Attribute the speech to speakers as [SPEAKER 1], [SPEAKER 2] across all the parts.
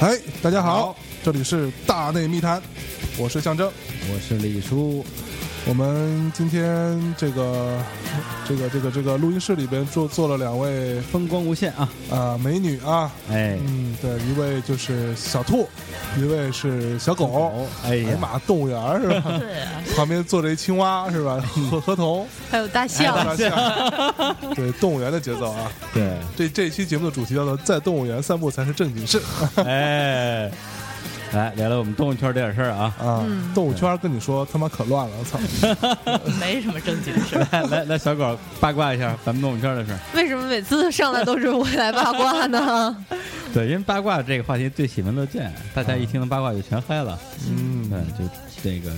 [SPEAKER 1] 哎，大家好，这里是大内密谈，我是象征。
[SPEAKER 2] 我是李叔，
[SPEAKER 1] 我们今天这个这个这个这个录音室里边坐坐了两位
[SPEAKER 2] 风光无限啊！
[SPEAKER 1] 啊、美女啊，
[SPEAKER 2] 哎，
[SPEAKER 1] 嗯，对，一位就是小 兔，一位是小狗。
[SPEAKER 2] 狗，哎
[SPEAKER 1] 哎呀
[SPEAKER 2] 呀，
[SPEAKER 1] 妈，动物园儿是 吧？
[SPEAKER 3] 对啊，
[SPEAKER 1] 旁边坐着一青蛙是吧？
[SPEAKER 2] 嗯
[SPEAKER 1] 河河童，
[SPEAKER 3] 还有大
[SPEAKER 2] 哎
[SPEAKER 1] 大
[SPEAKER 3] 象，
[SPEAKER 1] 象对，动物园的节奏啊！
[SPEAKER 2] 对，
[SPEAKER 1] 这这一期节目的主题叫做“在动物园散步才是正经事
[SPEAKER 2] 哎，来聊聊我们动物圈这点事儿”啊！
[SPEAKER 1] 啊！
[SPEAKER 3] 嗯
[SPEAKER 1] 动物圈儿跟你说他妈可乱了，我操！
[SPEAKER 3] 没什么正经事。
[SPEAKER 2] 来来来，小狗八卦一下咱们动物圈的事儿。
[SPEAKER 3] 为什么每次上来都是我来八卦呢？
[SPEAKER 2] 对，因为八卦这个话题最喜闻乐见，大家一听到八卦就全嗨了。
[SPEAKER 1] 嗯，
[SPEAKER 2] 对，就这个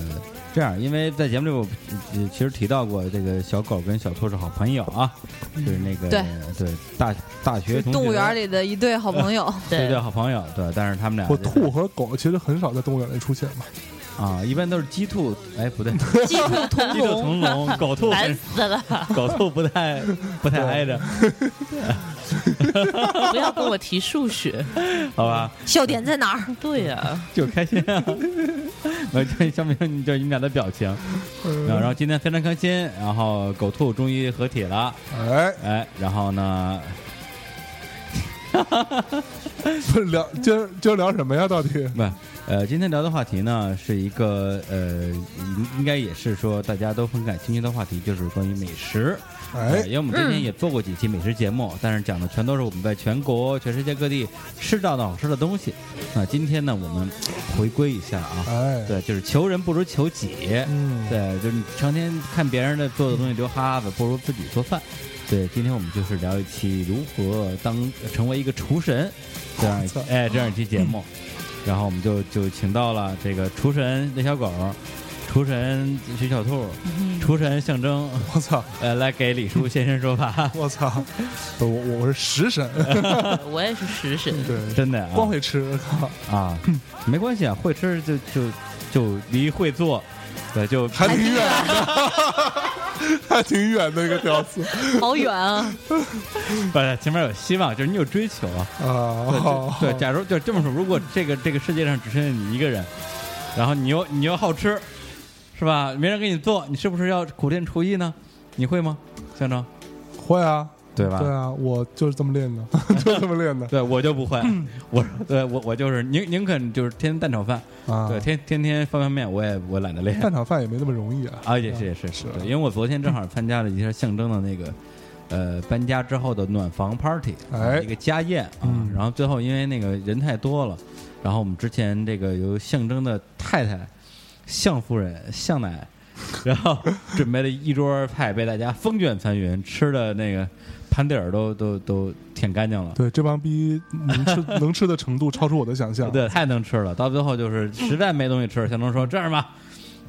[SPEAKER 2] 这样，因为在节目里我呃其实提到过，这个小狗跟小兔是好朋友啊，就是那个
[SPEAKER 3] 对
[SPEAKER 2] 对大大学同学
[SPEAKER 4] 动物园里的一对好朋友，
[SPEAKER 2] 对对好朋友，对，但是他们俩
[SPEAKER 1] 我
[SPEAKER 2] 就是
[SPEAKER 1] 兔和狗其实很少在动物园里出现嘛。
[SPEAKER 2] 啊，一般都是鸡兔，哎， 不对，
[SPEAKER 4] 鸡兔同
[SPEAKER 2] 鸡兔
[SPEAKER 4] 笼。
[SPEAKER 2] 同笼，狗兔
[SPEAKER 3] 烦死了！
[SPEAKER 2] 狗兔不太不太挨着，
[SPEAKER 3] 不要跟我提数学。
[SPEAKER 2] 好吧，
[SPEAKER 4] 笑点在哪儿？
[SPEAKER 3] 对呀，
[SPEAKER 2] 就开 心啊！我就想不明就是你们俩的表情，啊然后今天非常开心，然后狗兔终于合体了，
[SPEAKER 1] 哎，
[SPEAKER 2] 哎，然后呢，
[SPEAKER 1] 不是聊哎 今儿今儿聊什么呀？到底？
[SPEAKER 2] 不，呃，今天聊的话题呢是一个呃，应应该也是说大家都很感兴趣的话题，就是关于美食。呃
[SPEAKER 1] 哎
[SPEAKER 2] 因为我们之前也做过几期美食节目，但是讲的全都是我们在全国、全世界各地吃到的好吃的东西。那今天呢，我们回归一下啊，
[SPEAKER 1] 哎，
[SPEAKER 2] 对，就是求人不如求己。
[SPEAKER 1] 嗯，
[SPEAKER 2] 对，就是你成天看别人的做的东西流哈喇子，不如自己做饭。对，今天我们就是聊一期如何当成为一个厨神这样一期
[SPEAKER 1] 我操
[SPEAKER 2] 哎这样一期节目，
[SPEAKER 1] 嗯
[SPEAKER 2] 然后我们就就请到了这个厨神那小狗，厨神徐小兔，
[SPEAKER 1] 嗯
[SPEAKER 2] 厨神象征，
[SPEAKER 1] 我操，，
[SPEAKER 2] 呃，来给李叔先生说法
[SPEAKER 1] 我操， 不是我我是食神，
[SPEAKER 2] 哎
[SPEAKER 3] 我也是食神。
[SPEAKER 1] 对，
[SPEAKER 2] 真的啊，
[SPEAKER 1] 光会吃，靠，
[SPEAKER 2] 啊，没关系啊，会吃就就就离会做，对，就
[SPEAKER 1] 还挺远的，还挺远的一个屌丝
[SPEAKER 4] 好远啊！
[SPEAKER 2] 不是前面有希望，就是你有追求啊。
[SPEAKER 1] 啊！哦
[SPEAKER 2] 对，假如就这么说，如果这个这个世界上只剩下你一个人，然后你又你又好吃，是吧？没人给你做，你是不是要苦练厨艺呢？你会吗，象征？
[SPEAKER 1] 会啊，
[SPEAKER 2] 对吧
[SPEAKER 1] 对啊，我就是这么练 的，就这么练的
[SPEAKER 2] 对我就不会，我对我我就是宁宁肯就是天天蛋炒饭，
[SPEAKER 1] 啊。
[SPEAKER 2] 对，天天天方便面，我也我懒得练
[SPEAKER 1] 蛋炒饭也没那么容易啊。
[SPEAKER 2] 啊，也是也是
[SPEAKER 1] 是
[SPEAKER 2] 对因为我昨天正好参加了一下象征的那个。呃，搬家之后的暖房 party，
[SPEAKER 1] 哎
[SPEAKER 2] 一个家宴啊，
[SPEAKER 1] 嗯
[SPEAKER 2] 然后最后因为那个人太多了，然后我们之前这个由象征的太太向夫人向奶，然 后准备了一桌菜被大家风卷残云，吃的那个盘底儿都都都舔干净了，
[SPEAKER 1] 对，这帮逼能吃 能吃的程度超出我的想象。
[SPEAKER 2] 对，太能吃了。到最后就是实在没东西吃，象征说这样吧，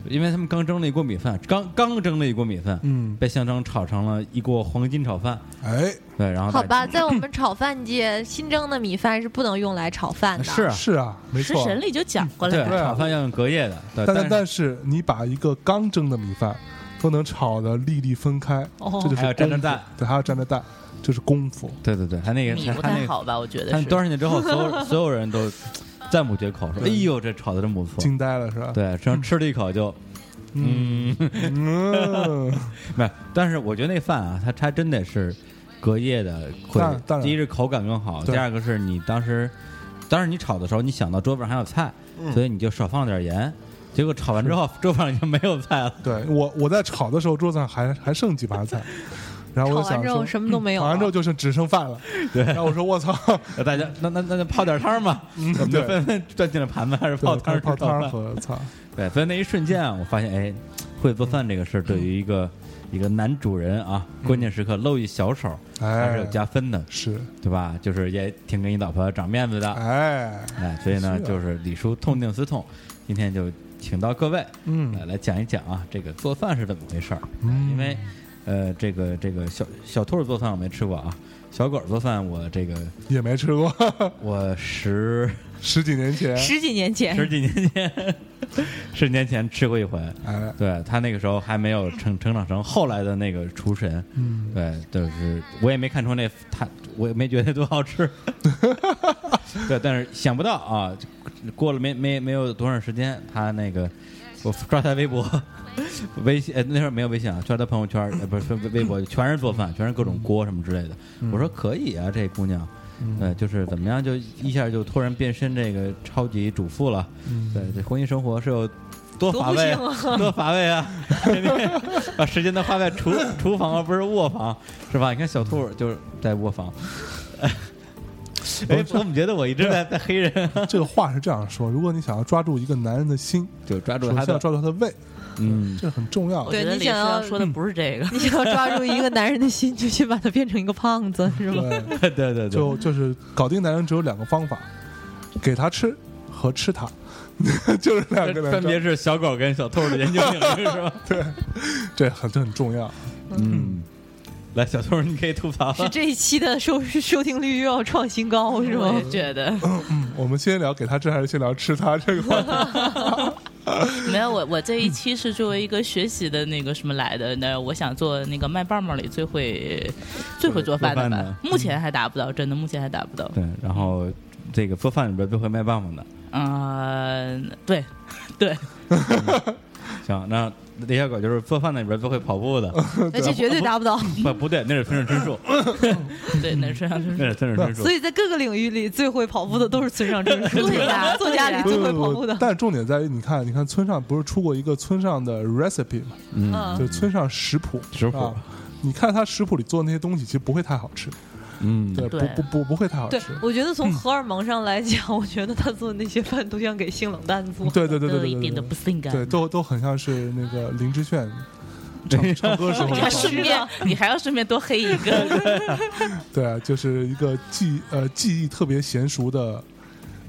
[SPEAKER 2] 因为他们刚蒸了一锅米饭，刚刚蒸了一锅米饭，
[SPEAKER 1] 嗯，
[SPEAKER 2] 被象征炒成了一锅黄金炒饭。
[SPEAKER 1] 哎，
[SPEAKER 2] 对，然后
[SPEAKER 4] 好
[SPEAKER 2] 大
[SPEAKER 4] 吧，在我们炒饭界，新蒸的米饭是不能用来炒饭的。
[SPEAKER 2] 是啊，
[SPEAKER 1] 是啊，没
[SPEAKER 3] 食
[SPEAKER 1] 错。
[SPEAKER 3] 神里就讲过
[SPEAKER 2] 对
[SPEAKER 3] 了，
[SPEAKER 1] 对啊
[SPEAKER 2] 炒饭要用隔夜的，对，
[SPEAKER 1] 但
[SPEAKER 2] 呃但
[SPEAKER 1] 但是你把一个刚蒸的米饭都能炒的粒粒分开，
[SPEAKER 3] 哦
[SPEAKER 1] 这就是
[SPEAKER 2] 还要
[SPEAKER 1] 功
[SPEAKER 2] 蘸着
[SPEAKER 1] 夫
[SPEAKER 2] 蛋，
[SPEAKER 1] 对，还要蘸着蛋，这是功夫。
[SPEAKER 2] 对对对，他那个
[SPEAKER 3] 米不
[SPEAKER 2] 他
[SPEAKER 3] 太
[SPEAKER 2] 那个
[SPEAKER 3] 好吧？我觉
[SPEAKER 2] 他
[SPEAKER 3] 得
[SPEAKER 2] 们多
[SPEAKER 3] 是。
[SPEAKER 2] 少年之 后，所有所有人都赞不绝口，说哎呦这炒的真不错。
[SPEAKER 1] 惊呆了是吧？
[SPEAKER 2] 对，然后吃了一口就，嗯，
[SPEAKER 1] 嗯，
[SPEAKER 2] 没有，但是我觉得那饭啊，它它真得是隔夜的，会
[SPEAKER 1] 当然当然
[SPEAKER 2] 第一是口感更好，第
[SPEAKER 1] 对
[SPEAKER 2] 二个是你当时，当时你炒的时候，你想到桌子上还有菜，
[SPEAKER 3] 嗯
[SPEAKER 2] 所以你就少放了点盐。结果炒完之后，桌子上就没有菜了。
[SPEAKER 1] 对我我在炒的时候，桌子上还还剩几盘 菜，然后
[SPEAKER 4] 炒
[SPEAKER 1] 我就
[SPEAKER 4] 完
[SPEAKER 1] 想
[SPEAKER 4] 之
[SPEAKER 1] 说嗯
[SPEAKER 4] 后，什么都没有
[SPEAKER 1] 炒
[SPEAKER 4] 了。
[SPEAKER 1] 完之后就是只剩饭了。对，然后我说我 操，
[SPEAKER 2] 那呃大家那那那就泡点汤吧，我们就
[SPEAKER 1] 嗯对
[SPEAKER 2] 纷纷攥进了盘子，还是
[SPEAKER 1] 对
[SPEAKER 2] 泡汤儿
[SPEAKER 1] 泡
[SPEAKER 2] 吃早
[SPEAKER 1] 汤儿嗯
[SPEAKER 2] 饭
[SPEAKER 1] 喝，操，
[SPEAKER 2] 对，所以那一瞬间啊，我发现哎，会做饭这个事儿对于一个一个男主人啊，关键时刻露一小手还是有
[SPEAKER 1] 嗯哎，
[SPEAKER 2] 加分的，
[SPEAKER 1] 是，
[SPEAKER 2] 对吧？就是也挺给你老婆长面子的。
[SPEAKER 1] 哎，
[SPEAKER 2] 哎，所以呢，
[SPEAKER 1] 是啊
[SPEAKER 2] 就是李叔痛定思痛，今天就请到各位
[SPEAKER 1] 嗯
[SPEAKER 2] 呃来讲一讲啊，这个做饭是怎么回事儿。
[SPEAKER 1] 嗯
[SPEAKER 2] 因为呃，这个这个小小兔儿做饭我没吃过啊，小狗儿做饭我这个
[SPEAKER 1] 也没吃过，
[SPEAKER 2] 我十
[SPEAKER 1] 十几年前，
[SPEAKER 4] 十几年
[SPEAKER 3] 哎
[SPEAKER 4] 前，
[SPEAKER 2] 十几年前 十几年前吃过一回。
[SPEAKER 1] 哎，
[SPEAKER 2] 对他那个时候还没有成成长成后来的那个厨神，
[SPEAKER 1] 嗯，
[SPEAKER 2] 对，就是我也没看出那他，我也没觉得多好吃，对，但是想不到啊，过了没没没有多长时间，他那个我刷他微博、微信，呃，那时候没有微信啊，刷他朋友圈，呃，不是微微博，全是做饭，全是各种锅什么之类的。我说可以啊，这姑娘，
[SPEAKER 1] 嗯
[SPEAKER 2] 呃，就是怎么样，就一下就突然变身这个超级主妇了。
[SPEAKER 1] 嗯
[SPEAKER 2] 对，这婚姻生活是有。多
[SPEAKER 4] 多
[SPEAKER 2] 乏
[SPEAKER 4] 不
[SPEAKER 2] 味
[SPEAKER 4] 幸
[SPEAKER 2] 啊， 多乏味啊！天天把时间都花在厨厨房而不是卧房，是吧？你看小兔儿就是在卧房。哎，我怎么觉得我一直在在黑人？
[SPEAKER 1] 这个话是这样说：如果你想要抓住一个男人的心，
[SPEAKER 2] 就抓
[SPEAKER 1] 首
[SPEAKER 2] 住
[SPEAKER 1] 先
[SPEAKER 2] 他
[SPEAKER 1] 要
[SPEAKER 2] 的，
[SPEAKER 1] 抓住他的胃，
[SPEAKER 2] 嗯，
[SPEAKER 1] 这很重要
[SPEAKER 4] 我
[SPEAKER 1] 的。
[SPEAKER 4] 觉
[SPEAKER 3] 对
[SPEAKER 4] 得
[SPEAKER 3] 你
[SPEAKER 4] 李
[SPEAKER 3] 想
[SPEAKER 4] 思
[SPEAKER 3] 要
[SPEAKER 4] 阳说的不是这个，
[SPEAKER 3] 你想要抓住一个男人的心，就去把他变成一个胖子，是吗？
[SPEAKER 1] 对，
[SPEAKER 2] 嗯对对对，
[SPEAKER 1] 就就是搞定男人只有两个方法：给他吃和吃他， 就是两个
[SPEAKER 2] 分
[SPEAKER 1] 男人。
[SPEAKER 2] 别是小狗跟小兔的研究领域是吧？
[SPEAKER 1] 这很这很重要。
[SPEAKER 2] 嗯，来，小兔你可以吐槽啊
[SPEAKER 3] 是
[SPEAKER 2] 了。
[SPEAKER 3] 这一期的收收听率又要创新高，是
[SPEAKER 4] 我
[SPEAKER 3] 吗
[SPEAKER 4] 也？觉得
[SPEAKER 1] 嗯 我们先聊给他吃还是先聊吃他 这个话题？
[SPEAKER 5] 没有，我我这一期是作为一个学习的那个什么来的，那我想做那个麦棒棒里最会最会做饭的
[SPEAKER 2] 做
[SPEAKER 5] 吧，
[SPEAKER 1] 嗯
[SPEAKER 2] 饭的
[SPEAKER 5] 目前还达不到，真的目前还达不到。
[SPEAKER 2] 对，然后这个做饭里边都会卖棒棒的。
[SPEAKER 5] 嗯、对，对，
[SPEAKER 2] 行，那李小狗就是做饭的里边都会跑步 的，
[SPEAKER 3] 那这绝对达不到。
[SPEAKER 2] 不不对，那是村上春树，
[SPEAKER 5] 对，那是上就是
[SPEAKER 2] 那是村上春树
[SPEAKER 3] 所。以在各个领域里，最会跑步的都是村上春树，
[SPEAKER 4] 对呀
[SPEAKER 3] 作家里
[SPEAKER 1] 不
[SPEAKER 3] 最
[SPEAKER 1] 不
[SPEAKER 3] 会跑
[SPEAKER 1] 不
[SPEAKER 3] 步
[SPEAKER 1] 不
[SPEAKER 3] 的，。
[SPEAKER 1] 但重点在于，你看，你看村上不是出过一个村上的 recipe 嘛，
[SPEAKER 2] 嗯，
[SPEAKER 1] 就是村上食谱。
[SPEAKER 2] 食谱
[SPEAKER 1] 啊，你看他食谱里做的那些东西，其实不会太好吃。
[SPEAKER 2] 嗯，
[SPEAKER 1] 对，
[SPEAKER 5] 对
[SPEAKER 1] 不不不不会太好
[SPEAKER 3] 对
[SPEAKER 1] 吃。，
[SPEAKER 3] 我觉得从荷尔蒙上来讲，我觉得他做的那些饭都像给性冷淡做。
[SPEAKER 1] 对 对对对
[SPEAKER 5] 都一
[SPEAKER 1] 对
[SPEAKER 5] 点
[SPEAKER 1] 对
[SPEAKER 5] 都不性感。
[SPEAKER 1] 对，都都很像是那个林志炫 唱唱歌时候
[SPEAKER 5] 你
[SPEAKER 1] 的
[SPEAKER 5] 还
[SPEAKER 1] 话。
[SPEAKER 5] 顺便，你还要顺便多黑一个，
[SPEAKER 1] 对，啊就是一个技呃技艺特别娴熟的，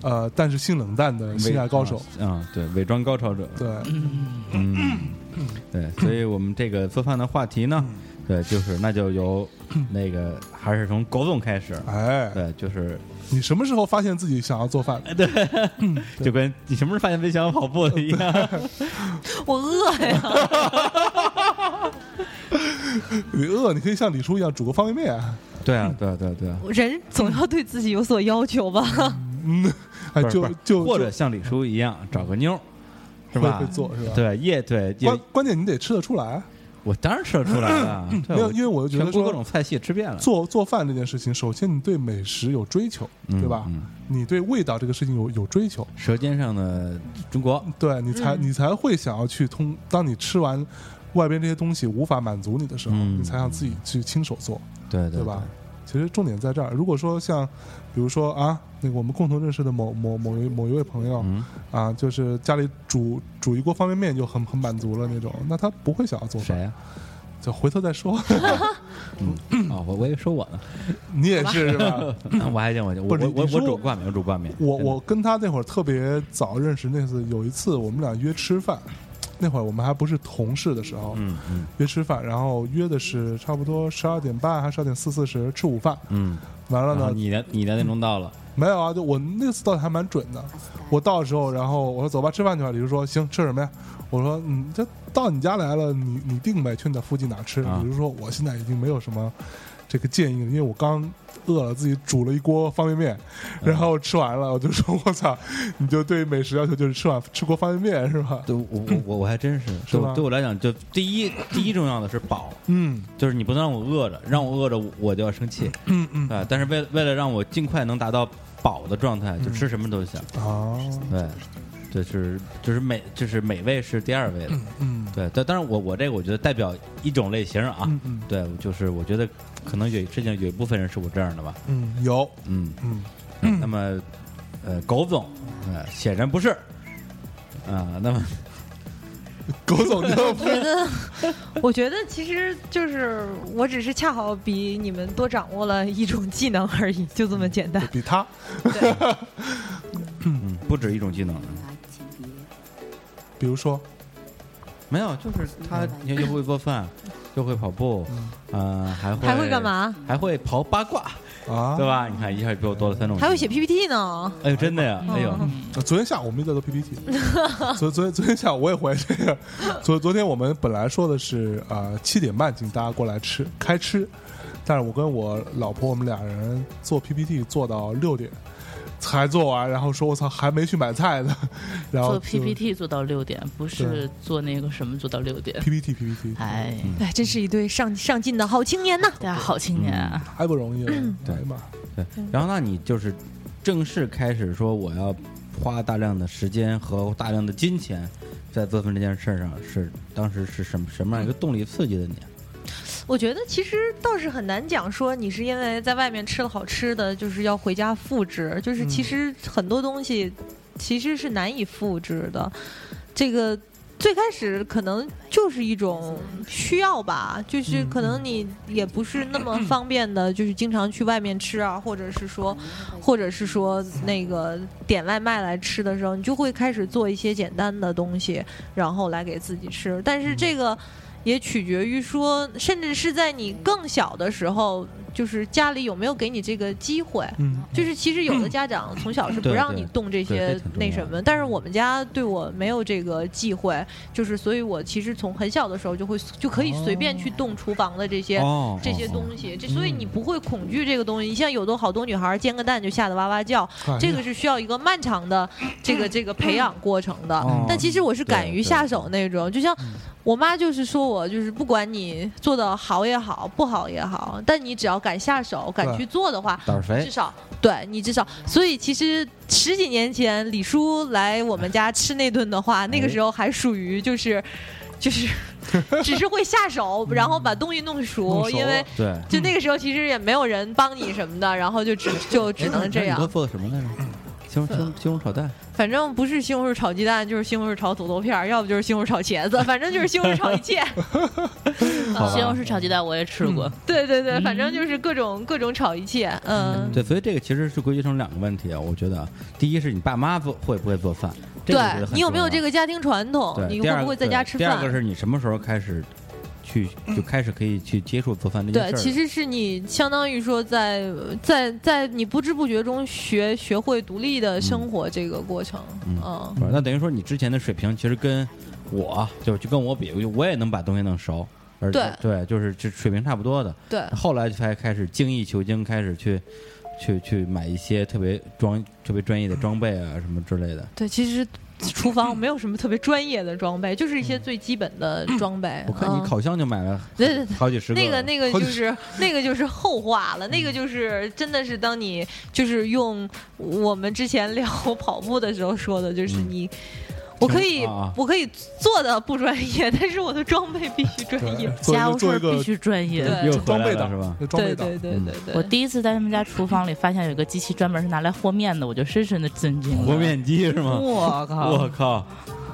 [SPEAKER 1] 呃，但是性冷淡的性爱高手。
[SPEAKER 2] 伪啊，啊对，伪装高潮者，
[SPEAKER 1] 对，
[SPEAKER 2] 嗯，对，所以我们这个做饭的话题呢，
[SPEAKER 1] 嗯
[SPEAKER 2] 对，就是那就由那个还是从狗总开始，
[SPEAKER 1] 哎，
[SPEAKER 2] 对，就是
[SPEAKER 1] 你什么时候发现自己想要做饭？对
[SPEAKER 2] 就跟你什么时候发现没想要跑步的一 样，
[SPEAKER 3] 我饿呀，
[SPEAKER 1] 你饿，你可以像李叔一样煮个方便面啊，
[SPEAKER 2] 对啊，对啊，对啊，对啊，
[SPEAKER 3] 人总要对自己有所要求吧？
[SPEAKER 1] 哎，
[SPEAKER 2] 不是
[SPEAKER 1] 就
[SPEAKER 2] 不是
[SPEAKER 1] 就
[SPEAKER 2] 或者像李叔一样找个妞儿，是
[SPEAKER 1] 就
[SPEAKER 2] 吧
[SPEAKER 1] 会会？做是吧？
[SPEAKER 2] 对，夜对夜
[SPEAKER 1] 关，关键你得吃得出来，
[SPEAKER 2] 我当然吃得出 来了，对
[SPEAKER 1] 没有，
[SPEAKER 2] 我
[SPEAKER 1] 因为我就觉
[SPEAKER 2] 全
[SPEAKER 1] 得
[SPEAKER 2] 国各
[SPEAKER 1] 说
[SPEAKER 2] 种菜系吃遍了，
[SPEAKER 1] 做做饭这件事情，首先你对美食有追求，
[SPEAKER 2] 嗯
[SPEAKER 1] 对吧？
[SPEAKER 2] 嗯
[SPEAKER 1] 你对味道这个事情有有追求，
[SPEAKER 2] 舌尖上的中国，
[SPEAKER 1] 对你才、你才会想要去通。当你吃完外边这些东西无法满足你的时候，
[SPEAKER 2] 嗯
[SPEAKER 1] 你才想自己去亲手做，
[SPEAKER 2] 对对
[SPEAKER 1] 对吧？？其实重点在这儿。如果说像，比如说啊，那个我们共同认识的某某某一某一位朋友、
[SPEAKER 2] 嗯，
[SPEAKER 1] 啊，就是家里煮煮一锅方便面就很很满足了那种，那他不会想要做饭，
[SPEAKER 2] 谁呀？啊
[SPEAKER 1] 就回头再 说。
[SPEAKER 2] 哦，我我以为说我呢，
[SPEAKER 1] 你也是是 吧？
[SPEAKER 2] 我还见我我
[SPEAKER 1] 不是
[SPEAKER 2] 我
[SPEAKER 1] 你
[SPEAKER 2] 我
[SPEAKER 1] 说
[SPEAKER 2] 煮挂面，我煮挂面，
[SPEAKER 1] 我
[SPEAKER 2] 真的
[SPEAKER 1] 我跟他那会儿特别早认识，那次有一次我们俩约吃饭，那会儿我们还不是同事的时候，
[SPEAKER 2] 嗯嗯
[SPEAKER 1] 约吃饭，然后约的是差不多十二点半还是十二点四四十吃午饭，
[SPEAKER 2] 嗯，
[SPEAKER 1] 完了
[SPEAKER 2] 然后
[SPEAKER 1] 呢
[SPEAKER 2] 你的你的那钟到了，
[SPEAKER 1] 没有啊？就我那次到的还蛮准的，我到的时候，然后我说走吧吃饭去吧，李叔说行吃什么呀？我说嗯，这到你家来了，你你定呗，去你那附近哪吃？
[SPEAKER 2] 啊
[SPEAKER 1] 李叔说我现在已经没有什么这个建议了，因为我刚。饿了，自己煮了一锅方便面，然后吃完了，我就说：“我操，你就对美食要求就是吃碗 吃锅方便面是吧
[SPEAKER 2] 对我我我我还真 是，
[SPEAKER 1] 是
[SPEAKER 2] 对
[SPEAKER 1] 吧
[SPEAKER 2] 对我来讲，就第一第一重要的是饱，？”
[SPEAKER 1] 嗯
[SPEAKER 2] 就是你不能让我饿着，让我饿着我就要生气，
[SPEAKER 1] 嗯嗯
[SPEAKER 2] 啊，但是为了为了让我尽快能达到饱的状态，
[SPEAKER 1] 嗯
[SPEAKER 2] 就吃什么都行，
[SPEAKER 1] 啊，
[SPEAKER 2] 对，这是就是美就是美味是第二位的，
[SPEAKER 1] 嗯
[SPEAKER 2] 对，但当然我我这个我觉得代表一种类型啊，
[SPEAKER 1] 嗯嗯
[SPEAKER 2] 对，就是我觉得可能有之前有一部分人是我这样的吧，
[SPEAKER 1] 嗯，有
[SPEAKER 2] 嗯，
[SPEAKER 1] 嗯
[SPEAKER 2] 那么呃，狗总，呃，显然不是，啊，那么
[SPEAKER 1] 狗总 就。
[SPEAKER 3] 我觉得， 我觉得其实就是我只是恰好比你们多掌握了一种技能而已，就这么简单
[SPEAKER 1] 比他
[SPEAKER 2] 嗯，不止一种技能，
[SPEAKER 1] 比如说，
[SPEAKER 2] 没有，就是他
[SPEAKER 3] 嗯
[SPEAKER 2] 又又会做 饭，又会跑步，呃，还会
[SPEAKER 3] 还会干？嘛？哦
[SPEAKER 2] 还会刨八卦，
[SPEAKER 1] 啊，
[SPEAKER 2] 对？吧？你看一下比我多了三种，
[SPEAKER 3] 还会写。PPT 哦嗯呢？
[SPEAKER 2] 哎呦，真的呀！哎呦，
[SPEAKER 1] 呃昨天下午我们一直在做 PPT，昨 昨天昨天下午我也回这个，昨昨天我们本来说的是呃七点半请大家过来吃开吃，但是我跟我老婆我们俩人做 PPT 做到六点，才做完，然后说我操还没去买菜呢，然后
[SPEAKER 5] 做
[SPEAKER 1] 就
[SPEAKER 5] PPT 做到六点，不是做那个什么做到 六点。
[SPEAKER 1] PPT PPT
[SPEAKER 5] 哎，
[SPEAKER 1] 嗯
[SPEAKER 3] 哎，真是一对上上进的好青年呐！
[SPEAKER 5] 大家好青年啊！
[SPEAKER 1] 嗯太不容易了，
[SPEAKER 2] 对
[SPEAKER 1] 哎呀妈，
[SPEAKER 2] 对，然后那你就是正式开始说我要花大量的时间和大量的金钱在做饭这件事上，是当时是什么什么样一个动力刺激的你？
[SPEAKER 3] 我觉得其实倒是很难讲说你是因为在外面吃了好吃的，就是要回家复制，就是
[SPEAKER 1] 嗯
[SPEAKER 3] 其实很多东西其实是难以复制的。这个最开始可能就是一种需要吧，就是
[SPEAKER 1] 嗯
[SPEAKER 3] 可能你也不是那 么方便的，就是经常去外面吃啊，或者是说，或者是说那个点外卖来吃的时候，你就会开始做一些简单的东西，然后来给自己吃。但是
[SPEAKER 2] 嗯
[SPEAKER 3] 这个。也取决于说，甚至是在你更小的时候，就是家里有没有给你这个机会。
[SPEAKER 1] 嗯，
[SPEAKER 3] 就是其实有的家长从小是不
[SPEAKER 2] 对
[SPEAKER 3] 让
[SPEAKER 2] 对
[SPEAKER 3] 你动
[SPEAKER 2] 对
[SPEAKER 3] 这些
[SPEAKER 2] 这挺重
[SPEAKER 3] 那
[SPEAKER 2] 要
[SPEAKER 3] 什么
[SPEAKER 2] 的，
[SPEAKER 3] 但是我们家对我没有这个忌讳，就是所以我其实从很小的时候就会就可以随便去动厨房的这些。
[SPEAKER 2] 哦，
[SPEAKER 3] 这些东
[SPEAKER 2] 西，
[SPEAKER 3] 西，这所以你
[SPEAKER 1] 嗯
[SPEAKER 3] 不会恐惧这个东西。你像有的好多女孩煎个蛋就吓得哇哇叫，
[SPEAKER 1] 哎
[SPEAKER 3] 这
[SPEAKER 1] 呀
[SPEAKER 3] 个是需要一个漫长的这个这个培养过程的。
[SPEAKER 2] 哦
[SPEAKER 3] 但其实我是敢于下手那种，就像
[SPEAKER 1] 嗯
[SPEAKER 3] 我妈就是说我就是不管你做的好也好，不好也好，但你只要敢下手、敢
[SPEAKER 1] 对哎
[SPEAKER 3] 去做的话，
[SPEAKER 2] 胆儿肥
[SPEAKER 3] 至，少对你至少，所以其实十几年前李叔来我们家吃那顿的话，那
[SPEAKER 1] 哎
[SPEAKER 3] 个时候还属于就是就是 只是会下手，然后把东西弄熟，
[SPEAKER 1] 弄熟
[SPEAKER 3] 因为
[SPEAKER 1] 了。
[SPEAKER 2] 对，
[SPEAKER 3] 就那个时候其实也没有人帮你什么的，然后就只就只能这
[SPEAKER 2] 你哥
[SPEAKER 3] 样。
[SPEAKER 2] 做的什么来着？西红柿西红柿炒蛋，
[SPEAKER 3] 反正不是西红柿炒鸡蛋，就是西红柿炒土豆片儿，要不就是西红柿炒茄子，反正就是西红柿炒一 切。
[SPEAKER 1] 嗯
[SPEAKER 2] 好吧
[SPEAKER 5] 西红柿炒鸡蛋我也吃过，
[SPEAKER 3] 对对对，反正
[SPEAKER 2] 嗯
[SPEAKER 3] 就是各种各种炒一切。嗯，
[SPEAKER 2] 对，所以这个其实是归结成两个问题啊，我觉得啊，第一是你爸妈做会不会做饭，这个我觉得很
[SPEAKER 3] 你有没有
[SPEAKER 2] 重要
[SPEAKER 3] 这个家庭传统？
[SPEAKER 2] 对，
[SPEAKER 3] 你
[SPEAKER 2] 第
[SPEAKER 3] 会
[SPEAKER 2] 二
[SPEAKER 3] 不会
[SPEAKER 2] 个
[SPEAKER 3] 在家吃
[SPEAKER 2] 对
[SPEAKER 3] 饭？嗯
[SPEAKER 2] 第二个是你什么时候开始去就开始可以去接触做饭这件事儿，
[SPEAKER 3] 对
[SPEAKER 2] 了？
[SPEAKER 3] 其实是你相当于说在在在你不知不觉中学学会独立的生活这个过程，
[SPEAKER 2] 嗯
[SPEAKER 3] 嗯，
[SPEAKER 2] 不是那等于说你之前的水平其实跟我啊就是就跟我比，我也能把东西弄熟，而
[SPEAKER 3] 对
[SPEAKER 2] 对，就是这水平差不多的。
[SPEAKER 3] 对
[SPEAKER 2] 后来才开始精益求精，开始去去去买一些特别装特别专业的装备啊什么之类的。
[SPEAKER 3] 对，其实 厨房没有什么特别专业的装备，就是一些最基本的装备。
[SPEAKER 2] 我看
[SPEAKER 3] 嗯
[SPEAKER 2] 你烤箱就买了
[SPEAKER 3] 对对对
[SPEAKER 2] 好几十
[SPEAKER 3] 那个那个
[SPEAKER 1] 好
[SPEAKER 3] 就
[SPEAKER 1] 几
[SPEAKER 3] 是那个就是后话了，那个就是真的是当你就是用我们之前聊跑步的时候说的，就是
[SPEAKER 2] 嗯
[SPEAKER 3] 你。我可以，
[SPEAKER 2] 啊啊
[SPEAKER 3] 我可以做的不专业，但是我的装备必须专业
[SPEAKER 1] 对。嗯做一
[SPEAKER 5] 家
[SPEAKER 1] 个
[SPEAKER 5] 务事
[SPEAKER 1] 做一
[SPEAKER 5] 儿必
[SPEAKER 1] 个
[SPEAKER 5] 须专业。
[SPEAKER 3] 对
[SPEAKER 2] 又回
[SPEAKER 1] 装
[SPEAKER 2] 来
[SPEAKER 1] 备
[SPEAKER 2] 了
[SPEAKER 1] 党
[SPEAKER 2] 是吧？？
[SPEAKER 1] 装备
[SPEAKER 3] 对
[SPEAKER 1] 党
[SPEAKER 3] 对对对对，
[SPEAKER 5] 我第一次在他们家厨房里发现有一个机器专门是拿来和面的，我就深深的震惊了。
[SPEAKER 2] 和，面机是吗？
[SPEAKER 5] 我靠！
[SPEAKER 2] 我靠！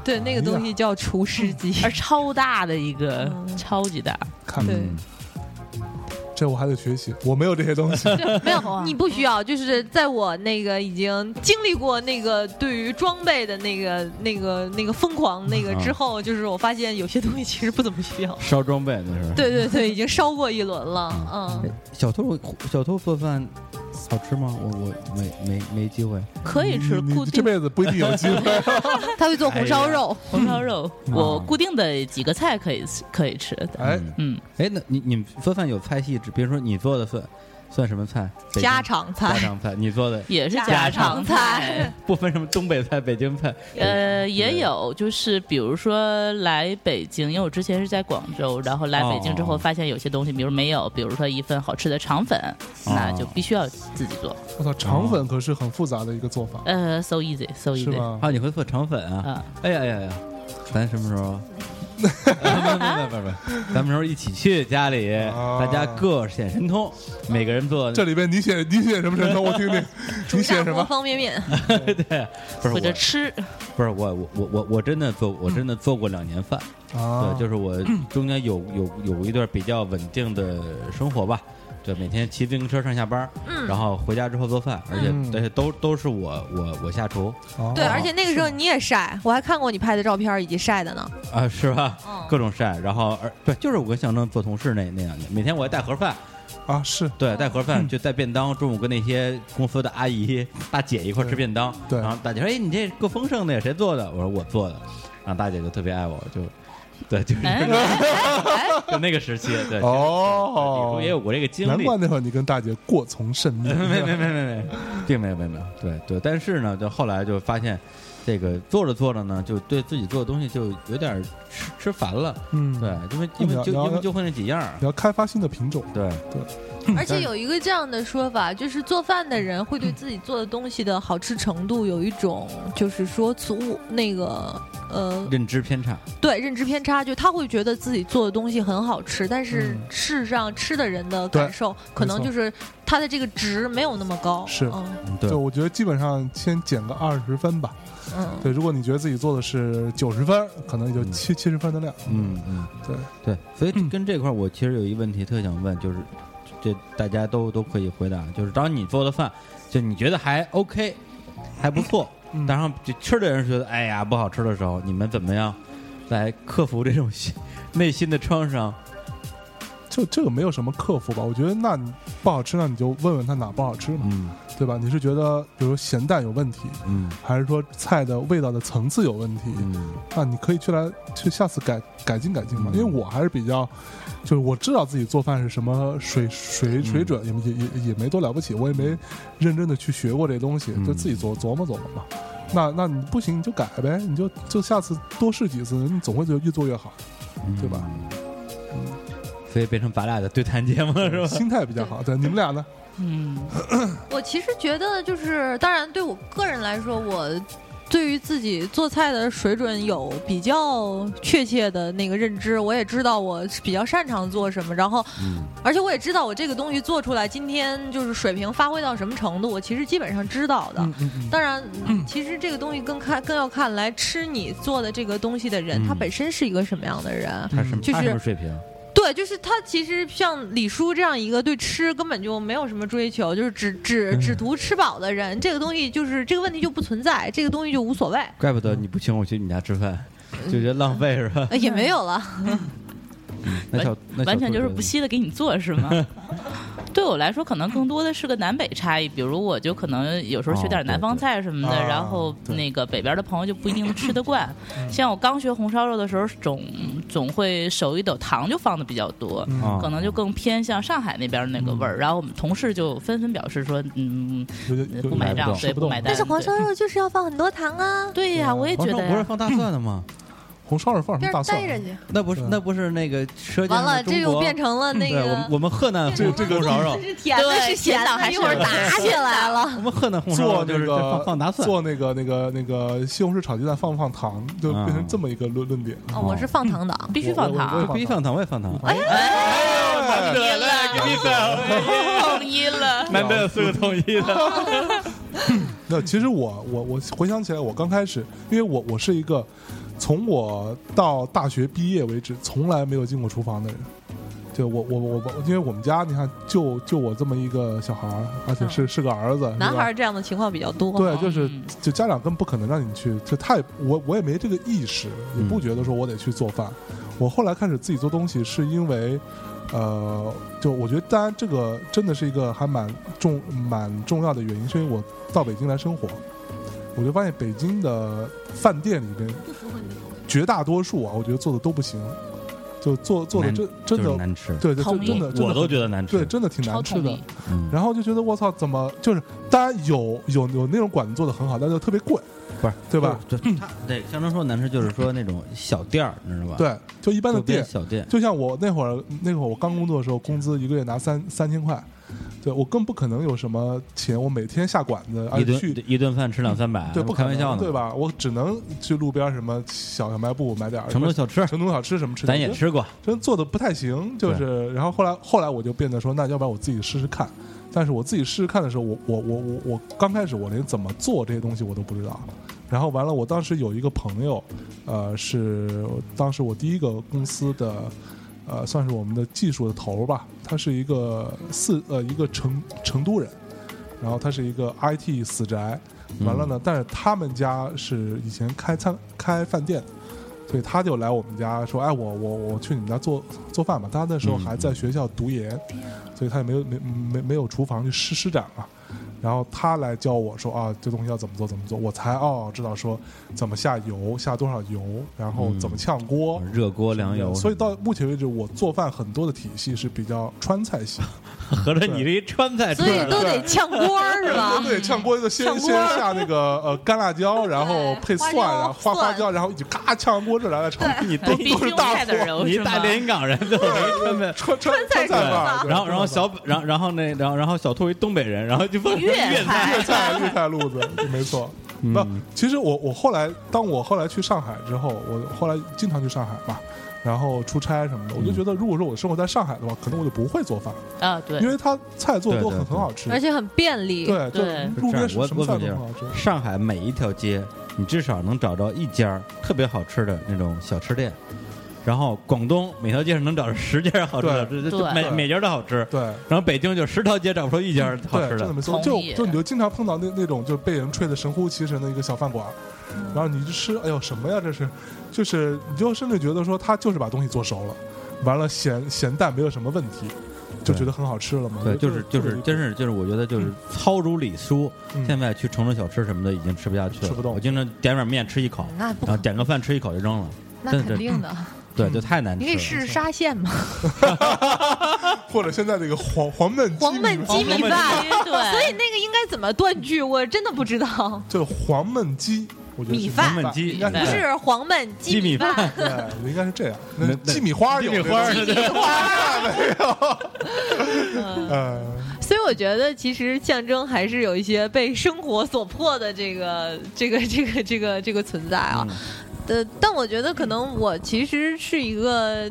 [SPEAKER 3] 对那个东西叫厨师机，
[SPEAKER 5] 而超大的一个，
[SPEAKER 3] 嗯
[SPEAKER 5] 超级大。
[SPEAKER 1] 看
[SPEAKER 3] 对
[SPEAKER 2] 嗯
[SPEAKER 1] 这我还得学习，我没有这些东西。
[SPEAKER 3] 没有，
[SPEAKER 1] 嗯
[SPEAKER 3] 你不需要。就是在我那个已经经历过那个对于装备的那个、那个、那个疯狂那个之后，就是我发现有些东西其实不怎么需要。
[SPEAKER 2] 烧装备那是。
[SPEAKER 3] 对对对，已经烧过一轮了。
[SPEAKER 1] 嗯
[SPEAKER 2] 哎，小兔小兔做饭好吃吗？我我没没没机会。
[SPEAKER 5] 可以吃
[SPEAKER 1] 你
[SPEAKER 5] 固
[SPEAKER 1] 你这
[SPEAKER 5] 定
[SPEAKER 1] 辈子不一定有机 会。
[SPEAKER 3] 嗯，他会做红烧肉，
[SPEAKER 5] 红烧肉，
[SPEAKER 2] 嗯
[SPEAKER 5] 我
[SPEAKER 2] 啊
[SPEAKER 5] 固定的几个菜可以吃可以吃的。
[SPEAKER 1] 哎，
[SPEAKER 2] 嗯
[SPEAKER 5] 嗯，
[SPEAKER 2] 哎，那你你们做饭有菜系指，比如说你做的算算什么菜？
[SPEAKER 1] 哎
[SPEAKER 2] 北京
[SPEAKER 3] 家常
[SPEAKER 2] 家
[SPEAKER 3] 菜。
[SPEAKER 2] 常菜，你做的
[SPEAKER 5] 也是
[SPEAKER 3] 家
[SPEAKER 5] 常
[SPEAKER 3] 常菜。
[SPEAKER 2] 不分什么东北菜、北京菜，
[SPEAKER 5] 呃，也有，就是比如说来北京，因为我之前是在广州，然后来北京之后
[SPEAKER 2] 哦
[SPEAKER 5] 发现有些东西，比如没有，比如说一份好吃的肠粉，那就必须要自己做。
[SPEAKER 1] 我操，肠粉可是很复杂的一个做
[SPEAKER 3] 哦
[SPEAKER 1] 法，
[SPEAKER 5] 呃，so easy，so
[SPEAKER 1] 是
[SPEAKER 5] easy。
[SPEAKER 1] 吗？
[SPEAKER 2] 啊，你会做肠粉啊？
[SPEAKER 5] 啊，
[SPEAKER 2] 哎呀哎呀哎呀，咱什么时候？哎不不不不不，咱们时候一起去家里，
[SPEAKER 1] 啊
[SPEAKER 2] 大家各显神通，每个人做。
[SPEAKER 1] 这里边你写你写什么神通？我听 听，你写
[SPEAKER 3] 大
[SPEAKER 1] 什
[SPEAKER 3] 锅
[SPEAKER 1] 么？哦
[SPEAKER 3] 方便面，
[SPEAKER 2] 对，不是
[SPEAKER 5] 或者
[SPEAKER 2] 我，
[SPEAKER 5] 吃，
[SPEAKER 2] 不是我，我我我我真的做，我真的做过两年饭。
[SPEAKER 1] 嗯啊
[SPEAKER 2] 对，就是我中间有有有一段比较稳定的生活吧，对，每天骑自行车上下班，嗯，然后回家之后做饭，而且
[SPEAKER 1] 嗯
[SPEAKER 2] 而且都都是我我我下厨
[SPEAKER 1] 哦
[SPEAKER 3] 对，而且那个时候你也晒，我还看过你拍的照片以及晒的呢。
[SPEAKER 2] 啊，是吧？
[SPEAKER 3] 嗯
[SPEAKER 2] 各种晒，然后而对，就是我跟象征做同事那那两年，每天我还带盒饭，
[SPEAKER 1] 啊是
[SPEAKER 5] 嗯
[SPEAKER 2] 对，带盒
[SPEAKER 1] 嗯
[SPEAKER 2] 饭就带便当，中午跟那些公司的阿姨大姐一块儿吃便当，
[SPEAKER 1] 嗯对
[SPEAKER 2] 然后大姐说：“哎，你这够丰盛的呀，谁做的？”我说：“我做的。”然后大姐就特别爱我，就 对，就是
[SPEAKER 5] 哎
[SPEAKER 2] 就那个时期，对，
[SPEAKER 1] 哦
[SPEAKER 2] 李叔也有过这个经历，
[SPEAKER 1] 难怪那会儿你跟大姐过从甚密。
[SPEAKER 2] 没没没没没， 并没有，并没有，对对。但是呢，就后来就发现，这个做着做着呢，就对自己做的东西就有点吃吃烦了，
[SPEAKER 1] 嗯，
[SPEAKER 2] 对，因为因为
[SPEAKER 1] 你
[SPEAKER 2] 就
[SPEAKER 1] 要呃
[SPEAKER 2] 因为就会那几样儿，
[SPEAKER 1] 你要开发新的品种，
[SPEAKER 2] 对
[SPEAKER 1] 嗯
[SPEAKER 3] 而且有一个这样的说法，就是做饭的人会对自己做的东西的好吃程度有一种，就是说错误那个呃，
[SPEAKER 2] 认知偏差，
[SPEAKER 3] 对认知偏差，就他会觉得自己做的东西很好吃，但是
[SPEAKER 1] 嗯
[SPEAKER 3] 事实上吃的人的
[SPEAKER 1] 对
[SPEAKER 3] 感受可能
[SPEAKER 1] 没错
[SPEAKER 3] 就是他的这个值没有那么高。
[SPEAKER 1] 是
[SPEAKER 3] 嗯
[SPEAKER 2] 嗯对
[SPEAKER 1] 就我觉得基本上先减个二十分吧。
[SPEAKER 3] 嗯，
[SPEAKER 1] 对，如果你觉得自己做的是九十分，可能也就
[SPEAKER 2] 嗯
[SPEAKER 1] 七七十分的量。
[SPEAKER 2] 嗯嗯，
[SPEAKER 1] 对
[SPEAKER 2] 对，所以跟这块儿我其实有一问题特想问，就是这大家都都可以回答，就是当你做的饭，就你觉得还 OK，还不错，
[SPEAKER 1] 嗯
[SPEAKER 2] 当然就吃的人觉得哎呀不好吃的时候，你们怎么样来克服这种心 内心的创伤？
[SPEAKER 1] 就这个没有什么克服吧。我觉得那你不好吃，那你就问问他哪不好吃嘛，
[SPEAKER 2] 嗯
[SPEAKER 1] 对吧？你是觉得比如说咸淡有问题，
[SPEAKER 2] 嗯
[SPEAKER 1] 还是说菜的味道的层次有问题？
[SPEAKER 2] 嗯
[SPEAKER 1] 那你可以去来去下次改改进改进嘛。
[SPEAKER 2] 嗯
[SPEAKER 1] 因为我还是比较，就是我知道自己做饭是什么水水
[SPEAKER 2] 嗯
[SPEAKER 1] 水准，也也也也没多了不起，我也没认真的去学过这东西，
[SPEAKER 2] 嗯
[SPEAKER 1] 就自己琢琢磨琢磨嘛。那那你不行你就改呗，你就就下次多试几次，你总会觉得越做越好，
[SPEAKER 2] 嗯
[SPEAKER 1] 对吧？
[SPEAKER 2] 所以变成咱俩的对谈节目了是吧？
[SPEAKER 1] 心态比较好。对，你们俩呢？
[SPEAKER 5] 嗯，
[SPEAKER 3] 我其实觉得就是，当然对我个人来说，我对于自己做菜的水准有比较确切的那个认知，我也知道我比较擅长做什么，然后
[SPEAKER 2] 嗯
[SPEAKER 3] 而且我也知道我这个东西做出来，今天就是水平发挥到什么程度，我其实基本上知道的。
[SPEAKER 1] 嗯嗯
[SPEAKER 3] 当然，其实这个东西更看更要看来吃你做的这个东西的人，
[SPEAKER 2] 嗯
[SPEAKER 3] 他本身是一个什么样的人。
[SPEAKER 2] 他什么
[SPEAKER 3] 就是
[SPEAKER 2] 他什么水平？
[SPEAKER 3] 对，就是他其实像李叔这样一个对吃根本就没有什么追求，就是只只
[SPEAKER 1] 嗯
[SPEAKER 3] 只图吃饱的人，这个东西就是这个问题就不存在，这个东西就无所谓，
[SPEAKER 2] 怪不得你不请我去你家吃饭，
[SPEAKER 5] 呃
[SPEAKER 2] 就觉得浪费是吧？
[SPEAKER 3] 呃也没有了。
[SPEAKER 2] 嗯那小那小
[SPEAKER 5] 完全
[SPEAKER 2] 兔
[SPEAKER 5] 就是
[SPEAKER 2] 觉
[SPEAKER 5] 不
[SPEAKER 2] 得
[SPEAKER 5] 惜的给你做是吗？ 对我来说，可能更多的是个南北差异。比如，我就可能有时候学
[SPEAKER 2] 哦
[SPEAKER 5] 点南
[SPEAKER 2] 对
[SPEAKER 5] 方
[SPEAKER 2] 对
[SPEAKER 5] 菜什么的，
[SPEAKER 1] 啊
[SPEAKER 5] 然后
[SPEAKER 1] 对
[SPEAKER 5] 那个北边的朋友就不一定吃得惯。像我刚学红烧肉的时候，总总会手一抖糖就放的比较多，
[SPEAKER 1] 嗯
[SPEAKER 2] 啊
[SPEAKER 5] 可能就更偏向上海那边那个味儿。然后我们同事就纷纷表示说，嗯，
[SPEAKER 1] 有点有
[SPEAKER 5] 不
[SPEAKER 1] 点
[SPEAKER 5] 买账，
[SPEAKER 2] 不
[SPEAKER 5] 对，不买单。
[SPEAKER 4] 但是黄烧
[SPEAKER 5] 对
[SPEAKER 4] 肉就是要放很多糖啊，
[SPEAKER 5] 对呀，我也 觉
[SPEAKER 2] 黄
[SPEAKER 5] 得
[SPEAKER 2] 烧不是
[SPEAKER 5] 呀。
[SPEAKER 2] 放大蒜的吗？
[SPEAKER 1] 红烧是放什
[SPEAKER 4] 这儿
[SPEAKER 1] 么大蒜
[SPEAKER 4] 带？着去。
[SPEAKER 2] 那不是
[SPEAKER 1] 对
[SPEAKER 2] 那不是那个《舌尖上
[SPEAKER 3] 完
[SPEAKER 2] 的
[SPEAKER 3] 了，这
[SPEAKER 2] 中
[SPEAKER 3] 又
[SPEAKER 2] 国嗯
[SPEAKER 3] 变成了那
[SPEAKER 2] 对我们
[SPEAKER 3] 个
[SPEAKER 2] 我们河南
[SPEAKER 3] 这
[SPEAKER 2] 红红烧肉，
[SPEAKER 3] 是甜的，是咸的，
[SPEAKER 4] 还
[SPEAKER 3] 一会儿
[SPEAKER 2] 是
[SPEAKER 3] 打起来了。
[SPEAKER 2] 我们河南红烧
[SPEAKER 1] 做
[SPEAKER 2] 肉就
[SPEAKER 1] 那
[SPEAKER 2] 是
[SPEAKER 1] 个
[SPEAKER 2] 放放大蒜，
[SPEAKER 1] 做那个那个那个西红柿炒鸡蛋放不放糖，就变
[SPEAKER 2] 啊
[SPEAKER 1] 成这么一个论论点。
[SPEAKER 3] 哦，我是放糖的啊。
[SPEAKER 5] 必须
[SPEAKER 1] 我
[SPEAKER 5] 放
[SPEAKER 1] 我
[SPEAKER 5] 糖
[SPEAKER 1] 我也，
[SPEAKER 2] 必须放糖，我也放糖。哎，
[SPEAKER 1] 哎
[SPEAKER 5] 统一了。
[SPEAKER 2] 南北四个
[SPEAKER 3] 哎
[SPEAKER 2] 统一的。
[SPEAKER 1] 那其实我我我回想起来，我刚开始，因为我我是一个从我到大学毕业为止，从来没有进过厨房的人。就我我我我，因为我们家你看，就就我这么一个小孩儿，而且是是个儿子，是吧
[SPEAKER 3] 嗯男孩儿这样的情况比较多。
[SPEAKER 1] 对，就是
[SPEAKER 5] 嗯
[SPEAKER 1] 就家长根本不可能让你去，就太我我也没这个意识，也
[SPEAKER 2] 嗯
[SPEAKER 1] 不觉得说我得去做饭。我后来开始自己做东西，是因为，呃，就我觉得当然这个真的是一个还蛮重蛮重要的原因，是因为我到北京来生活，我就发现北京的饭店里边，绝大多数啊，我觉得做的都不行，就做做的
[SPEAKER 2] 难
[SPEAKER 1] 真真
[SPEAKER 2] 就是
[SPEAKER 1] 的
[SPEAKER 2] 难吃，
[SPEAKER 1] 对对真
[SPEAKER 5] 同意
[SPEAKER 1] 真的真的
[SPEAKER 2] 我都
[SPEAKER 1] 很
[SPEAKER 2] 觉得难吃。
[SPEAKER 1] 对真的挺
[SPEAKER 5] 超
[SPEAKER 1] 难吃
[SPEAKER 5] 统
[SPEAKER 1] 的
[SPEAKER 5] 一。，
[SPEAKER 2] 嗯，
[SPEAKER 1] 然后就觉得我操，怎么就是？当然有有有那种馆子做的很好，但就特别贵，
[SPEAKER 2] 不是
[SPEAKER 1] 对吧？
[SPEAKER 2] 就？就它对，相当说难吃就是说那种小店儿，你知道吧？，
[SPEAKER 1] 对，就一般的
[SPEAKER 2] 周边
[SPEAKER 1] 店，
[SPEAKER 2] 小店。
[SPEAKER 1] 就像我那会儿那会儿我刚工作的时候，工资一个月拿三三千块，对我更不可能有什么钱，我每天下馆子，而
[SPEAKER 2] 一
[SPEAKER 1] 且
[SPEAKER 2] 顿
[SPEAKER 1] 啊去
[SPEAKER 2] 一顿饭吃两三百，
[SPEAKER 1] 对不
[SPEAKER 2] 开
[SPEAKER 1] 可
[SPEAKER 2] 玩笑
[SPEAKER 1] 能
[SPEAKER 2] 呢，
[SPEAKER 1] 对？吧？我只能去路边什么小小卖部买点儿
[SPEAKER 2] 成都小吃，
[SPEAKER 1] 成都小吃什么吃，
[SPEAKER 2] 咱也，吃过，
[SPEAKER 1] 真做的不太行，就是。然后后来后来我就变得说，那要不然我自己试试看。但是我自己试试看的时候，我我我我我刚开始我连怎么做这些东西我都不知道。然后完了，我当时有一个朋友，呃，是当时我第一个公司的，呃，算是我们的技术的头儿吧。他是一个四呃一个成成都人，然后他是一个 IT 死宅。完
[SPEAKER 2] 嗯
[SPEAKER 1] 了呢，但是他们家是以前开餐开饭店的，所以他就来我们家说：“哎，我我我去你们家做做饭
[SPEAKER 2] 嗯
[SPEAKER 1] 吧。”他那时候还在学校读研，所以他也没有没没没有厨房去施施展嘛。然后他来教我说啊，这东西要怎么做怎么做，我才哦知道说怎么下油，下多少油，然后
[SPEAKER 2] 嗯
[SPEAKER 1] 怎么炝锅。
[SPEAKER 2] 热锅凉油，
[SPEAKER 1] 所以到目前为止，我做饭很多的体系是比较川菜系，
[SPEAKER 2] 合着你这一川菜出
[SPEAKER 3] 所以
[SPEAKER 2] 来了，
[SPEAKER 3] 都得炝锅儿是吧？
[SPEAKER 1] 对，炝锅就先
[SPEAKER 3] 啊炝锅
[SPEAKER 1] 先下那个呃干辣椒，然后配
[SPEAKER 3] 花
[SPEAKER 1] 蒜，
[SPEAKER 3] 椒
[SPEAKER 1] 然后花花
[SPEAKER 3] 蒜
[SPEAKER 1] 椒，然后就咔炝锅这来来炒，
[SPEAKER 2] 你都
[SPEAKER 5] 呃必
[SPEAKER 1] 都
[SPEAKER 5] 须
[SPEAKER 1] 是大
[SPEAKER 5] 菜的
[SPEAKER 1] 火
[SPEAKER 5] 人，
[SPEAKER 2] 你
[SPEAKER 5] 是
[SPEAKER 2] 大
[SPEAKER 5] 吗
[SPEAKER 2] 连云港人就川菜。
[SPEAKER 1] 川川
[SPEAKER 3] 菜
[SPEAKER 1] 川菜
[SPEAKER 3] 是吧
[SPEAKER 1] 吧。对
[SPEAKER 2] 然后，然后
[SPEAKER 1] 川菜
[SPEAKER 2] 小，然后，然后那，然后，然后小兔一东北人，然后就问
[SPEAKER 5] 粤
[SPEAKER 2] 粤
[SPEAKER 5] 菜
[SPEAKER 1] 粤菜粤菜路子，没错。
[SPEAKER 2] 嗯
[SPEAKER 1] 那其实我我后来，当我后来去上海之后，我后来经常去上海嘛，然后出差什么的，我就
[SPEAKER 2] 嗯
[SPEAKER 1] 觉得，如果说我生活在上海的话，可能我就不会做饭，
[SPEAKER 5] 啊，对
[SPEAKER 1] 因，为它菜做的都
[SPEAKER 2] 对对
[SPEAKER 1] 很
[SPEAKER 2] 对啊
[SPEAKER 1] 很好吃，
[SPEAKER 3] 而且很便利。
[SPEAKER 1] 对，就
[SPEAKER 5] 对
[SPEAKER 1] 路边
[SPEAKER 2] 我
[SPEAKER 1] 什么菜
[SPEAKER 2] 我总
[SPEAKER 1] 都
[SPEAKER 2] 结
[SPEAKER 1] 很好吃。
[SPEAKER 2] 上海每一条街，你至少能找着一家特别好吃的那种小吃店。然后广东每条街上能找着十家好吃的，
[SPEAKER 1] 对
[SPEAKER 2] 这这
[SPEAKER 5] 对
[SPEAKER 2] 每
[SPEAKER 1] 对
[SPEAKER 2] 每家都好吃。
[SPEAKER 1] 对
[SPEAKER 2] 然后北京就十条街找不出一家好
[SPEAKER 1] 对，真
[SPEAKER 2] 吃
[SPEAKER 1] 的
[SPEAKER 2] 的。
[SPEAKER 1] 没错。就
[SPEAKER 5] 同意
[SPEAKER 1] 就你就经常碰到那那种就被人吹得神乎其神的一个小饭馆，
[SPEAKER 3] 嗯
[SPEAKER 1] 然后你就吃，哎呦什么呀这是，就是你就甚至觉得说他就是把东西做熟了，完了咸咸淡没有什么问题，就
[SPEAKER 2] 对
[SPEAKER 1] 觉得很好吃了嘛。
[SPEAKER 2] 对，
[SPEAKER 1] 就
[SPEAKER 2] 就是就是，真是就是，我觉得就是糙如李酥。
[SPEAKER 1] 嗯
[SPEAKER 2] 现在去城市小吃什么的已经吃不下去了，
[SPEAKER 1] 吃不动
[SPEAKER 2] 我经常点点面吃一口，
[SPEAKER 4] 那不
[SPEAKER 2] 然后点个饭吃一口就扔了。
[SPEAKER 4] 那
[SPEAKER 2] 但是
[SPEAKER 4] 肯定的，
[SPEAKER 2] 对，
[SPEAKER 1] 嗯
[SPEAKER 2] 就太难吃
[SPEAKER 4] 你
[SPEAKER 2] 了。
[SPEAKER 4] 可以试试沙县嘛，
[SPEAKER 1] 或者现在这个黄黄焖
[SPEAKER 3] 黄焖
[SPEAKER 1] 鸡
[SPEAKER 3] 鸡
[SPEAKER 1] 米
[SPEAKER 3] 米
[SPEAKER 1] 饭，
[SPEAKER 3] 饭，
[SPEAKER 5] 对，
[SPEAKER 3] 所以那个应该怎么断句？我真的不知道。
[SPEAKER 1] 就是黄焖鸡，我觉得是
[SPEAKER 3] 米
[SPEAKER 1] 吧
[SPEAKER 3] 饭
[SPEAKER 2] 焖鸡
[SPEAKER 1] 应该
[SPEAKER 5] 对
[SPEAKER 3] 不
[SPEAKER 1] 这样，
[SPEAKER 3] 是黄焖鸡
[SPEAKER 2] 鸡米
[SPEAKER 3] 米
[SPEAKER 2] 饭
[SPEAKER 3] 饭，
[SPEAKER 1] 对，应该是这样。
[SPEAKER 2] 那
[SPEAKER 1] 那
[SPEAKER 2] 那
[SPEAKER 1] 鸡米花
[SPEAKER 2] 鸡
[SPEAKER 1] 有
[SPEAKER 2] 米
[SPEAKER 1] 这
[SPEAKER 2] 花
[SPEAKER 1] 个
[SPEAKER 2] 儿
[SPEAKER 1] 东西
[SPEAKER 2] 对
[SPEAKER 1] 呃，
[SPEAKER 3] 所以我觉得其实象征还是有一些被生活所迫的这个这个这个这个这个存在啊。
[SPEAKER 2] 嗯
[SPEAKER 3] 呃，但我觉得可能我其实是一个，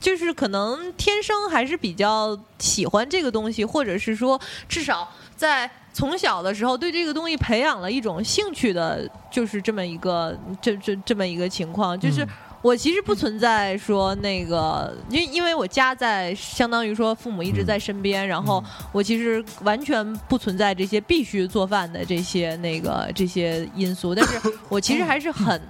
[SPEAKER 3] 就是可能天生还是比较喜欢这个东西，或者是说至少在从小的时候对这个东西培养了一种兴趣的，就是这么一个这这这么一个情况，就是。
[SPEAKER 1] 嗯
[SPEAKER 3] 我其实不存在说那个，因因为我家在，相当于说父母一直在身边，然后我其实完全不存在这些必须做饭的这些那个 这些因素，但是我其实还是很。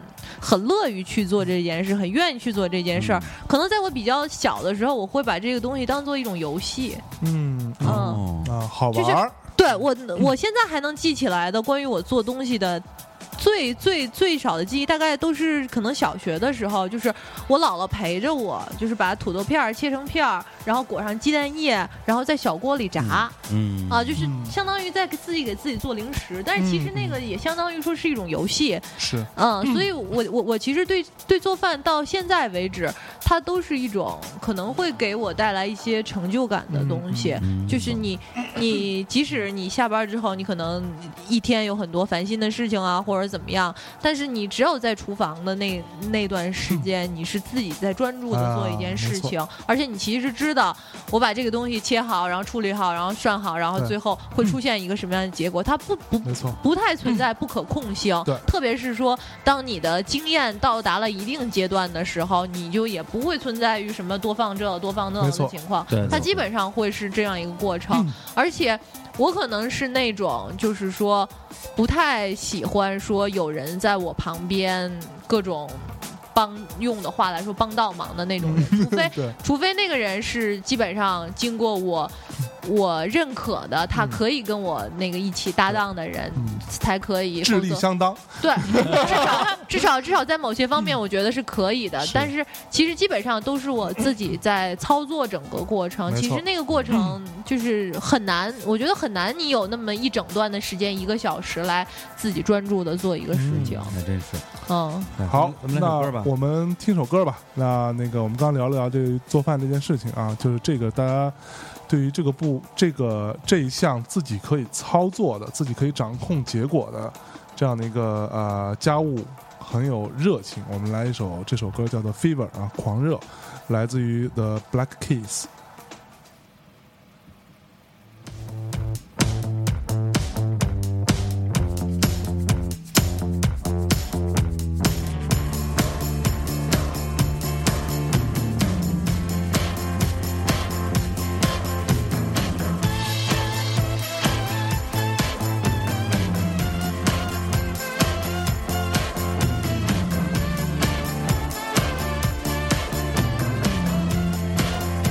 [SPEAKER 3] 很乐于去做这件事，很愿意去做这件事儿。可能在我比较小的时候，我会把这个东西当做一种游戏。
[SPEAKER 1] 嗯
[SPEAKER 3] 嗯
[SPEAKER 2] 哦，
[SPEAKER 1] 啊，好
[SPEAKER 3] 就是
[SPEAKER 1] 玩儿，
[SPEAKER 3] 对我，嗯我现在还能记起来的关于我做东西的最 最最少的记忆，大概都是可能小学的时候，就是我姥姥陪着我，就是把土豆片儿切成片儿，然后裹上鸡蛋液，然后在小锅里炸。
[SPEAKER 2] 嗯
[SPEAKER 3] 啊，就是
[SPEAKER 1] 嗯
[SPEAKER 3] 相当于在给自己给自己做零食，但是其实
[SPEAKER 1] 嗯
[SPEAKER 3] 那个也相当于说是一种游戏，
[SPEAKER 1] 是
[SPEAKER 3] 嗯，所以我我我其实对对做饭到现在为止，它都是一种可能会给我带来一些成就感的东西。
[SPEAKER 2] 嗯
[SPEAKER 3] 就是你，你即使你下班之后，你可能一天有很多烦心的事情啊，或者怎么样，但是你只有在厨房的那那段
[SPEAKER 1] 嗯
[SPEAKER 3] 时间，你是自己在专注
[SPEAKER 1] 啊
[SPEAKER 3] 的做一件事情，而且你其实知道，我把这个东西切好，然后处理好，然后涮好，然后
[SPEAKER 1] 对嗯
[SPEAKER 3] 最后会出现一个什么样的结果，它不不
[SPEAKER 1] 没错。
[SPEAKER 3] 不太存在不可控性。
[SPEAKER 1] 嗯对
[SPEAKER 3] 特别是说，当你的经验到达了一定阶段的时候，你就也不会存在于什么多放这多放那
[SPEAKER 1] 没
[SPEAKER 3] 的
[SPEAKER 1] 错
[SPEAKER 3] 情况
[SPEAKER 2] 对。
[SPEAKER 1] 嗯
[SPEAKER 3] 它
[SPEAKER 2] 对
[SPEAKER 3] 基本上会是这样一个过程。而且，我可能是那种就是说，不太喜欢说有人在我旁边各种。帮用的话来说，帮倒忙的那种人，
[SPEAKER 1] 嗯
[SPEAKER 3] 除非
[SPEAKER 1] 对，
[SPEAKER 3] 除非那个人是基本上经过我我认可的，他
[SPEAKER 1] 嗯
[SPEAKER 3] 可以跟我那个一起搭档的人。
[SPEAKER 1] 嗯，
[SPEAKER 3] 才可以，
[SPEAKER 1] 智
[SPEAKER 3] 否
[SPEAKER 1] 力
[SPEAKER 3] 则
[SPEAKER 1] 相当，
[SPEAKER 3] 对，至少至少至少在某些方面，我觉得是可以的。
[SPEAKER 1] 嗯是
[SPEAKER 3] 但是其实基本上都是我自己在操作整个过程，
[SPEAKER 1] 没错嗯
[SPEAKER 3] 其实那个过程就是很难，我觉得很难，你有那么一整段的时间，一个小时来自己专注的做一个事情。
[SPEAKER 2] 还哎真是。
[SPEAKER 3] 嗯，
[SPEAKER 2] 哎
[SPEAKER 1] 好，
[SPEAKER 2] 咱们来首歌
[SPEAKER 1] 那
[SPEAKER 2] 吧。
[SPEAKER 1] 我们听首歌吧。那那个，我们刚聊了聊这做饭这件事情啊，就是这个大家对于这个不这个这一项自己可以操作的、自己可以掌控结果的这样的一个呃家务很有热情。我们来一首这首歌叫做《Fever》啊，狂热，来自于 The Black Keys。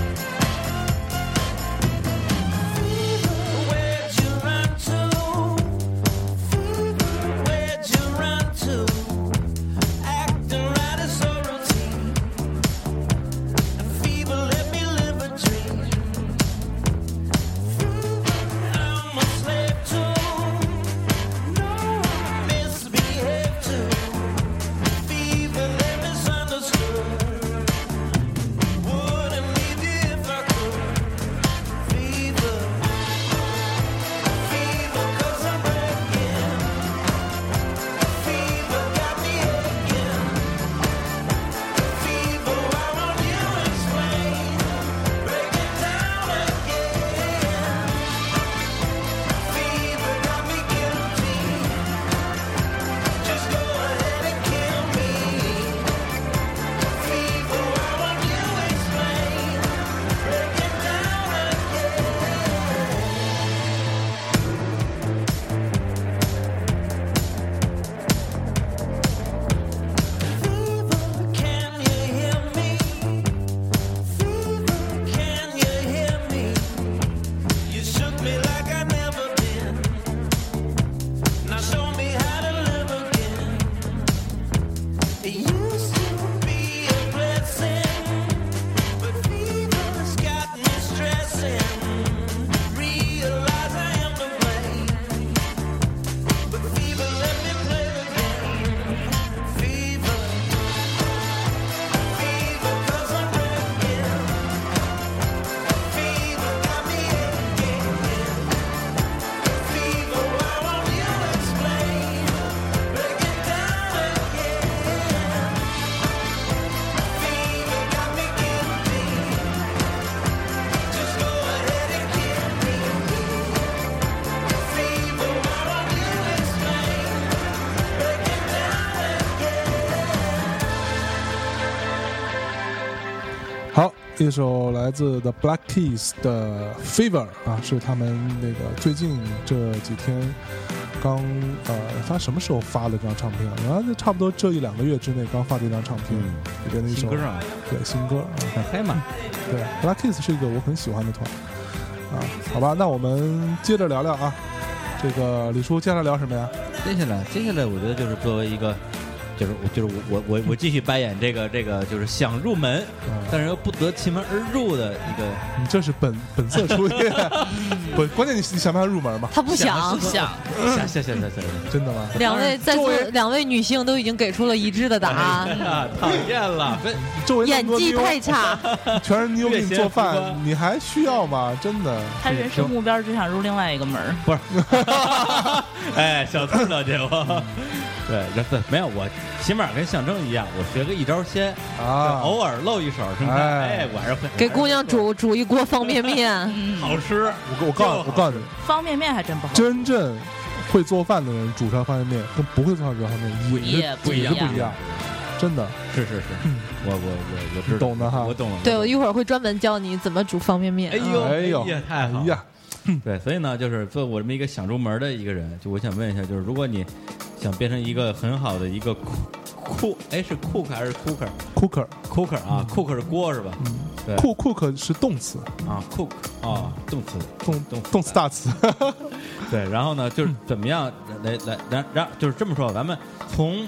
[SPEAKER 6] Fever,
[SPEAKER 1] 一首来自 The Black Keys 的《Fever》啊，是他们那个最近这几天刚呃，他什么时候发的这张唱片啊？然后就差不多这一两个月之内刚发的一张唱片
[SPEAKER 2] 嗯，
[SPEAKER 1] 里边的一
[SPEAKER 2] 新
[SPEAKER 1] 首
[SPEAKER 2] 歌啊，
[SPEAKER 1] 对新歌啊。
[SPEAKER 2] 很嗨嘛，
[SPEAKER 1] 对，Black Keys 是一个我很喜欢的团啊。好吧，那我们接着聊聊啊。这个李叔接下来聊什么呀？
[SPEAKER 2] 接下来，接下来我觉得就是作为一个，就是我就是我我我我继续扮演这个这个就是想入门，
[SPEAKER 1] 啊、
[SPEAKER 2] 但是又不得其门而入的一个
[SPEAKER 1] 你这是本本色出 演，不，关键你你想不想入门嘛？
[SPEAKER 3] 他不想
[SPEAKER 5] 不。 想，
[SPEAKER 2] 想想想想想
[SPEAKER 1] 真的吗？
[SPEAKER 3] 两位在座
[SPEAKER 1] 周围
[SPEAKER 3] 两位女性都已经给出了一致的答
[SPEAKER 1] 哎
[SPEAKER 3] 案，
[SPEAKER 2] 啊， 讨厌了，
[SPEAKER 1] 周围那
[SPEAKER 3] 演
[SPEAKER 1] 么多
[SPEAKER 3] 技
[SPEAKER 1] 妞
[SPEAKER 3] 太差。
[SPEAKER 1] 全是妞给你做
[SPEAKER 2] 略显浮
[SPEAKER 1] 饭，
[SPEAKER 2] 夸
[SPEAKER 1] 你还需要吗？真的，
[SPEAKER 5] 他人生目标只想入另外一个门儿。
[SPEAKER 2] 哎，小刺了解
[SPEAKER 1] 嗯
[SPEAKER 2] 我。 对，然后没有我，起码跟象征一样，我学个一招鲜，
[SPEAKER 1] 啊，
[SPEAKER 2] 偶尔露一手什么的，
[SPEAKER 1] 哎
[SPEAKER 2] 哎，我还是会
[SPEAKER 3] 给姑娘煮煮一锅方便面，
[SPEAKER 5] 嗯，
[SPEAKER 2] 好吃。
[SPEAKER 1] 我我告诉你我告诉你，
[SPEAKER 5] 方便面还真不好，
[SPEAKER 1] 真正会做饭的人煮出来方便面跟不会做饭煮出来方便面也
[SPEAKER 5] 也
[SPEAKER 1] 是
[SPEAKER 5] 不
[SPEAKER 2] 一样
[SPEAKER 1] 也是不一样，真的。
[SPEAKER 2] 是是是，我我我我知道，
[SPEAKER 1] 嗯懂的哈
[SPEAKER 2] 我懂了。
[SPEAKER 3] 对我
[SPEAKER 2] 我
[SPEAKER 3] 一会儿会专门教你怎么煮方便面。
[SPEAKER 2] 懂了
[SPEAKER 1] 哎
[SPEAKER 2] 哎
[SPEAKER 1] 呦
[SPEAKER 2] 呦，呀，太
[SPEAKER 1] 哎
[SPEAKER 2] 好了。
[SPEAKER 1] 呀，
[SPEAKER 2] 对，所以呢，就是作为我这么一个想入门的一个人，就我想问一下，就是如果你想变成一个很好的一个酷酷，哎，是 cook 还是 cooker？cooker
[SPEAKER 1] cooker，
[SPEAKER 2] 啊，cooker 是锅是吧？对
[SPEAKER 1] 酷嗯 cook 是动词，
[SPEAKER 2] 啊，cook 啊，动词。
[SPEAKER 1] 动
[SPEAKER 2] 动词
[SPEAKER 1] 动词大词。
[SPEAKER 3] 嗯
[SPEAKER 2] 对，然后呢，就是怎么样来来然然就是这么说，咱们从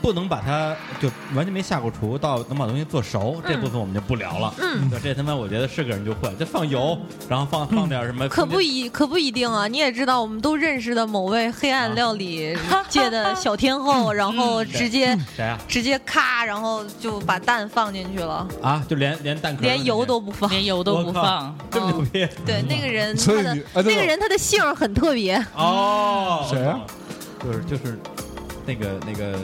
[SPEAKER 2] 不能把它就完全没下过厨到能把东西做熟这部分我们就不聊了。
[SPEAKER 3] 嗯
[SPEAKER 2] 对，这他妈我觉得是个人就会，就放油，然后放放点什么，
[SPEAKER 3] 可不一可不一定啊！你也知道，我们都认识的某位黑暗料理界的小天后，然后直接
[SPEAKER 2] 谁啊
[SPEAKER 3] 直接咔，然后就把蛋放进去了，
[SPEAKER 2] 啊，就连连蛋壳
[SPEAKER 3] 连 油都嗯不放。
[SPEAKER 5] 连油都不放。
[SPEAKER 2] 这么牛逼
[SPEAKER 3] 对，那个人 他
[SPEAKER 1] 所以
[SPEAKER 3] 的
[SPEAKER 1] 你哎，
[SPEAKER 3] 那
[SPEAKER 1] 对
[SPEAKER 3] 个
[SPEAKER 1] 了，
[SPEAKER 3] 人他的姓儿很特别，
[SPEAKER 2] 哦，
[SPEAKER 1] 谁啊
[SPEAKER 2] 我懂了？就是就是那个那个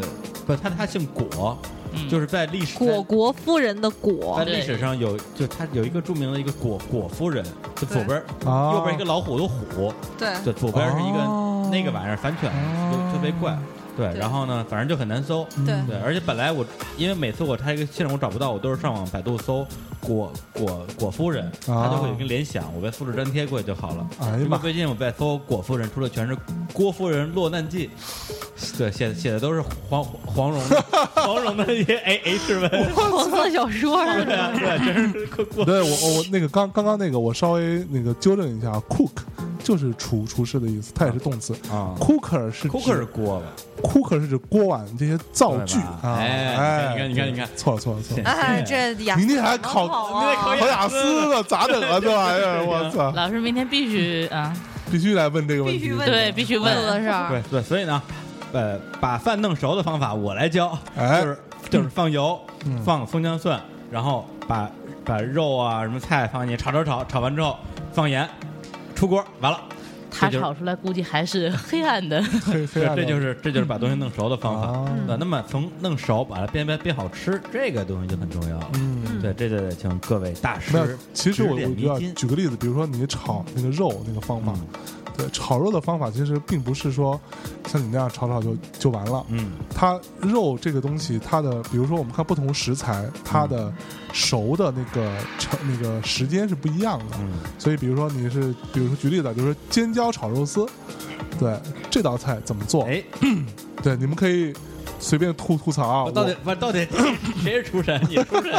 [SPEAKER 2] 不，他他姓果，
[SPEAKER 5] 嗯
[SPEAKER 2] 就是在历史
[SPEAKER 3] 果国夫人的果
[SPEAKER 2] 在。历史上有，就他有一个著名的一个果果夫人，就左边
[SPEAKER 1] 啊
[SPEAKER 2] 右边一个老虎的虎，
[SPEAKER 3] 对，
[SPEAKER 2] 对，左边是一个
[SPEAKER 1] 哦
[SPEAKER 2] 那个玩意儿反犬，
[SPEAKER 1] 哦嗯
[SPEAKER 2] 就特别怪。对，
[SPEAKER 3] 对
[SPEAKER 2] 然后呢，反正就很难搜。
[SPEAKER 3] 对
[SPEAKER 2] 对，而且本来我因为每次我查一个现场我找不到，我都是上网百度搜果果果夫人，
[SPEAKER 1] 啊
[SPEAKER 2] 它就会有一个联想，我被复制粘贴过去就好了。
[SPEAKER 1] 哎呀
[SPEAKER 2] 因为
[SPEAKER 1] 妈，
[SPEAKER 2] 最近我在搜果夫人，出的全是郭夫人落难记，对，写的写的都是黄黄蓉 的黄蓉的一些 A H 文，
[SPEAKER 3] 黄色小说儿。
[SPEAKER 2] 对啊，对啊，真是郭郭
[SPEAKER 1] 对我我我那个刚刚刚那个我稍微那个纠正一下，cook 啊就是厨厨师的意思，它也是动词。
[SPEAKER 2] 啊
[SPEAKER 1] cooker 是指
[SPEAKER 2] ，cooker 是锅吧？
[SPEAKER 1] cooker 是指锅碗这些灶具
[SPEAKER 2] 对吧
[SPEAKER 1] 啊。
[SPEAKER 2] 哎你看你看你看
[SPEAKER 1] 错了错了错了，
[SPEAKER 3] 哎，这雅
[SPEAKER 1] 明天还
[SPEAKER 3] 能
[SPEAKER 1] 考
[SPEAKER 2] 明
[SPEAKER 3] 好
[SPEAKER 2] 天
[SPEAKER 3] 啊
[SPEAKER 2] 考！
[SPEAKER 1] 考雅思 呢，咋整啊？这玩意儿，
[SPEAKER 2] 对
[SPEAKER 1] 我
[SPEAKER 2] 呀
[SPEAKER 1] 操，
[SPEAKER 5] 老师明天必须啊，
[SPEAKER 1] 必须来问这个问题。
[SPEAKER 3] 必须问
[SPEAKER 5] 对，必须
[SPEAKER 3] 问了
[SPEAKER 5] 问。
[SPEAKER 3] 是吧？
[SPEAKER 2] 对对，所以呢，呃，把饭弄熟的方法我来教，
[SPEAKER 1] 哎
[SPEAKER 2] 就是就是放油，
[SPEAKER 1] 嗯
[SPEAKER 2] 放葱姜蒜，然后把把肉啊什么菜放进去炒炒炒，炒完之后放盐，出锅完了。
[SPEAKER 5] 他
[SPEAKER 2] 这就是
[SPEAKER 5] 炒出来估计还是黑暗的。
[SPEAKER 1] 黑黑
[SPEAKER 2] 对，
[SPEAKER 1] 暗
[SPEAKER 2] 这
[SPEAKER 1] 料
[SPEAKER 2] 就
[SPEAKER 1] 理
[SPEAKER 2] 是这就是把东西弄熟的方法。
[SPEAKER 1] 啊，
[SPEAKER 2] 对，那么从弄熟把它变变变好吃，这个东西就很重要了。
[SPEAKER 1] 嗯。
[SPEAKER 2] 对，这就得请各位大师
[SPEAKER 1] 没有，其实我
[SPEAKER 2] 指点
[SPEAKER 1] 我
[SPEAKER 2] 迷
[SPEAKER 1] 觉得
[SPEAKER 2] 津
[SPEAKER 1] 举个例子，比如说你炒那个肉那个方法，
[SPEAKER 2] 嗯
[SPEAKER 1] 对，炒肉的方法其实并不是说像你那样炒炒就就完了，
[SPEAKER 2] 嗯
[SPEAKER 1] 它肉这个东西，它的比如说我们看不同食材，
[SPEAKER 3] 嗯
[SPEAKER 1] 它的熟的那个成那个时间是不一样的。
[SPEAKER 2] 嗯，
[SPEAKER 1] 所以，比如说你是，比如说举例子啊，就是尖椒炒肉丝，对这道菜怎么做？
[SPEAKER 2] 哎，
[SPEAKER 1] 对，你们可以随便吐吐槽啊。
[SPEAKER 2] 我
[SPEAKER 1] 我
[SPEAKER 2] 到底我到底谁是厨神？你是厨神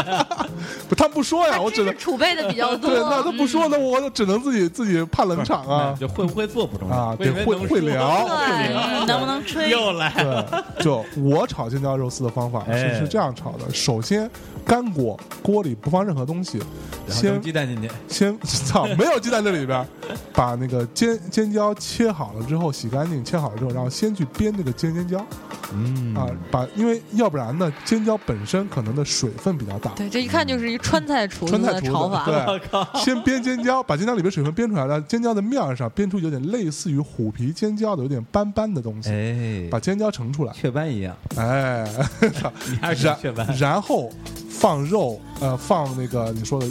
[SPEAKER 1] 不他不说呀，我只
[SPEAKER 3] 知识
[SPEAKER 1] 能
[SPEAKER 3] 储备的比较 多
[SPEAKER 1] 对，，那他不说，那我只能自己自己判冷场啊
[SPEAKER 2] 就会不会做不重要
[SPEAKER 1] 啊，
[SPEAKER 2] 我以
[SPEAKER 1] 得
[SPEAKER 2] 为
[SPEAKER 1] 会
[SPEAKER 2] 能
[SPEAKER 1] 会
[SPEAKER 2] 说
[SPEAKER 1] 聊。
[SPEAKER 3] 对
[SPEAKER 2] 啊
[SPEAKER 5] 嗯能不能吹？
[SPEAKER 2] 又来了，
[SPEAKER 1] 对，就我炒尖椒肉丝的方法
[SPEAKER 2] 哎
[SPEAKER 1] 是是这样炒的：首先干锅，锅里不放任何东西，
[SPEAKER 2] 然后
[SPEAKER 1] 先
[SPEAKER 2] 扔鸡蛋进去，
[SPEAKER 1] 先 操，没有鸡蛋这里边儿，把那个尖尖椒切好了之后洗干净，切好了之后，然后先去煸那个尖尖椒
[SPEAKER 2] 嗯
[SPEAKER 1] 啊，把因为要不然呢，尖椒本身可能的水分比较大，
[SPEAKER 3] 对，这一看就是一川菜厨子
[SPEAKER 1] 川菜
[SPEAKER 3] 的
[SPEAKER 1] 厨
[SPEAKER 3] 炒
[SPEAKER 1] 子
[SPEAKER 3] 法。
[SPEAKER 2] 我
[SPEAKER 1] 对。
[SPEAKER 2] 靠，
[SPEAKER 1] 先煸尖椒，把尖椒里边水分煸出来了，尖椒的面儿上煸出有点类似于虎皮尖椒的有点斑斑的东西，
[SPEAKER 2] 哎
[SPEAKER 1] 把尖椒盛出来，
[SPEAKER 2] 雀斑一样，
[SPEAKER 1] 哎，
[SPEAKER 2] 你还是
[SPEAKER 1] 然
[SPEAKER 2] 雀斑，
[SPEAKER 1] 然后放肉，呃，放那个你说的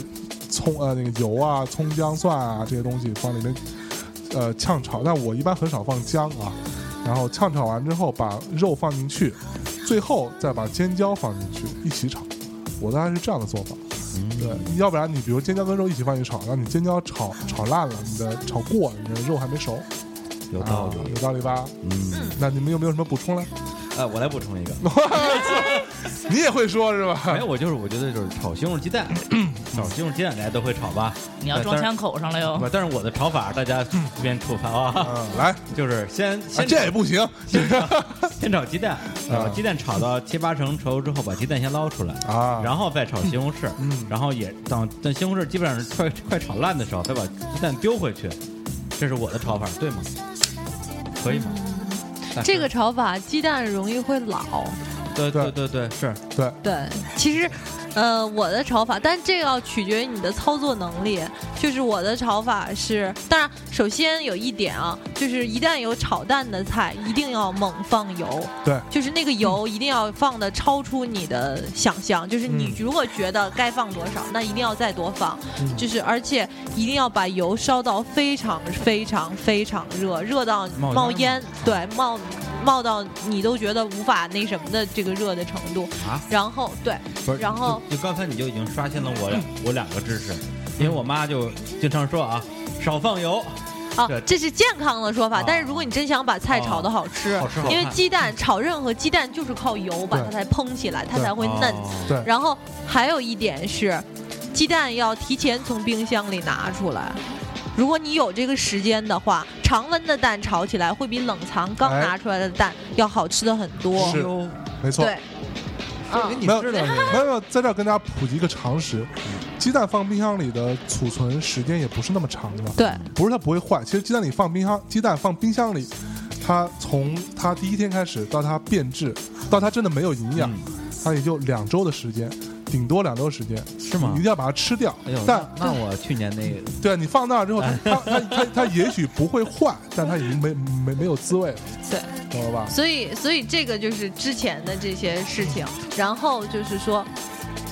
[SPEAKER 1] 葱，呃，那个油啊、葱姜蒜啊这些东西放里面，呃，炝炒。但我一般很少放姜啊。然后炝炒完之后，把肉放进去，最后再把尖椒放进去一起炒。我大概是这样的做法。
[SPEAKER 2] 嗯
[SPEAKER 1] 对，要不然你比如尖椒跟肉一起放进去炒，那你尖椒炒炒烂了，你的炒过，你的肉还没熟，
[SPEAKER 2] 有道理
[SPEAKER 1] 啊。有道理吧？
[SPEAKER 2] 嗯，
[SPEAKER 1] 那你们有没有什么补充嘞？
[SPEAKER 2] 哎，我来补充一个，
[SPEAKER 1] 你也会说是
[SPEAKER 2] 没
[SPEAKER 1] 吧？
[SPEAKER 2] 有，我就是我觉得就是炒西红柿 鸡蛋，炒西红柿鸡蛋大家都会炒吧？
[SPEAKER 5] 你要装枪口上了哟
[SPEAKER 2] 不，。但是我的炒法大家随便处罚啊，
[SPEAKER 1] 嗯，啊来，啊
[SPEAKER 2] 就是先先
[SPEAKER 1] 这也不行
[SPEAKER 2] 先炒先炒鸡 蛋，然后鸡蛋炒到七八成熟之后，把鸡蛋先捞出来，
[SPEAKER 1] 啊。
[SPEAKER 2] 然后再炒西红柿，
[SPEAKER 1] 嗯
[SPEAKER 2] 然后也等等西红柿基本上是快 快炒烂的时候，再把鸡蛋丢回去，这是我的炒法，对吗？可以吗？大师
[SPEAKER 3] 嗯这个炒法鸡蛋容易会老。
[SPEAKER 2] 对对对对是，
[SPEAKER 1] 对，
[SPEAKER 3] 对，其实，呃，我的炒法，但这个要取决于你的操作能力。就是我的炒法是，当然，首先有一点啊，就是一旦有炒蛋的菜，一定要猛放油。
[SPEAKER 1] 对，
[SPEAKER 3] 就是那个油一定要放的超出你的想象，就是你
[SPEAKER 1] 嗯
[SPEAKER 3] 如果觉得该放多少，那一定要再多放。
[SPEAKER 1] 嗯
[SPEAKER 3] 就是而且一定要把油烧到非常非常非常热，热到
[SPEAKER 2] 冒
[SPEAKER 3] 冒
[SPEAKER 2] 烟
[SPEAKER 3] 烟，对，冒冒到你都觉得无法那什么的这个热的程度。
[SPEAKER 2] 啊
[SPEAKER 3] 然后对，
[SPEAKER 2] 不是，
[SPEAKER 3] 然后
[SPEAKER 2] 就就刚才你就已经刷新了我两我两个知识，因为我妈就经常说啊，少放油，
[SPEAKER 3] 啊
[SPEAKER 2] 对，
[SPEAKER 3] 这是健康的说法
[SPEAKER 2] 啊。
[SPEAKER 3] 但是如果你真想把菜炒得好吃
[SPEAKER 2] 哦好吃好，看
[SPEAKER 3] 因为鸡蛋炒任何鸡蛋就是靠油把
[SPEAKER 1] 对
[SPEAKER 3] 它才蓬起来，它
[SPEAKER 1] 对
[SPEAKER 3] 才会嫩。
[SPEAKER 2] 哦
[SPEAKER 1] 对
[SPEAKER 3] 然后还有一点是，鸡蛋要提前从冰箱里拿出来。如果你有这个时间的话，常温的蛋炒起来会比冷藏刚
[SPEAKER 1] 哎
[SPEAKER 3] 拿出来的蛋要好吃的很多。
[SPEAKER 1] 是
[SPEAKER 2] 哟
[SPEAKER 1] 没错。
[SPEAKER 3] 对，嗯，
[SPEAKER 2] 你
[SPEAKER 1] 没有
[SPEAKER 2] 知道这个
[SPEAKER 1] 没有没有，在这儿跟大家普及一个常识：鸡蛋放冰箱里的储存时间也不是那么长的，
[SPEAKER 3] 对，
[SPEAKER 1] 不是它不会坏。其实鸡蛋里放冰箱，鸡蛋放冰箱里，它从它第一天开始到它变质，到它真的没有营
[SPEAKER 2] 嗯
[SPEAKER 1] 养，它也就两周的时间，顶多两周时间，
[SPEAKER 2] 是吗
[SPEAKER 1] 你一定要把它吃掉
[SPEAKER 2] 哎呦，，哎
[SPEAKER 1] 但
[SPEAKER 2] 那那我去年那个
[SPEAKER 1] 对啊你放那儿之后，它它它它它也许不会坏，但它已经没没没有滋味了，
[SPEAKER 3] 对，
[SPEAKER 1] 懂了吧？
[SPEAKER 3] 所以，所以这个就是之前的这些事情，然后就是说，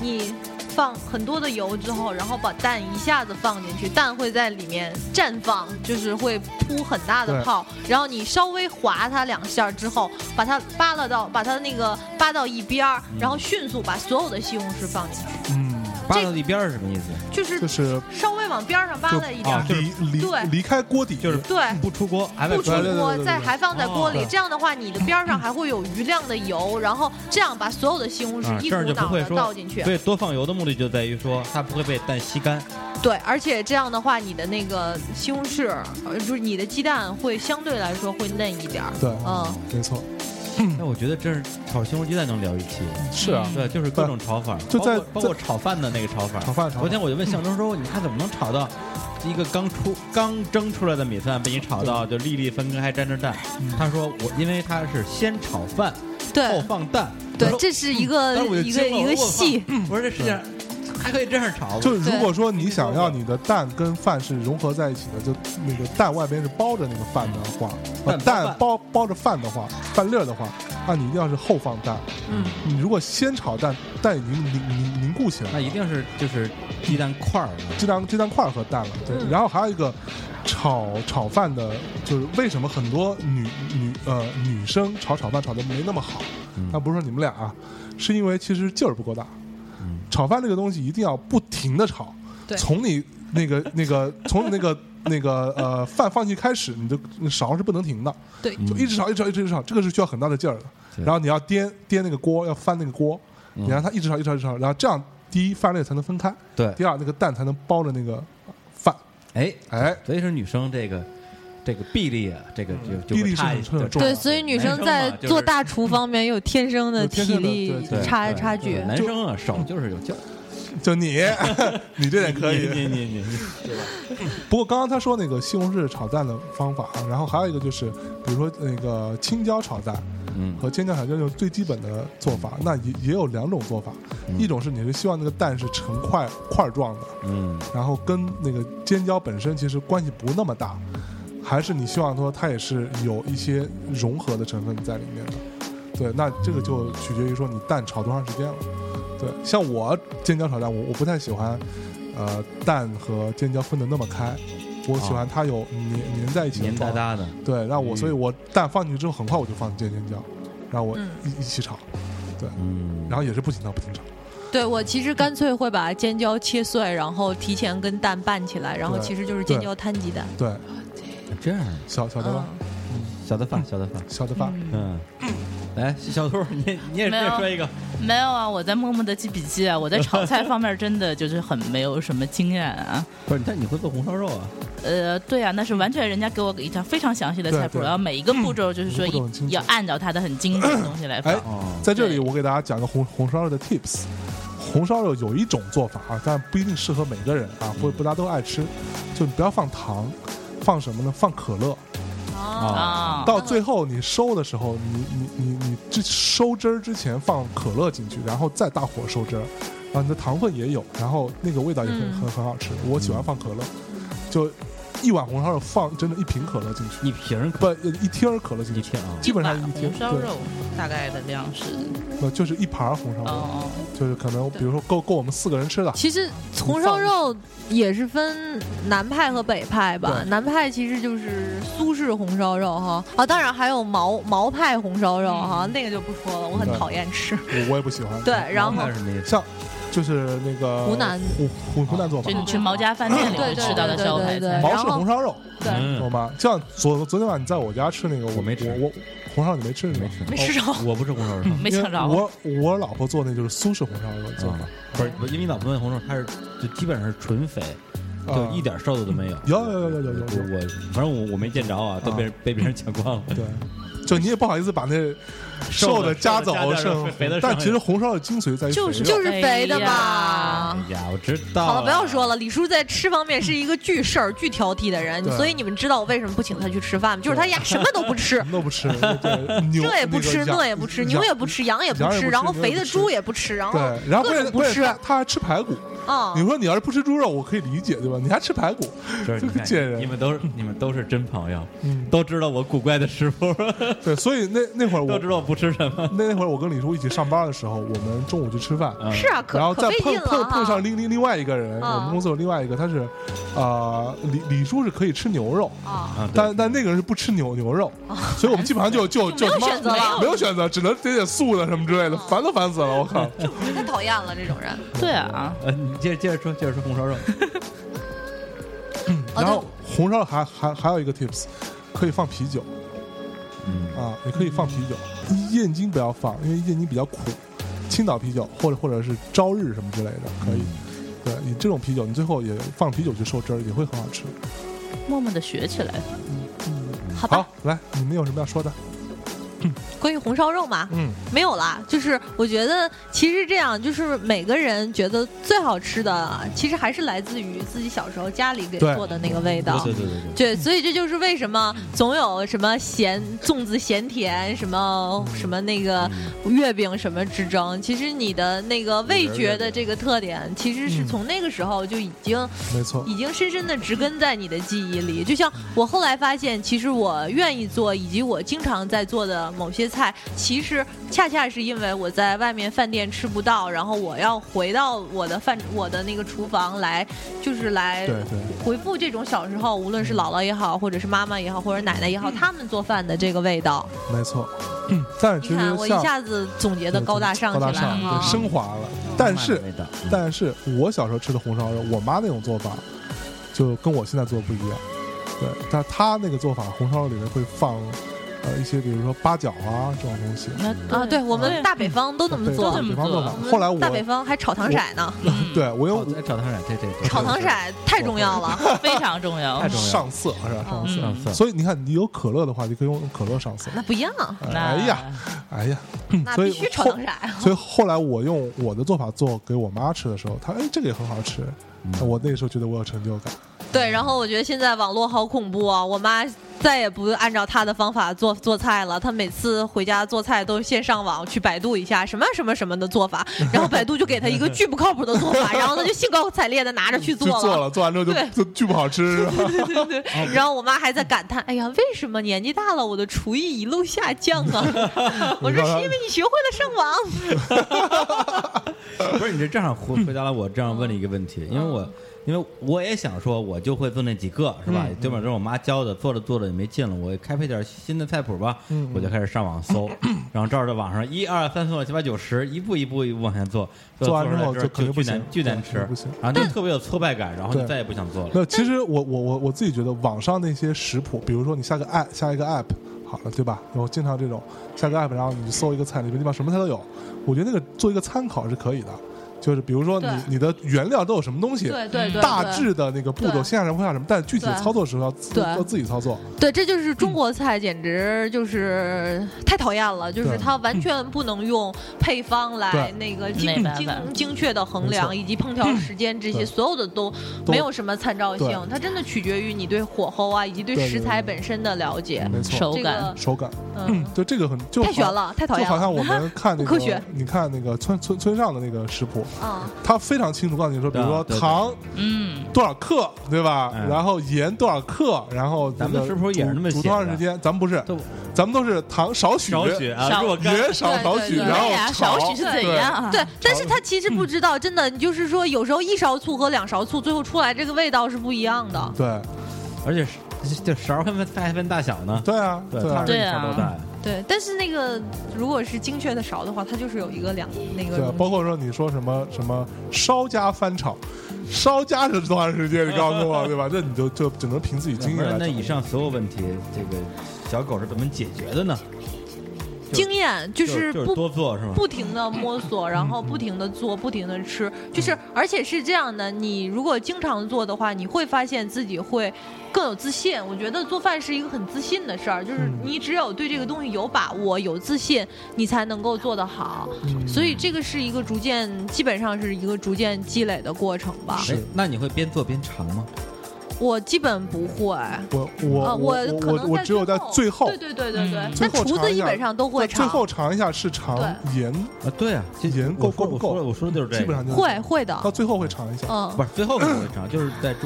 [SPEAKER 3] 你放很多的油之后，然后把蛋一下子放进去，蛋会在里面绽放，就是会铺很大的
[SPEAKER 1] 对
[SPEAKER 3] 泡，然后你稍微划它两下之后，把它扒拉到，把它那个扒到一边儿，然后迅速把所有的西红柿放进去，
[SPEAKER 1] 嗯，
[SPEAKER 2] 扒到一边儿是什么意思？
[SPEAKER 3] 就是
[SPEAKER 1] 就是
[SPEAKER 3] 稍微往边儿上扒
[SPEAKER 1] 就
[SPEAKER 3] 拉一点儿
[SPEAKER 2] 啊，
[SPEAKER 1] 离离
[SPEAKER 3] 对
[SPEAKER 1] 离开锅底，
[SPEAKER 2] 就是
[SPEAKER 3] 对。
[SPEAKER 2] 不出锅，还
[SPEAKER 3] 不出
[SPEAKER 1] 对对对
[SPEAKER 3] 锅
[SPEAKER 1] 对，对
[SPEAKER 3] 再还放在锅
[SPEAKER 2] 哦
[SPEAKER 3] 里，这样的话，你的边儿上还会有余量的油，然后这样把所有的西红
[SPEAKER 2] 啊
[SPEAKER 3] 柿一
[SPEAKER 2] 这
[SPEAKER 3] 股
[SPEAKER 2] 样就不
[SPEAKER 3] 脑
[SPEAKER 2] 会
[SPEAKER 3] 的
[SPEAKER 2] 说
[SPEAKER 3] 倒进去。
[SPEAKER 2] 所以多放油的目的就在于说它不会被蛋吸干。
[SPEAKER 3] 对，而且这样的话，你的那个西红柿，呃，就是你的鸡蛋会相对来说会嫩一点儿。
[SPEAKER 1] 对，
[SPEAKER 3] 嗯，
[SPEAKER 1] 没错，
[SPEAKER 2] 那我觉得这是炒西红柿鸡蛋能聊一期，
[SPEAKER 1] 是啊，
[SPEAKER 5] 嗯
[SPEAKER 2] 对，就是各种炒法，
[SPEAKER 1] 就
[SPEAKER 2] 包
[SPEAKER 1] 在
[SPEAKER 2] 括包括炒饭的那个炒法。
[SPEAKER 1] 炒饭炒
[SPEAKER 2] 昨
[SPEAKER 1] 饭
[SPEAKER 2] 天我就问象征说，你看怎么能炒到一个刚出刚蒸出来的米饭被你炒到就粒粒分开还沾着蛋？
[SPEAKER 1] 嗯
[SPEAKER 2] 他说我因为他是先炒饭后
[SPEAKER 3] 对
[SPEAKER 2] 放蛋。我
[SPEAKER 3] 对，
[SPEAKER 2] 说
[SPEAKER 3] 这是一
[SPEAKER 2] 当时
[SPEAKER 3] 个
[SPEAKER 2] 我就
[SPEAKER 3] 一个
[SPEAKER 2] 惊了
[SPEAKER 3] 一个
[SPEAKER 2] 我说我靠
[SPEAKER 3] 戏，
[SPEAKER 2] 我说这世界上还可以这样炒，
[SPEAKER 1] 就
[SPEAKER 2] 我
[SPEAKER 1] 是如果说你想要你的蛋跟饭是融合在一起的，就那个蛋外边是包着那个饭的
[SPEAKER 2] 嗯
[SPEAKER 1] 话，呃蛋
[SPEAKER 2] 蛋包饭
[SPEAKER 1] 包包着饭的话，饭粒儿的话，那你一定要是后放蛋。
[SPEAKER 3] 嗯，
[SPEAKER 1] 你如果先炒蛋，蛋已经凝凝凝固起来了，
[SPEAKER 2] 那一定是就是鸡蛋块儿嘛。
[SPEAKER 1] 鸡蛋鸡蛋块儿和蛋了。对，
[SPEAKER 3] 嗯
[SPEAKER 1] 然后还有一个炒炒饭的，就是为什么很多女女呃女生炒炒饭炒的没那么好？
[SPEAKER 2] 嗯
[SPEAKER 1] 那不是说你们俩啊，是因为其实劲儿不够大。
[SPEAKER 2] 嗯
[SPEAKER 1] 炒饭这个东西一定要不停的炒，
[SPEAKER 3] 对
[SPEAKER 1] 从你那个那个从你那个那个呃饭放进去开始，你的勺是不能停的，
[SPEAKER 3] 对
[SPEAKER 2] 嗯
[SPEAKER 1] 就一直炒一直炒一直炒，这个是需要很大的劲儿的。
[SPEAKER 2] 对
[SPEAKER 1] 然后你要颠颠那个锅，要翻那个锅，
[SPEAKER 2] 嗯
[SPEAKER 1] 你让它一直炒一直炒一直炒，然后这样第一饭粒才能分开，
[SPEAKER 2] 对，
[SPEAKER 1] 第二那个蛋才能包着那个饭。
[SPEAKER 2] 哎，
[SPEAKER 1] 哎，
[SPEAKER 2] 所以说女生这个这个臂力啊，这个就就
[SPEAKER 1] 嗯臂力是
[SPEAKER 2] 差
[SPEAKER 1] 很
[SPEAKER 2] 一
[SPEAKER 1] 很重要
[SPEAKER 3] 对，
[SPEAKER 1] 的。
[SPEAKER 3] 所以女
[SPEAKER 2] 男
[SPEAKER 3] 生
[SPEAKER 2] 生
[SPEAKER 3] 在
[SPEAKER 2] 嘛就是
[SPEAKER 3] 做大厨方面有天生的
[SPEAKER 1] 有天
[SPEAKER 3] 体
[SPEAKER 1] 生的对
[SPEAKER 3] 力
[SPEAKER 1] 对对
[SPEAKER 3] 差
[SPEAKER 2] 对
[SPEAKER 3] 差
[SPEAKER 2] 对
[SPEAKER 3] 距。
[SPEAKER 2] 男生啊，手就是有劲儿，
[SPEAKER 1] 就你， 你这点可以。
[SPEAKER 2] 你你你你，
[SPEAKER 1] 不过刚刚他说那个西红柿炒蛋的方法，然后还有一个就是，比如说那个青椒炒蛋
[SPEAKER 2] 嗯，
[SPEAKER 1] 和尖椒炒蛋就是最基本的做法。那也也有两种做法，
[SPEAKER 2] 嗯
[SPEAKER 1] 一种是你是希望那个蛋是成块块状的，
[SPEAKER 2] 嗯，
[SPEAKER 1] 然后跟那个尖椒本身其实关系不那么大，还是你希望说它也是有一些融合的成分在里面的。对，那这个就取决于说你蛋炒多长时间了。对，像我尖椒炒蛋，我我不太喜欢，呃，蛋和尖椒分得那么开，我喜欢它有粘粘在一起的
[SPEAKER 2] 黏哒
[SPEAKER 1] 状态。
[SPEAKER 2] 哒的，
[SPEAKER 1] 对，让我，
[SPEAKER 2] 嗯
[SPEAKER 1] 所以我蛋放进去之后，很快我就放尖尖椒，然后我
[SPEAKER 3] 嗯
[SPEAKER 1] 一一起炒，
[SPEAKER 2] 嗯，
[SPEAKER 1] 然后也是不停炒不停炒。
[SPEAKER 3] 对我其实干脆会把尖椒切碎，然后提前跟蛋拌起来，然后
[SPEAKER 1] 对
[SPEAKER 3] 其实就是尖椒摊鸡蛋。
[SPEAKER 1] 对，
[SPEAKER 2] 嗯这样，
[SPEAKER 1] 小小德
[SPEAKER 3] 嗯
[SPEAKER 1] 吧，，
[SPEAKER 2] 小的饭，小的饭，
[SPEAKER 1] 小德吧，
[SPEAKER 2] 嗯，来，小兔，你你也
[SPEAKER 5] 没
[SPEAKER 2] 再
[SPEAKER 5] 有
[SPEAKER 2] 说一个，
[SPEAKER 5] 没有啊，我在默默的记笔记啊。我在炒菜方面真的就是很没有什么经验啊。
[SPEAKER 2] 不是，但你会做红烧肉啊？
[SPEAKER 5] 呃，对啊，那是完全人家给我一张非常详细的
[SPEAKER 1] 对
[SPEAKER 5] 菜谱，
[SPEAKER 1] 对
[SPEAKER 5] 然后每一个步骤就是说
[SPEAKER 1] 每个步骤很
[SPEAKER 5] 一
[SPEAKER 1] 清楚
[SPEAKER 5] 要按照它的很精准的东西来放
[SPEAKER 1] 哎。
[SPEAKER 2] 哦，
[SPEAKER 1] 在这里
[SPEAKER 5] 对
[SPEAKER 1] 我给大家讲个红红烧肉的 tips。红烧肉有一种做法啊，但不一定适合每个人啊，
[SPEAKER 5] 嗯
[SPEAKER 1] 或者不大家都爱吃。就你不要放糖，放什么呢？放可乐。
[SPEAKER 3] 哦
[SPEAKER 5] 啊，
[SPEAKER 1] 到最后你收的时候，你你你你这收汁儿之前放可乐进去，然后再大火收汁儿，然后你的糖分也有，然后那个味道也很
[SPEAKER 3] 嗯
[SPEAKER 1] 很很好吃。我喜欢放可乐，
[SPEAKER 5] 嗯
[SPEAKER 1] 就一碗红烧肉放真的一瓶可乐进去，
[SPEAKER 2] 一瓶儿可
[SPEAKER 1] 不一听儿可乐进
[SPEAKER 2] 一
[SPEAKER 1] 去，
[SPEAKER 2] 天啊，
[SPEAKER 1] 基本上
[SPEAKER 5] 一碗
[SPEAKER 1] 一天
[SPEAKER 5] 红烧
[SPEAKER 1] 对
[SPEAKER 5] 肉大概的量是
[SPEAKER 1] 呃就是一盘儿红
[SPEAKER 3] 嗯
[SPEAKER 1] 烧肉，
[SPEAKER 5] 嗯哦，
[SPEAKER 1] 就是可能比如说够够我们四个人吃的，
[SPEAKER 3] 其实红烧肉也是分南派和北派吧，
[SPEAKER 1] 对
[SPEAKER 3] 南派其实就是苏式红烧肉哈，啊，当然还有毛毛派红烧肉哈，那个就不说了，我很
[SPEAKER 1] 对
[SPEAKER 3] 讨厌吃。
[SPEAKER 1] 我我也不喜欢。
[SPEAKER 3] 对，然后
[SPEAKER 2] 那是什么意思？
[SPEAKER 1] 像就是那个
[SPEAKER 3] 湖南
[SPEAKER 1] 湖湖湖南做法啊
[SPEAKER 5] 就，你去毛家饭店里
[SPEAKER 3] 对
[SPEAKER 5] 面
[SPEAKER 3] 对
[SPEAKER 5] 吃到的
[SPEAKER 3] 对
[SPEAKER 5] 招
[SPEAKER 3] 对
[SPEAKER 5] 牌
[SPEAKER 3] 对
[SPEAKER 5] 菜
[SPEAKER 3] 对，
[SPEAKER 1] 毛
[SPEAKER 3] 然
[SPEAKER 1] 氏
[SPEAKER 3] 后
[SPEAKER 1] 红烧肉，
[SPEAKER 3] 对，
[SPEAKER 1] 懂
[SPEAKER 2] 嗯，
[SPEAKER 1] 吗？像昨昨天晚上你在我家吃那个，我
[SPEAKER 2] 我没吃
[SPEAKER 1] 我我红烧肉你没吃是
[SPEAKER 2] 没
[SPEAKER 1] 吗？
[SPEAKER 2] 吃，
[SPEAKER 3] 没吃着。
[SPEAKER 1] 哦
[SPEAKER 2] 我不吃红烧肉，
[SPEAKER 5] 没抢着。
[SPEAKER 1] 我我老婆做那就是苏式红烧肉做法，
[SPEAKER 2] 不是，不是因为你老婆问红烧肉，她是就基本上是纯肥，就
[SPEAKER 1] 啊
[SPEAKER 2] 嗯一点嗯瘦的都没有。
[SPEAKER 1] 有有有有有有有
[SPEAKER 2] 我反正我我没见着啊，都被人被别人抢光了。
[SPEAKER 1] 对，就你也不好意思把那
[SPEAKER 2] 瘦的
[SPEAKER 1] 的夹走
[SPEAKER 2] 瘦的夹点，儿
[SPEAKER 1] 剩
[SPEAKER 2] 肥的
[SPEAKER 1] 但
[SPEAKER 2] 剩
[SPEAKER 1] 其实红烧肉精髓在于
[SPEAKER 5] 就是
[SPEAKER 1] 肥肉
[SPEAKER 3] 就是肥的
[SPEAKER 2] 哎
[SPEAKER 3] 嘛。
[SPEAKER 2] 呀，我知道。啊
[SPEAKER 3] 好了，不要说了。李叔在吃方面是一个巨事儿、巨挑剔的人，
[SPEAKER 1] 对
[SPEAKER 3] 所以你们知道我为什么不请他去吃饭吗？就是他呀，什么都不吃
[SPEAKER 1] 什，么都不吃，对牛
[SPEAKER 3] 这也不吃，
[SPEAKER 1] 个羊
[SPEAKER 3] 那也不吃，牛也不吃，羊也不
[SPEAKER 1] 羊也不
[SPEAKER 3] 吃，
[SPEAKER 1] 吃
[SPEAKER 3] 然后
[SPEAKER 1] 牛也
[SPEAKER 3] 肥
[SPEAKER 1] 不
[SPEAKER 3] 的
[SPEAKER 1] 吃
[SPEAKER 3] 猪也不吃，然后
[SPEAKER 1] 对，然后关
[SPEAKER 3] 各种
[SPEAKER 1] 键
[SPEAKER 3] 不
[SPEAKER 1] 关键
[SPEAKER 3] 吃
[SPEAKER 1] 他他还吃排骨，
[SPEAKER 3] 啊
[SPEAKER 1] 你，说你要是不吃猪肉，我可以理解，对吧？你还吃排骨，
[SPEAKER 2] 就是 你看
[SPEAKER 1] 贱人
[SPEAKER 2] 你们都是你们都是真朋友，
[SPEAKER 1] 嗯，
[SPEAKER 2] 都知道我古怪的食谱，
[SPEAKER 1] 对，所以那那会儿
[SPEAKER 2] 都
[SPEAKER 1] 我
[SPEAKER 2] 知道我不吃什么。
[SPEAKER 1] 那那会儿我跟李叔一起上班的时候，我们中午去吃饭，
[SPEAKER 2] 嗯
[SPEAKER 3] 是啊，
[SPEAKER 1] 然
[SPEAKER 3] 可
[SPEAKER 1] 后
[SPEAKER 3] 可
[SPEAKER 1] 再
[SPEAKER 3] 费
[SPEAKER 1] 碰
[SPEAKER 3] 劲
[SPEAKER 1] 碰
[SPEAKER 3] 了
[SPEAKER 1] 碰上
[SPEAKER 3] 哈。
[SPEAKER 1] 另另另外一个人，
[SPEAKER 3] 啊
[SPEAKER 1] 我们公司有另外一个，他是，啊、李李叔是可以吃牛肉，
[SPEAKER 3] 啊，
[SPEAKER 2] 啊，对
[SPEAKER 1] 但但那个人是不吃牛牛肉，所以我们基本上就就就
[SPEAKER 3] 哦哎没
[SPEAKER 1] 他妈
[SPEAKER 3] 有选择了
[SPEAKER 1] 没有选择，只能点点素的什么之类的，烦都烦死了，我靠！
[SPEAKER 3] 太讨厌了这种人。
[SPEAKER 5] 对啊，
[SPEAKER 2] 呃，你接着接着说，接着说红烧肉。
[SPEAKER 3] 哦
[SPEAKER 1] 然后红烧还还还有一个 tips，可以放啤酒
[SPEAKER 2] 嗯，
[SPEAKER 1] 啊，你可以放啤酒，燕京不要放，因为燕京比较苦，青岛啤酒或者或者是朝日什么之类的
[SPEAKER 2] 嗯
[SPEAKER 1] 可以。
[SPEAKER 3] 嗯
[SPEAKER 1] 对你这种啤酒，你最后也放啤酒去收汁儿，也会很好吃。
[SPEAKER 5] 默默的学起来。
[SPEAKER 3] 好吧
[SPEAKER 1] 好，，来，你们有什么要说的？
[SPEAKER 3] 关于红烧肉嘛，
[SPEAKER 1] 嗯，
[SPEAKER 3] 没有啦。就是我觉得其实这样，就是每个人觉得最好吃的，其实还是来自于自己小时候家里给
[SPEAKER 1] 对
[SPEAKER 3] 做的那个味道。
[SPEAKER 2] 对对对对。
[SPEAKER 3] 对，所以这就是为什么总有什么咸粽子咸甜，什么什么那个月饼什么之争。其实你的那个味觉的这个特点，其实是
[SPEAKER 1] 嗯
[SPEAKER 3] 从那个时候就已经
[SPEAKER 1] 没错，
[SPEAKER 3] 已经深深的植根在你的记忆里。就像我后来发现，其实我愿意做，以及我经常在做的某些菜，其实恰恰是因为我在外面饭店吃不到，然后我要回到我的饭我的那个厨房来，就是来
[SPEAKER 1] 对对。
[SPEAKER 3] 回复这种小时候，无论是姥姥也好，或者是妈妈也好，或者奶奶也好，他们做饭的这个味道。
[SPEAKER 1] 没错，但
[SPEAKER 3] 你
[SPEAKER 1] 其实
[SPEAKER 3] 看，我一
[SPEAKER 1] 像
[SPEAKER 3] 下子总结的高大上
[SPEAKER 1] 高
[SPEAKER 3] 起
[SPEAKER 1] 大
[SPEAKER 3] 来
[SPEAKER 1] 上，
[SPEAKER 3] 哈嗯
[SPEAKER 1] 对，。升华了。但是，
[SPEAKER 2] 味道，嗯
[SPEAKER 1] 但是我小时候吃的红烧肉，我妈那种做法，就跟我现在做的不一样。对，但她那个做法，红烧肉里面会放呃一些，比如说八角啊这种东西。
[SPEAKER 5] 那
[SPEAKER 3] 啊，对我们
[SPEAKER 5] 对
[SPEAKER 3] 大北方都那么
[SPEAKER 1] 对
[SPEAKER 3] 做
[SPEAKER 5] 都这，么
[SPEAKER 1] 北方
[SPEAKER 5] 做
[SPEAKER 1] 做法
[SPEAKER 5] 我。
[SPEAKER 1] 后来我
[SPEAKER 3] 大北方还炒糖色呢，
[SPEAKER 5] 嗯
[SPEAKER 1] 对我
[SPEAKER 2] 炒
[SPEAKER 1] 有
[SPEAKER 2] 菜哦炒糖色，对对对，
[SPEAKER 3] 炒糖色太重要了。
[SPEAKER 5] 非常重要
[SPEAKER 2] 太。重要了
[SPEAKER 1] 上色是吧？上
[SPEAKER 2] 嗯
[SPEAKER 1] 色。
[SPEAKER 5] 嗯
[SPEAKER 2] 上色
[SPEAKER 1] 所以你看，你有可乐的话，你可以用可乐上色。
[SPEAKER 3] 那不一样，
[SPEAKER 1] 哎呀，，哎呀，
[SPEAKER 3] 那
[SPEAKER 1] 所
[SPEAKER 3] 必
[SPEAKER 1] 以
[SPEAKER 3] 须炒
[SPEAKER 1] 后
[SPEAKER 3] 糖 色呀。
[SPEAKER 1] 所以后来我用我的做法做给我妈吃的时候，她哎这个也很好吃。
[SPEAKER 2] 嗯
[SPEAKER 1] 我那时候觉得我有成就感。
[SPEAKER 3] 对，然后我觉得现在网络好恐怖啊！我妈再也不按照她的方法做做菜了，她每次回家做菜都先上网去百度一下什么什么什么的做法，然后百度就给她一个巨不靠谱的做法，然后她就兴高采烈的拿着去
[SPEAKER 1] 就
[SPEAKER 3] 做
[SPEAKER 1] 做
[SPEAKER 3] 了。
[SPEAKER 1] 了，嗯做完之后就
[SPEAKER 3] 对
[SPEAKER 1] 就巨不好 吃，是吧？
[SPEAKER 3] 对对对，然后我妈还在感叹：“哎呀，为什么年纪大了，我的厨艺一路下降啊？” 我说：“是因为你学会了上网。
[SPEAKER 1] 嗯
[SPEAKER 2] 不是你这正好回回答了我这样问了一个问题，因为我因为我也想说，我就会做那几个，是吧
[SPEAKER 1] 嗯嗯？
[SPEAKER 2] 基本上是我妈教的，做着做着也没劲了，我开辟点新的菜谱吧
[SPEAKER 1] 嗯嗯，
[SPEAKER 2] 我就开始上网 搜，然后照着网上一二三四五六七八九十，一步一步一步往前做，
[SPEAKER 1] 做完
[SPEAKER 2] 出
[SPEAKER 1] 之
[SPEAKER 2] 来
[SPEAKER 1] 后
[SPEAKER 2] 就是
[SPEAKER 1] 就肯定
[SPEAKER 2] 巨
[SPEAKER 1] 不行
[SPEAKER 2] 难巨难
[SPEAKER 1] 对
[SPEAKER 2] 吃
[SPEAKER 1] 不行，
[SPEAKER 2] 然后就特别有挫败感，然后就
[SPEAKER 1] 对
[SPEAKER 2] 再也不想做了。
[SPEAKER 1] 那其实我我我我自己觉得，网上那些食谱，比如说你下个 app 下一个 app 好了，对吧？然后经常这种下个 app，然后你搜一个菜，里面地方什么菜都有。我觉得那个做一个参考是可以的，就是比如说你
[SPEAKER 4] 对
[SPEAKER 1] 你的原料都有什么东西，
[SPEAKER 4] 对对对，
[SPEAKER 1] 大
[SPEAKER 4] 对
[SPEAKER 1] 致的那个步骤
[SPEAKER 4] 对
[SPEAKER 1] 先下什么会下什么，但具体的
[SPEAKER 4] 对
[SPEAKER 1] 操作时候要自
[SPEAKER 4] 对
[SPEAKER 1] 要自己操作。
[SPEAKER 3] 对，这就是
[SPEAKER 1] 嗯
[SPEAKER 3] 中国菜，简直就是太讨厌了，就是
[SPEAKER 1] 对嗯
[SPEAKER 3] 它完全不能用配方来
[SPEAKER 1] 对嗯
[SPEAKER 3] 那个
[SPEAKER 5] 没
[SPEAKER 3] 精
[SPEAKER 5] 办
[SPEAKER 3] 精
[SPEAKER 5] 法
[SPEAKER 3] 精确的衡
[SPEAKER 1] 没错嗯
[SPEAKER 3] 量，以及烹调时间这
[SPEAKER 1] 对
[SPEAKER 3] 些，所有的都
[SPEAKER 1] 都
[SPEAKER 3] 没有什么参照
[SPEAKER 1] 对
[SPEAKER 3] 性，它真的取决于你对火候啊，以及对
[SPEAKER 1] 对对
[SPEAKER 3] 食
[SPEAKER 1] 对
[SPEAKER 3] 材
[SPEAKER 1] 对
[SPEAKER 3] 本身的了解。
[SPEAKER 1] 没错，
[SPEAKER 5] 手
[SPEAKER 3] 这
[SPEAKER 5] 感
[SPEAKER 3] 个
[SPEAKER 1] 手感，
[SPEAKER 3] 嗯，
[SPEAKER 1] 就这个很就
[SPEAKER 3] 太
[SPEAKER 1] 好
[SPEAKER 3] 悬了，太讨
[SPEAKER 1] 就
[SPEAKER 3] 厌
[SPEAKER 1] 好
[SPEAKER 3] 了
[SPEAKER 1] 像我们看那
[SPEAKER 3] 不
[SPEAKER 1] 个
[SPEAKER 3] 科学，
[SPEAKER 1] 你看那个村村村上的那个食谱，
[SPEAKER 3] 啊！
[SPEAKER 1] 他非常清楚告诉你说，比如说
[SPEAKER 2] 对对对
[SPEAKER 1] 糖
[SPEAKER 5] 嗯，
[SPEAKER 1] 多少克，对吧？
[SPEAKER 2] 嗯
[SPEAKER 1] 然后盐多少克，然后这个
[SPEAKER 2] 咱们是不是也是那么
[SPEAKER 1] 煮
[SPEAKER 2] 写
[SPEAKER 1] 煮多长
[SPEAKER 2] 的
[SPEAKER 1] 时间？咱们不是
[SPEAKER 2] 都，
[SPEAKER 1] 咱们都是糖少许，
[SPEAKER 2] 少许啊，
[SPEAKER 5] 少
[SPEAKER 2] 若干
[SPEAKER 1] 盐少
[SPEAKER 4] 对
[SPEAKER 1] 少
[SPEAKER 4] 对
[SPEAKER 1] 许，
[SPEAKER 4] 对
[SPEAKER 1] 然后
[SPEAKER 5] 对哎呀，
[SPEAKER 1] 炒
[SPEAKER 5] 少许是怎
[SPEAKER 1] 对
[SPEAKER 5] 样啊？
[SPEAKER 3] 对，但是他其实
[SPEAKER 1] 嗯
[SPEAKER 3] 不知道，真的，你就是说，有时候一勺醋和两勺醋，最后出来这个味道是不一样的。
[SPEAKER 1] 对
[SPEAKER 2] 而且是这勺还分还分大小呢，
[SPEAKER 1] 对啊，
[SPEAKER 2] 它
[SPEAKER 1] 啊
[SPEAKER 2] 是，
[SPEAKER 5] 对
[SPEAKER 2] 一勺多
[SPEAKER 5] 啊
[SPEAKER 2] 大呀？
[SPEAKER 3] 对，但是那个如果是精确的勺的话，它就是有一个两那个
[SPEAKER 1] 对啊，
[SPEAKER 3] 容
[SPEAKER 1] 包括说你说什么什么烧加翻炒，烧加是多长时间？你告诉我，对吧？这你就就只能凭自己经验来
[SPEAKER 2] 那
[SPEAKER 1] 找。
[SPEAKER 2] 那以上所有问题，这个小狗是怎么解决的呢？
[SPEAKER 3] 经验，就
[SPEAKER 2] 就是就
[SPEAKER 3] 不
[SPEAKER 2] 多做是吗？
[SPEAKER 3] 不停的摸索，然后不停的做，不停的吃，
[SPEAKER 1] 嗯
[SPEAKER 3] 就是而且是这样的，你如果经常做的话，你会发现自己会更有自信。我觉得做饭是一个很自信的事儿，就是
[SPEAKER 1] 嗯
[SPEAKER 3] 你只有对这个东西有把握、有自信，你才能够做得好。
[SPEAKER 1] 嗯
[SPEAKER 3] 所以这个是一个逐渐，基本上是一个逐渐积累的过程吧。
[SPEAKER 2] 哎，那你会边做边尝吗？
[SPEAKER 3] 我基本不会。
[SPEAKER 1] 我我
[SPEAKER 3] 啊，
[SPEAKER 1] 我
[SPEAKER 3] 可
[SPEAKER 1] 我
[SPEAKER 3] 能
[SPEAKER 1] 我
[SPEAKER 3] 在
[SPEAKER 1] 只有在最后
[SPEAKER 3] 对对对对对
[SPEAKER 5] 嗯，
[SPEAKER 1] 最
[SPEAKER 3] 但
[SPEAKER 1] 后
[SPEAKER 3] 厨
[SPEAKER 1] 尝
[SPEAKER 3] 子
[SPEAKER 1] 一
[SPEAKER 3] 一
[SPEAKER 1] 下
[SPEAKER 3] 本上都
[SPEAKER 1] 在
[SPEAKER 3] 会
[SPEAKER 1] 最
[SPEAKER 3] 尝，
[SPEAKER 1] 后尝一下是尝
[SPEAKER 3] 对
[SPEAKER 1] 盐，
[SPEAKER 2] 啊，对啊，这
[SPEAKER 1] 盐够
[SPEAKER 2] 我
[SPEAKER 1] 够
[SPEAKER 2] 说
[SPEAKER 1] 不
[SPEAKER 2] 我
[SPEAKER 1] 够
[SPEAKER 2] 说的我说的就是这个，
[SPEAKER 1] 基本上就
[SPEAKER 3] 会会的
[SPEAKER 1] 到，最后会尝一下。
[SPEAKER 3] 嗯，
[SPEAKER 2] 不是最后可能会 尝，就是在出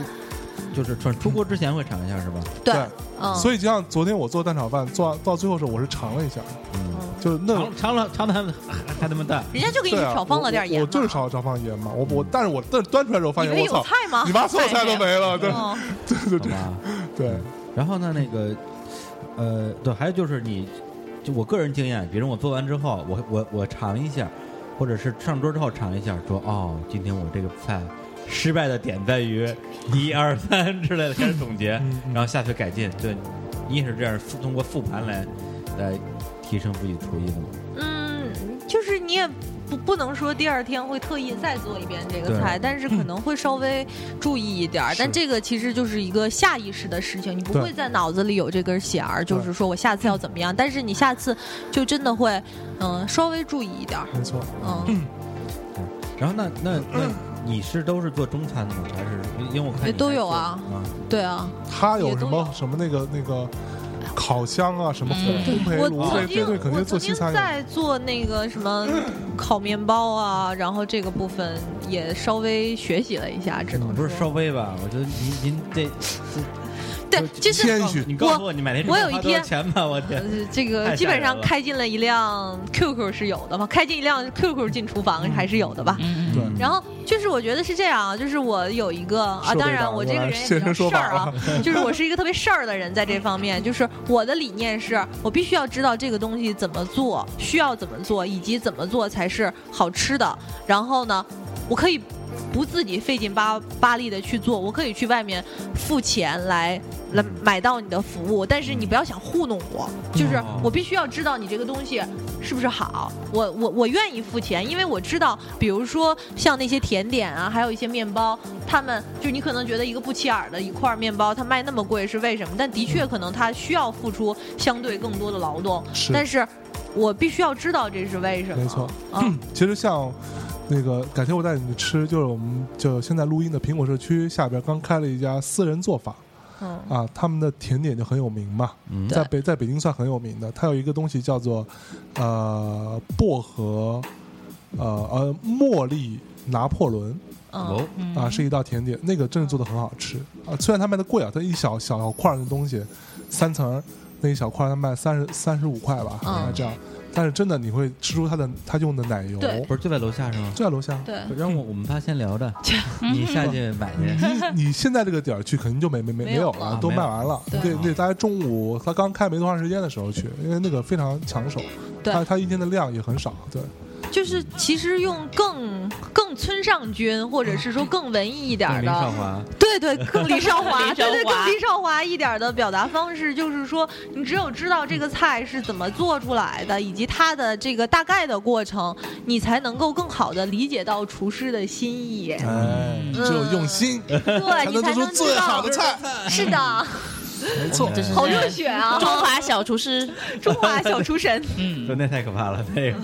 [SPEAKER 2] 就是出出锅之前会尝一下是吧？
[SPEAKER 3] 对
[SPEAKER 1] 对，
[SPEAKER 3] 嗯，
[SPEAKER 1] 所以就像昨天我做蛋炒饭，做到最后的时候，我是尝了一下，
[SPEAKER 2] 嗯，
[SPEAKER 1] 就是那
[SPEAKER 2] 尝尝了尝的还还 还那么淡，
[SPEAKER 3] 人家就给你
[SPEAKER 1] 对啊，
[SPEAKER 3] 少放了点盐
[SPEAKER 1] 我
[SPEAKER 3] 嘛，
[SPEAKER 1] 我我就是少少放盐嘛，我我但是我端端出来之后发
[SPEAKER 3] 以
[SPEAKER 1] 现，
[SPEAKER 3] 为
[SPEAKER 1] 我
[SPEAKER 3] 有
[SPEAKER 1] 操，
[SPEAKER 3] 菜啊吗？
[SPEAKER 1] 你妈所有菜都没了，对
[SPEAKER 3] 嗯，
[SPEAKER 1] 对对对
[SPEAKER 2] 好吧？
[SPEAKER 1] 对，
[SPEAKER 2] 然后呢，那个呃，对，还有就是你，就我个人经验，比如我做完之后，我我我尝一下，或者是上桌之后尝一下，说哦，今天我这个菜失败的点在于一二三之类的，开始总结，
[SPEAKER 1] 嗯嗯
[SPEAKER 2] 然后下去改进。对，你也是这样复通过复盘来来提升自己厨艺的吗？
[SPEAKER 3] 嗯，就是你也不不能说第二天会特意再做一遍这个菜，但是可能会稍微注意一点儿。
[SPEAKER 1] 嗯是
[SPEAKER 3] 但这个其实就是一个下意识的事情，你不
[SPEAKER 1] 对
[SPEAKER 3] 会在脑子里有这根弦儿，
[SPEAKER 1] 对
[SPEAKER 3] 就是说我下次要怎么样。但是你下次就真的会，嗯，稍微注意一点儿，
[SPEAKER 1] 没错，
[SPEAKER 3] 嗯，
[SPEAKER 2] 然后那那那
[SPEAKER 1] 嗯
[SPEAKER 2] 你是都是做中餐的吗？还是因为我看你
[SPEAKER 3] 都
[SPEAKER 2] 还
[SPEAKER 3] 有
[SPEAKER 2] 做
[SPEAKER 3] 啊
[SPEAKER 2] 啊，
[SPEAKER 3] 对啊。
[SPEAKER 1] 它有
[SPEAKER 3] 也
[SPEAKER 1] 什
[SPEAKER 3] 都
[SPEAKER 1] 么
[SPEAKER 3] 有
[SPEAKER 1] 什么那个那个烤箱啊，什么烘
[SPEAKER 5] 嗯
[SPEAKER 1] 烘焙
[SPEAKER 3] 我
[SPEAKER 2] 啊
[SPEAKER 1] 炉这这
[SPEAKER 3] 曾经
[SPEAKER 1] 这肯定
[SPEAKER 3] 我
[SPEAKER 1] 做
[SPEAKER 3] 曾
[SPEAKER 1] 西
[SPEAKER 3] 经
[SPEAKER 1] 餐有
[SPEAKER 3] 在做那个什么烤面包啊，然后这个部分也稍微学习了一下，只能
[SPEAKER 2] 不是
[SPEAKER 3] 说
[SPEAKER 2] 稍微吧？我觉得您您这
[SPEAKER 3] 对
[SPEAKER 2] 就，
[SPEAKER 3] 其实
[SPEAKER 1] 谦虚
[SPEAKER 2] 你告诉我你买那
[SPEAKER 3] 我有一
[SPEAKER 2] 花多少
[SPEAKER 3] 天
[SPEAKER 2] 钱吧？我
[SPEAKER 3] 呃
[SPEAKER 2] 天，
[SPEAKER 3] 这
[SPEAKER 2] 太吓
[SPEAKER 3] 个基本上开进了一辆 QQ 是有的嘛，开进一辆 QQ 进厨房还是有的吧。
[SPEAKER 5] 嗯，
[SPEAKER 1] 对
[SPEAKER 3] 然后就是我觉得是这样，啊，就是我有一个啊，
[SPEAKER 1] 设备
[SPEAKER 3] 当然
[SPEAKER 1] 党
[SPEAKER 3] 我
[SPEAKER 1] 又
[SPEAKER 3] 这个
[SPEAKER 1] 来
[SPEAKER 3] 人也
[SPEAKER 1] 现
[SPEAKER 3] 比
[SPEAKER 1] 身
[SPEAKER 3] 较
[SPEAKER 1] 说
[SPEAKER 3] 事
[SPEAKER 1] 法
[SPEAKER 3] 儿啊， 就是我是一个特别事儿的人，在这方面，就是我的理念是我必须要知道这个东西怎么做，需要怎么做，以及怎么做才是好吃的。然后呢，我可以不自己费劲巴巴力的去做，我可以去外面付钱来来
[SPEAKER 2] 嗯
[SPEAKER 3] 买到你的服务，但是你不要想糊弄我，就是我必须要知道你这个东西是不是好，我我我愿意付钱，因为我知道，比如说像那些甜点啊，还有一些面包，他们就你可能觉得一个不起眼儿的一块面包，它卖那么贵是为什么？但的确可能它需要付出相对更多的劳动，
[SPEAKER 1] 是
[SPEAKER 3] 但是我必须要知道这是为什么。
[SPEAKER 1] 没错，
[SPEAKER 3] 啊，
[SPEAKER 1] 其实像那个改天我带你去吃，就是我们就现在录音的苹果社区下边刚开了一家私人做法
[SPEAKER 3] 嗯，
[SPEAKER 1] 啊，他们的甜点就很有名嘛，
[SPEAKER 2] 嗯
[SPEAKER 1] 在北在北京算很有名的。它有一个东西叫做呃薄荷，呃呃茉莉拿破仑
[SPEAKER 3] 嗯，
[SPEAKER 2] 哦
[SPEAKER 5] 嗯
[SPEAKER 1] 啊，是一道甜点，那个真的做的很好吃啊。虽然它卖的贵啊，它一小小块儿的东西，三层儿，那一小块它卖三十三十五块吧，
[SPEAKER 3] 嗯
[SPEAKER 1] 好像这样。但是真的你会吃出它的它用的奶油，
[SPEAKER 3] 对
[SPEAKER 2] 不是就在楼下是吗？
[SPEAKER 1] 就在楼下。
[SPEAKER 3] 对，
[SPEAKER 2] 让我我们仨先 聊着，你下去买去。
[SPEAKER 1] 你你现在这个点儿去肯定就没没没
[SPEAKER 3] 没
[SPEAKER 1] 没有
[SPEAKER 3] 有了
[SPEAKER 1] 了，都
[SPEAKER 2] 没
[SPEAKER 1] 卖
[SPEAKER 2] 有
[SPEAKER 1] 完了。
[SPEAKER 3] 对啊
[SPEAKER 1] 对对，大家中午它刚开没多长时间的时候去，因为那个非常抢手，
[SPEAKER 3] 对
[SPEAKER 1] 它它一天的量也很少。对，
[SPEAKER 3] 就是其实用更更村上君，或者是说更文艺一 点儿
[SPEAKER 2] 林
[SPEAKER 3] 的，
[SPEAKER 2] 少华，
[SPEAKER 3] 对对， 更李少华，
[SPEAKER 5] 林
[SPEAKER 3] 对对，
[SPEAKER 5] 少华
[SPEAKER 3] 更李少华一点儿的表达方式，就是说，你只有知道这个菜是怎么做出来的，以及它的这个大概的过程，你才能够更好的理解到厨师的心意，
[SPEAKER 1] 哎，
[SPEAKER 3] 嗯
[SPEAKER 1] 只有用心
[SPEAKER 3] 对
[SPEAKER 1] 才
[SPEAKER 3] 你
[SPEAKER 1] 能
[SPEAKER 3] 才
[SPEAKER 1] 做
[SPEAKER 3] 能
[SPEAKER 1] 出
[SPEAKER 3] 知
[SPEAKER 1] 最好
[SPEAKER 3] 道
[SPEAKER 1] 的。菜，哎
[SPEAKER 3] 是的，
[SPEAKER 1] 没错。
[SPEAKER 5] 这是
[SPEAKER 2] 哎
[SPEAKER 3] 好热血 啊！
[SPEAKER 5] 中华小厨师，
[SPEAKER 3] 中华小厨神，
[SPEAKER 5] 嗯，
[SPEAKER 2] 那太可怕了，那个。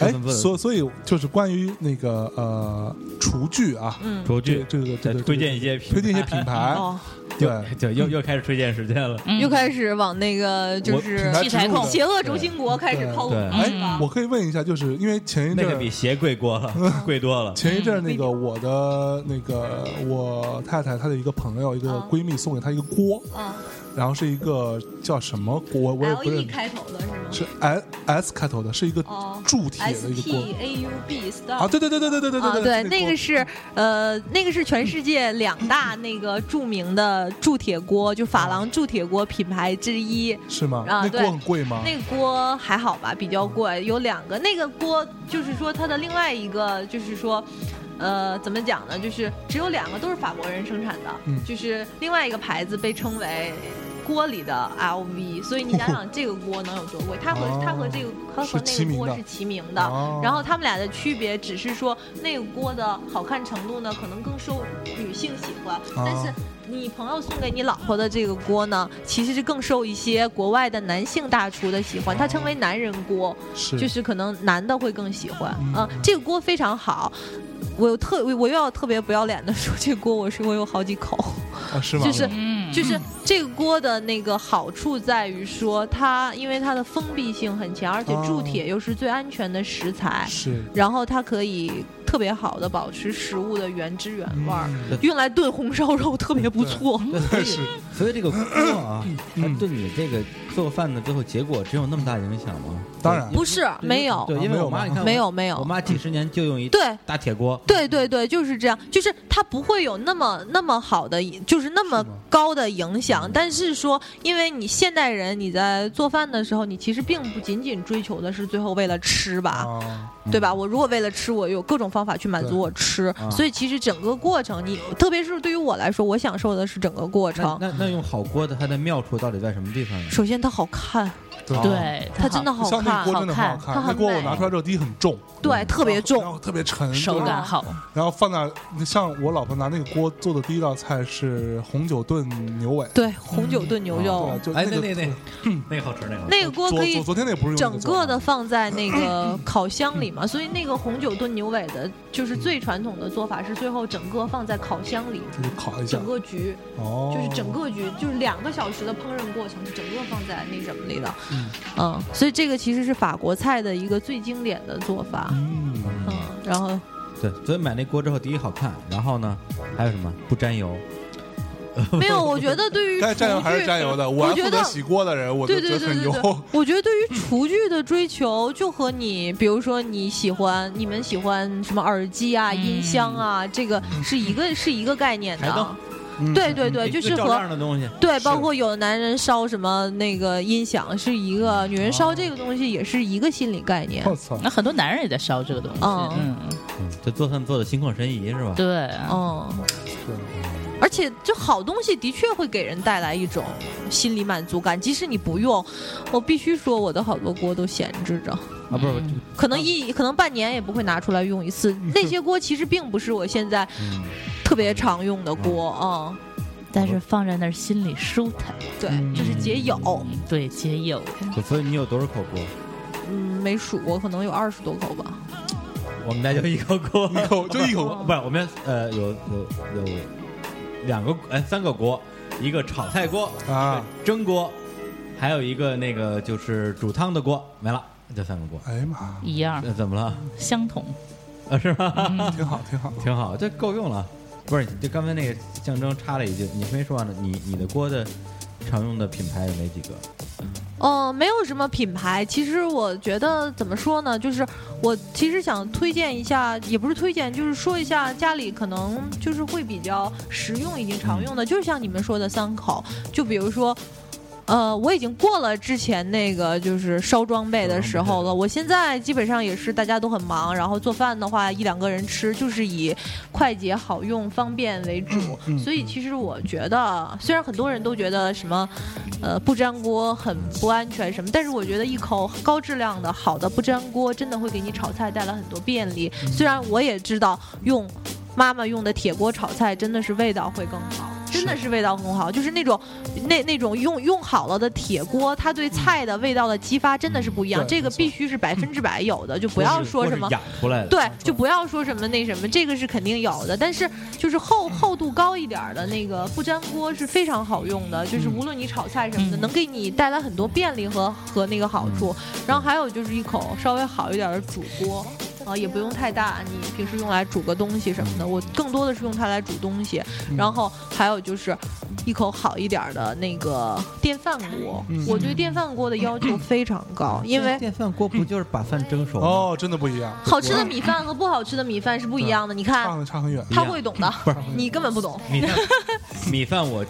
[SPEAKER 1] 哎
[SPEAKER 2] 不能不，能
[SPEAKER 1] 所所以就是关于那个呃厨具啊，
[SPEAKER 3] 嗯，
[SPEAKER 2] 卓
[SPEAKER 1] 这
[SPEAKER 2] 剧
[SPEAKER 1] 这个这
[SPEAKER 2] 再
[SPEAKER 1] 个
[SPEAKER 2] 推荐一些品
[SPEAKER 1] 推荐一些品牌，
[SPEAKER 3] 哦，
[SPEAKER 1] 对，
[SPEAKER 2] 就又又开始推荐时间了。
[SPEAKER 5] 嗯
[SPEAKER 3] 又开始往那个就
[SPEAKER 2] 我
[SPEAKER 3] 是
[SPEAKER 1] 品牌
[SPEAKER 5] 器
[SPEAKER 1] 植
[SPEAKER 5] 材
[SPEAKER 1] 入
[SPEAKER 5] 控
[SPEAKER 1] 的
[SPEAKER 3] 邪恶轴心国开始靠拢
[SPEAKER 2] 对
[SPEAKER 3] 了，
[SPEAKER 1] 哎
[SPEAKER 3] 是吧
[SPEAKER 5] 嗯
[SPEAKER 1] 我可以问一下，就是因为前一
[SPEAKER 2] 那
[SPEAKER 1] 阵
[SPEAKER 2] 个
[SPEAKER 1] 儿
[SPEAKER 2] 比鞋贵多 了，贵多了。
[SPEAKER 1] 前一阵儿
[SPEAKER 3] 嗯
[SPEAKER 1] 那个我的那个我太太她的一个朋友一个
[SPEAKER 3] 啊
[SPEAKER 1] 闺蜜送给她一个锅，
[SPEAKER 3] 啊
[SPEAKER 1] 然后是一个叫什么锅，我也不
[SPEAKER 3] ，L
[SPEAKER 1] 认
[SPEAKER 3] E 开头的是吗？
[SPEAKER 1] 是 S S 开头的，是一个
[SPEAKER 3] 哦
[SPEAKER 1] 铸铁的
[SPEAKER 3] S
[SPEAKER 1] 一个
[SPEAKER 3] T
[SPEAKER 1] 锅
[SPEAKER 3] A U B star
[SPEAKER 1] 啊，对对对对对对对
[SPEAKER 3] 啊，
[SPEAKER 1] 对，
[SPEAKER 3] 那个
[SPEAKER 1] 锅
[SPEAKER 3] 是呃，那个是全世界两大那个著名的铸铁锅，就珐琅铸铁锅品牌之一。
[SPEAKER 1] 是吗？
[SPEAKER 3] 啊
[SPEAKER 1] 那
[SPEAKER 3] 对
[SPEAKER 1] 锅很贵吗？
[SPEAKER 3] 那个锅还好吧，比较贵，有两个。那个锅就是说它的另外一个就是说。呃，怎么讲呢？就是只有两个都是法国人生产的，
[SPEAKER 1] 嗯
[SPEAKER 3] 就是另外一个牌子被称为锅里的 LV，所以你想想这个锅能有多贵？它和、它和这个它
[SPEAKER 1] 哦是
[SPEAKER 3] 和
[SPEAKER 1] 齐
[SPEAKER 3] 那个
[SPEAKER 1] 名的
[SPEAKER 3] 锅是齐名的，
[SPEAKER 1] 哦
[SPEAKER 3] 然后他们俩的区别只是说那个锅的好看程度呢，可能更受女性喜欢，但是你朋友送给你老婆的这个锅呢，其实是更受一些国外的男性大厨的喜欢，它称为男人锅，
[SPEAKER 1] 是
[SPEAKER 3] 就是可能男的会更喜欢。
[SPEAKER 1] 嗯
[SPEAKER 3] 啊，这个锅非常好。我有特我又要特别不要脸的说，这锅我是我有好几口，
[SPEAKER 1] 啊是吗？
[SPEAKER 3] 就是
[SPEAKER 5] 嗯，
[SPEAKER 3] 就是这个锅的那个好处在于说它，因为它的封闭性很强，而且铸铁又是最安全的食材，
[SPEAKER 1] 是
[SPEAKER 3] 然后它可以特别好的保持食物的原汁原味儿，
[SPEAKER 1] 嗯
[SPEAKER 3] 用来炖红烧肉特别不错。
[SPEAKER 2] 所以，所以这个锅 啊，它
[SPEAKER 1] 嗯
[SPEAKER 2] 对你这个做饭的最后结果真有那么大影响吗？
[SPEAKER 1] 当然
[SPEAKER 2] 对
[SPEAKER 3] 不是，没有，
[SPEAKER 2] 对，因为我妈，你看，
[SPEAKER 3] 没，有，没
[SPEAKER 2] 我
[SPEAKER 3] 有，
[SPEAKER 2] 妈几十年就用一
[SPEAKER 3] 对。
[SPEAKER 2] 大铁锅，
[SPEAKER 3] 对对对，就是这样，就是它不会有那么那么好的，就是那么
[SPEAKER 1] 是吗
[SPEAKER 3] 高的影响。但是说，因为你现代人你在做饭的时候，你其实并不仅仅追求的是最后为了吃吧，
[SPEAKER 1] 啊，
[SPEAKER 3] 对吧？我如果为了吃，我有各种方法去满
[SPEAKER 1] 对
[SPEAKER 3] 足我吃，
[SPEAKER 2] 啊
[SPEAKER 3] 所以其实整个过程，你特别是对于我来说，我享受的是整个过
[SPEAKER 2] 那
[SPEAKER 3] 程。
[SPEAKER 2] 那那用好锅的它的妙处到底在什么地方呢？
[SPEAKER 3] 首先它好看，
[SPEAKER 1] 对
[SPEAKER 5] 对，
[SPEAKER 3] 它真的好
[SPEAKER 1] 像那
[SPEAKER 3] 看
[SPEAKER 1] 个，锅真的很好
[SPEAKER 5] 好
[SPEAKER 1] 看，
[SPEAKER 3] 它
[SPEAKER 1] 那
[SPEAKER 3] 很
[SPEAKER 1] 锅我
[SPEAKER 3] 美
[SPEAKER 1] 拿出来之后，第一很重，啊
[SPEAKER 3] 对，特别
[SPEAKER 1] 然
[SPEAKER 3] 重，
[SPEAKER 1] 后特别沉，
[SPEAKER 5] 好手
[SPEAKER 1] 就是
[SPEAKER 5] 感好，
[SPEAKER 1] 然后放那儿，像我老婆拿那个锅做的第一道菜是红酒炖牛尾，啊
[SPEAKER 3] 对，红酒炖牛肉。
[SPEAKER 1] 对，就
[SPEAKER 2] 哎，
[SPEAKER 1] 那
[SPEAKER 2] 那
[SPEAKER 1] 个
[SPEAKER 2] 那那 那个好吃，那个好吃
[SPEAKER 3] 那个锅
[SPEAKER 1] 昨
[SPEAKER 3] 可以
[SPEAKER 1] 昨昨天那不是用那
[SPEAKER 3] 整
[SPEAKER 1] 嗯做嗯
[SPEAKER 3] 个
[SPEAKER 1] 吗
[SPEAKER 3] 的放在那个烤箱里嘛，所以那个红酒炖牛尾的，就是最传统的做法是最后整个放在烤箱里，
[SPEAKER 1] 嗯就是烤一下
[SPEAKER 3] 整，个局
[SPEAKER 1] 哦，
[SPEAKER 3] 就是整个局就是两个小时的烹饪过程是整个放在那什么里的
[SPEAKER 1] 嗯，
[SPEAKER 3] 嗯，所以这个其实是法国菜的一个最经典的做法，
[SPEAKER 1] 嗯，
[SPEAKER 3] 嗯，然后
[SPEAKER 2] 对，所以买那锅之后，第一好看，然后呢，还有什么不沾油？
[SPEAKER 3] 没有，我觉得对于
[SPEAKER 1] 该蘸油还是
[SPEAKER 3] 厨具
[SPEAKER 1] 蘸油的，
[SPEAKER 3] 嗯我
[SPEAKER 1] 还
[SPEAKER 3] 觉
[SPEAKER 1] 负责
[SPEAKER 3] 得
[SPEAKER 1] 洗锅的人，我就
[SPEAKER 3] 对
[SPEAKER 1] 觉
[SPEAKER 3] 对
[SPEAKER 1] 得
[SPEAKER 3] 对
[SPEAKER 1] 很
[SPEAKER 3] 对
[SPEAKER 1] 油，
[SPEAKER 3] 对，我觉得对于厨具的追求，就和你比如说你喜欢你们喜欢什么耳机啊、音箱
[SPEAKER 1] 嗯
[SPEAKER 3] 啊，这个是一个是一个概念
[SPEAKER 2] 台灯
[SPEAKER 3] 的。对对对，
[SPEAKER 2] 就
[SPEAKER 3] 就是
[SPEAKER 2] 哎照这
[SPEAKER 3] 和
[SPEAKER 2] 样的东西，
[SPEAKER 3] 对，
[SPEAKER 1] 是
[SPEAKER 3] 包括有的男人烧什么那个音响是一个，女人烧这个东西也是一个心理概念。
[SPEAKER 1] 我操，
[SPEAKER 5] 那很多男人也在烧这个东西，
[SPEAKER 3] 哦
[SPEAKER 5] 嗯，
[SPEAKER 2] 嗯这做饭做的心旷神怡是吧？
[SPEAKER 5] 对，啊
[SPEAKER 3] 嗯，
[SPEAKER 1] 对
[SPEAKER 3] 而且就好东西的确会给人带来一种心理满足感，即使你不用，我必须说我的好多锅都闲置着。
[SPEAKER 2] 啊，不是，我
[SPEAKER 5] 嗯
[SPEAKER 3] 可能一可能半年也不会拿出来用 一次。那些锅其实并不是我现在
[SPEAKER 2] 嗯，
[SPEAKER 3] 特别常用的锅啊、
[SPEAKER 5] 但是放在那儿心里舒坦，
[SPEAKER 3] 对
[SPEAKER 1] 嗯，
[SPEAKER 3] 就是解友，
[SPEAKER 5] 嗯对，解友，
[SPEAKER 2] 就所以你有多少口锅？
[SPEAKER 3] 嗯，没数过，可能有二十多口吧。
[SPEAKER 2] 我们家就一口锅，
[SPEAKER 1] 一口就一口，
[SPEAKER 2] 不是我们家呃有有有两个哎三个锅，一个炒菜锅
[SPEAKER 3] 嗯
[SPEAKER 1] 啊，
[SPEAKER 2] 一个蒸锅，还有一个那个就是煮汤的锅，没了，就三个锅。
[SPEAKER 1] 哎呀妈，
[SPEAKER 5] 一样
[SPEAKER 2] 那怎么了？
[SPEAKER 5] 相同，
[SPEAKER 2] 啊，是吧？
[SPEAKER 3] 嗯
[SPEAKER 1] 挺好挺好，
[SPEAKER 2] 挺好，这够用了。不是，就刚才那个象征插了一句，你没说完呢。你你的锅的常用的品牌也没几个。
[SPEAKER 3] 嗯、没有什么品牌。其实我觉得怎么说呢，就是我其实想推荐一下，也不是推荐，就是说一下家里可能就是会比较实用以及常用的，就是像你们说的三考，就比如说。呃，我已经过了之前那个就是烧装备的时候了。我现在基本上也是大家都很忙，然后做饭的话一两个人吃，就是以快捷、好用、方便为主。所以其实我觉得，虽然很多人都觉得什么呃不粘锅很不安全什么，但是我觉得一口高质量的好的不粘锅真的会给你炒菜带来很多便利。虽然我也知道用妈妈用的铁锅炒菜真的是味道会更好，真的是味道更好，就是那种那那种用用好了的铁锅，它对菜的味道的激发真的是不一
[SPEAKER 6] 嗯
[SPEAKER 3] 样
[SPEAKER 6] 嗯。对
[SPEAKER 3] 这个
[SPEAKER 6] 没错
[SPEAKER 3] 必须是百分之百有的，就不要说什么
[SPEAKER 6] 都是养出来的，
[SPEAKER 3] 对，就不要说什么那什么，这个是肯定有的，但是就 是厚厚度高一点儿的那个不粘锅是非常好用的，就是
[SPEAKER 6] 嗯
[SPEAKER 3] 无论你炒菜什么的，
[SPEAKER 5] 嗯
[SPEAKER 3] 能给你带来很多便利和和那个好处。
[SPEAKER 6] 嗯
[SPEAKER 3] 然后还有就是一口稍微好一点儿的煮锅。啊，也不用太大，你平时用来煮个东西什
[SPEAKER 6] 嗯
[SPEAKER 3] 么的，我更多的是用它来煮东西。然后还有就是，一口好一点儿的那个电饭锅，
[SPEAKER 6] 嗯
[SPEAKER 3] 我对电饭锅的要求非常高，因为
[SPEAKER 6] 电饭锅不就是把饭蒸熟吗？
[SPEAKER 1] 哦，真的不一样，
[SPEAKER 3] 好吃的米饭和不好吃的米饭是不一样的。你看，
[SPEAKER 1] 差差很远。
[SPEAKER 3] 他会懂的，
[SPEAKER 1] 不是
[SPEAKER 3] 你根本不懂。
[SPEAKER 2] 米饭，米饭我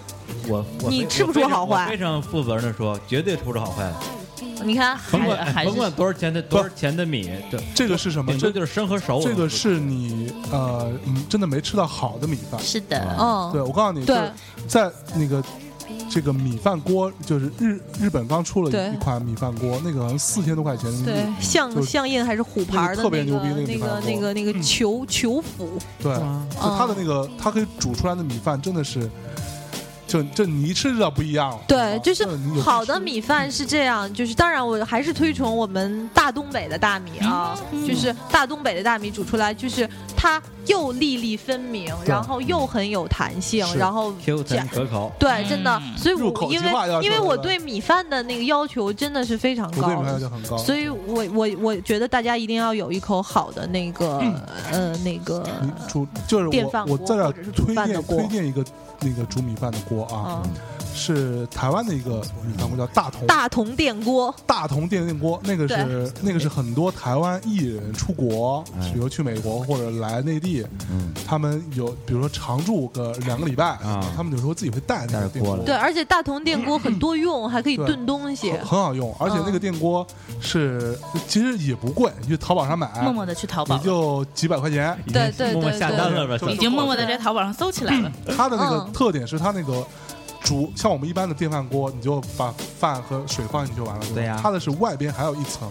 [SPEAKER 2] 我我
[SPEAKER 3] 你
[SPEAKER 2] 非
[SPEAKER 3] 吃不
[SPEAKER 2] 我非
[SPEAKER 3] 出
[SPEAKER 2] 常
[SPEAKER 3] 好坏
[SPEAKER 2] 我非常负责任的说，绝对吃不出好坏来。
[SPEAKER 3] 你看，
[SPEAKER 2] 甭
[SPEAKER 5] 还
[SPEAKER 2] 管
[SPEAKER 5] 还是
[SPEAKER 2] 甭管多少钱的多少钱的米，对，
[SPEAKER 1] 这个是什么？
[SPEAKER 2] 顶
[SPEAKER 1] 这
[SPEAKER 2] 多就是生和熟。
[SPEAKER 1] 这
[SPEAKER 2] 我
[SPEAKER 1] 个
[SPEAKER 2] 们
[SPEAKER 1] 是你呃，嗯，真的没吃到好的米饭。
[SPEAKER 5] 是的，
[SPEAKER 1] 对，
[SPEAKER 3] 嗯，
[SPEAKER 1] 我告诉你，就
[SPEAKER 3] 对
[SPEAKER 1] 是在那个这个米饭锅，就是日日本刚出了
[SPEAKER 3] 对
[SPEAKER 1] 一一款米饭锅，那个好像四千多块钱人民
[SPEAKER 3] 对
[SPEAKER 1] 币。，
[SPEAKER 3] 象
[SPEAKER 1] 就是
[SPEAKER 3] 象印还是虎牌儿
[SPEAKER 1] 那个
[SPEAKER 3] 的
[SPEAKER 1] 特别牛逼那个
[SPEAKER 3] 那
[SPEAKER 1] 地方
[SPEAKER 3] 个那个那个
[SPEAKER 1] 嗯
[SPEAKER 3] 球球服，嗯
[SPEAKER 1] 对，
[SPEAKER 6] 啊
[SPEAKER 1] 就它的那个，它可以煮出来的米饭真的是，就这你一吃就知道不一样了。
[SPEAKER 3] 对，就
[SPEAKER 1] 这
[SPEAKER 3] 是
[SPEAKER 1] 你有
[SPEAKER 3] 好的米饭是这样，就是当然我还是推崇我们大东北的大米啊，
[SPEAKER 1] 嗯
[SPEAKER 3] 就是大东北的大米煮出来，就是它又粒粒分明，
[SPEAKER 1] 对
[SPEAKER 3] 然后又很有弹性，
[SPEAKER 1] 是
[SPEAKER 3] 然后
[SPEAKER 2] Q 弹
[SPEAKER 3] 讲
[SPEAKER 2] 可口，
[SPEAKER 3] 对，真的，
[SPEAKER 5] 嗯
[SPEAKER 3] 所以
[SPEAKER 1] 入口
[SPEAKER 3] 我
[SPEAKER 1] 即
[SPEAKER 3] 因为
[SPEAKER 1] 化要求
[SPEAKER 3] 因为
[SPEAKER 1] 对
[SPEAKER 3] 我
[SPEAKER 1] 吧
[SPEAKER 3] 对米饭的那个要求真的是非常
[SPEAKER 1] 我对
[SPEAKER 3] 高
[SPEAKER 1] 米饭
[SPEAKER 3] 的
[SPEAKER 1] 就很高。
[SPEAKER 3] 所以我我我觉得大家一定要有一口好的那个、呃那个
[SPEAKER 1] 你煮就是
[SPEAKER 3] 电
[SPEAKER 1] 我
[SPEAKER 3] 饭锅
[SPEAKER 1] 我在这儿
[SPEAKER 3] 或者是煮
[SPEAKER 1] 推
[SPEAKER 3] 饭的
[SPEAKER 1] 荐
[SPEAKER 3] 锅
[SPEAKER 1] 推荐一个那个煮米饭的锅啊，
[SPEAKER 3] 啊、
[SPEAKER 1] 是台湾的一个米饭锅叫大同
[SPEAKER 3] 大同电锅，
[SPEAKER 1] 大同电电锅，那个是那个是很多台湾艺人出国
[SPEAKER 2] 哎，
[SPEAKER 1] 比如去美国或者来内地，
[SPEAKER 2] 嗯，
[SPEAKER 1] 他们有比如说常住个两个礼拜
[SPEAKER 2] 啊
[SPEAKER 1] 他们有时候自己会带那
[SPEAKER 2] 带着
[SPEAKER 1] 个电
[SPEAKER 2] 锅来
[SPEAKER 3] 对，而且大同电锅很多用，还可以
[SPEAKER 1] 嗯对
[SPEAKER 3] 炖东西
[SPEAKER 1] 很。很好用，而且
[SPEAKER 3] 嗯
[SPEAKER 1] 那个电锅是其实也不贵，你去淘宝上买，
[SPEAKER 5] 默默的去淘宝
[SPEAKER 1] 也
[SPEAKER 5] 了，
[SPEAKER 1] 就几百块钱。
[SPEAKER 3] 对对
[SPEAKER 2] 默默
[SPEAKER 3] 对
[SPEAKER 2] 下
[SPEAKER 3] 对
[SPEAKER 2] 单了吧？
[SPEAKER 1] 就
[SPEAKER 5] 已经默默的在淘宝上搜起来了。
[SPEAKER 1] 它的那个
[SPEAKER 3] 嗯
[SPEAKER 1] 特点是它那个煮，像我们一般的电饭锅，你就把饭和水放进去就完了，吧
[SPEAKER 2] 对呀
[SPEAKER 1] 它的是外边还有一层，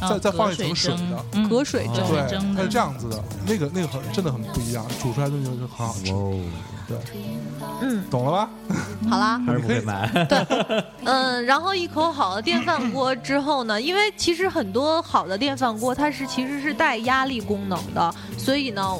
[SPEAKER 5] 啊
[SPEAKER 1] 再再放一
[SPEAKER 5] 隔
[SPEAKER 1] 层水
[SPEAKER 5] 水
[SPEAKER 1] 的
[SPEAKER 5] 蒸，嗯
[SPEAKER 3] 隔水
[SPEAKER 2] 哦
[SPEAKER 3] 蒸，
[SPEAKER 1] 对，
[SPEAKER 5] 蒸
[SPEAKER 1] 它
[SPEAKER 5] 的
[SPEAKER 1] 是这样子的，那个那个很真的很不一样，煮出来的东西就很好吃
[SPEAKER 2] 哇，哦，
[SPEAKER 3] 嗯，
[SPEAKER 1] 懂了吧？
[SPEAKER 3] 好啦，
[SPEAKER 1] 哦
[SPEAKER 2] 还是不会买。
[SPEAKER 3] 嗯，然后一口好的电饭锅之后呢，因为其实很多好的电饭锅它是其实是带压力功能的，所以呢，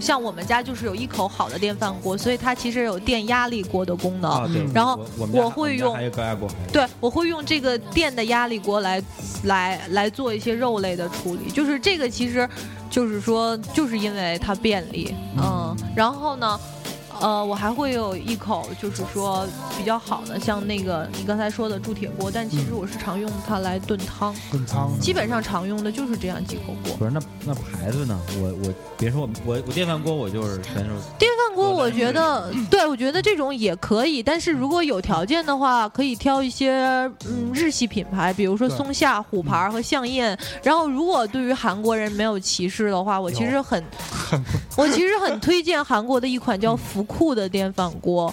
[SPEAKER 3] 像我们家就是有一口好的电饭锅，所以它其实有电压力锅的功能。
[SPEAKER 2] 啊，对。
[SPEAKER 1] 嗯
[SPEAKER 3] 然后
[SPEAKER 2] 我们家
[SPEAKER 3] 我会用
[SPEAKER 2] 我们家还有高压锅，
[SPEAKER 3] 对，我会用这个电的压力锅来来来做一些肉类的处理，就是这个其实就是说就是因为它便利，嗯，然后呢。呃，我还会有一口，就是说比较好的，像那个你刚才说的铸铁锅，但其实我是常用它来炖汤，
[SPEAKER 1] 炖汤
[SPEAKER 3] 基本上常用的就是这样几口锅。
[SPEAKER 2] 不是那那牌子呢？我我别说我我我电饭锅，我就是全是
[SPEAKER 3] 电饭锅，我觉 得，对我觉得这种也可以，但是如果有条件的话，可以挑一些嗯日系品牌，比如说
[SPEAKER 1] 对
[SPEAKER 3] 松下、虎牌和象印。然后，如果对于韩国人没有歧视的话，我其实很，我其实很推荐韩国的一款叫福库的电饭锅，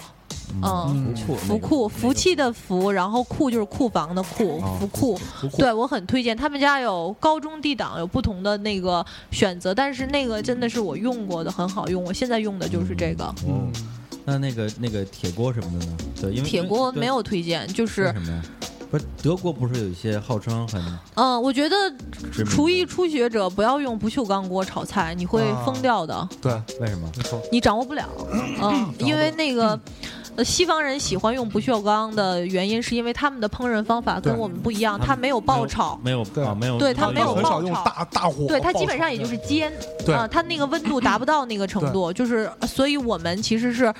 [SPEAKER 3] 嗯。
[SPEAKER 2] 福库
[SPEAKER 3] 福库，福气的福，然后库就是库房的库
[SPEAKER 2] 哦，
[SPEAKER 3] 福库。
[SPEAKER 2] 福库
[SPEAKER 3] 对我很推荐，他们家有高中低档，有不同的那个选择，但是那个真的是我用过的，很好用。我现在用的就是这个。
[SPEAKER 2] 哦，
[SPEAKER 1] 嗯
[SPEAKER 2] 那那个那个铁锅什么的呢？对，因为
[SPEAKER 3] 铁锅没有推荐，
[SPEAKER 2] 对
[SPEAKER 3] 就
[SPEAKER 2] 为
[SPEAKER 3] 是
[SPEAKER 2] 什么呀？不是德国不是有一些号称很
[SPEAKER 3] 嗯，我觉得
[SPEAKER 2] 知名的
[SPEAKER 3] 厨艺初学者不要用不锈钢锅炒菜，你会
[SPEAKER 1] 啊
[SPEAKER 3] 疯掉的，
[SPEAKER 1] 对，
[SPEAKER 2] 为什么？
[SPEAKER 1] 没错，
[SPEAKER 3] 你掌握不了，嗯，因为那个。呃，西方人喜欢用不锈钢的原因，是因为他们的烹饪方法跟
[SPEAKER 1] 对
[SPEAKER 3] 我们不一样，
[SPEAKER 2] 他们
[SPEAKER 3] 他没有爆炒，
[SPEAKER 2] 没有
[SPEAKER 1] 对
[SPEAKER 2] 啊，没有，
[SPEAKER 3] 对它
[SPEAKER 1] 他
[SPEAKER 3] 没有
[SPEAKER 1] 很
[SPEAKER 3] 爆
[SPEAKER 1] 少用
[SPEAKER 3] 炒
[SPEAKER 1] 大大火爆炒，
[SPEAKER 3] 对，它基本上也就是煎，
[SPEAKER 1] 对
[SPEAKER 3] 啊，它那个温度达不到那个程度，就是，所以我们其实是，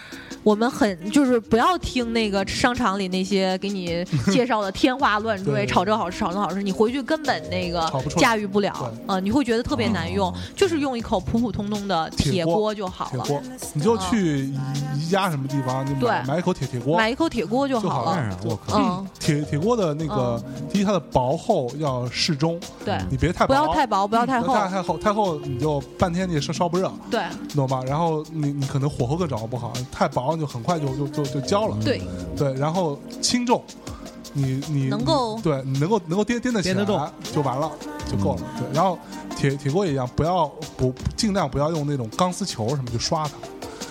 [SPEAKER 3] 我们很就是不要听那个商场里那些给你介绍的天花乱
[SPEAKER 1] 对
[SPEAKER 3] 坠，炒这好吃，炒那好吃，你回去根本那个
[SPEAKER 1] 炒不出来
[SPEAKER 3] 驾驭不了，呃，你会觉得特别难用
[SPEAKER 2] 哦，
[SPEAKER 3] 就是用一口普普通通的
[SPEAKER 1] 铁
[SPEAKER 3] 铁
[SPEAKER 1] 锅
[SPEAKER 3] 锅就好
[SPEAKER 1] 铁
[SPEAKER 3] 了，
[SPEAKER 1] 锅，你就去宜宜家什么地方，你买
[SPEAKER 3] 嗯对
[SPEAKER 1] 买一口铁铁锅，
[SPEAKER 3] 买一口铁锅就
[SPEAKER 1] 就
[SPEAKER 3] 好
[SPEAKER 1] 好
[SPEAKER 3] 了，
[SPEAKER 2] 了
[SPEAKER 1] 就
[SPEAKER 2] 我靠
[SPEAKER 3] 嗯，
[SPEAKER 1] 铁铁锅的那个，第一它的薄厚要适中，
[SPEAKER 3] 对，
[SPEAKER 1] 你别太薄嗯
[SPEAKER 3] 不要太薄，不要太
[SPEAKER 1] 不
[SPEAKER 3] 厚
[SPEAKER 1] 要，太太厚，太厚你就半天你也烧烧不热，
[SPEAKER 3] 对
[SPEAKER 1] 你懂吧？然后你你可能火候更掌握不好，太薄你就很快就就就就焦了。
[SPEAKER 3] 对，
[SPEAKER 1] 对，然后轻重，你你
[SPEAKER 3] 能够
[SPEAKER 1] 你对你能够能够掂掂得起
[SPEAKER 2] 掂得嗯
[SPEAKER 1] 来就完了，就够了。对，然后铁铁锅也一样，不要不尽量不要用那种钢丝球什么去刷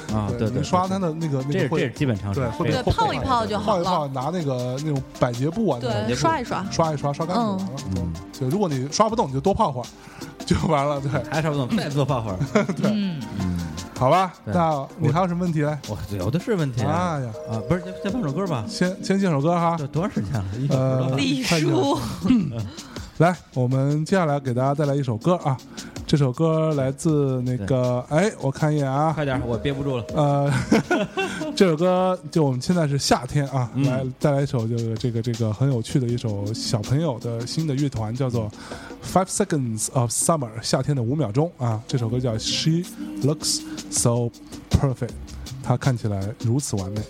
[SPEAKER 1] 它，
[SPEAKER 2] 啊，对
[SPEAKER 1] 你刷它，的那个
[SPEAKER 2] 这
[SPEAKER 1] 那个
[SPEAKER 2] 是这是
[SPEAKER 1] 会
[SPEAKER 2] 基本常识
[SPEAKER 1] 对，会
[SPEAKER 2] 这
[SPEAKER 1] 被
[SPEAKER 2] 个
[SPEAKER 3] 对，泡一泡就好
[SPEAKER 1] 泡一泡，
[SPEAKER 3] 了，
[SPEAKER 1] 拿那个那种百洁布啊，那种
[SPEAKER 3] 对，刷一刷。
[SPEAKER 1] 刷一刷，刷干净就完了。
[SPEAKER 2] 嗯，
[SPEAKER 1] 对，如果你刷不动，你就多泡会儿，就完了。对，
[SPEAKER 2] 还差不多再多泡会儿，
[SPEAKER 5] 嗯，
[SPEAKER 2] 嗯，
[SPEAKER 1] 好吧。
[SPEAKER 2] 对
[SPEAKER 1] 那你还有什么问题嘞？
[SPEAKER 2] 我有的是问题啊
[SPEAKER 1] 哎呀，
[SPEAKER 2] 啊，不是再再放首歌吧？
[SPEAKER 1] 先先进首歌哈
[SPEAKER 2] 这。多长时间了？一
[SPEAKER 1] 呃，
[SPEAKER 3] 李
[SPEAKER 1] 看见了
[SPEAKER 3] 叔，
[SPEAKER 1] 来，我们接下来给大家带来一首歌啊，这首歌来自那个，哎，我看一眼啊，
[SPEAKER 2] 快点，我憋不住了。
[SPEAKER 1] 呃， 这首歌就我们现在是夏天啊，
[SPEAKER 2] 嗯
[SPEAKER 1] 来带来一首这个这个这个很有趣的一首小朋友的新的乐团，叫做 Five Seconds of Summer，夏天的五秒钟啊，这首歌叫 She Looks So Perfect，她看起来如此完美。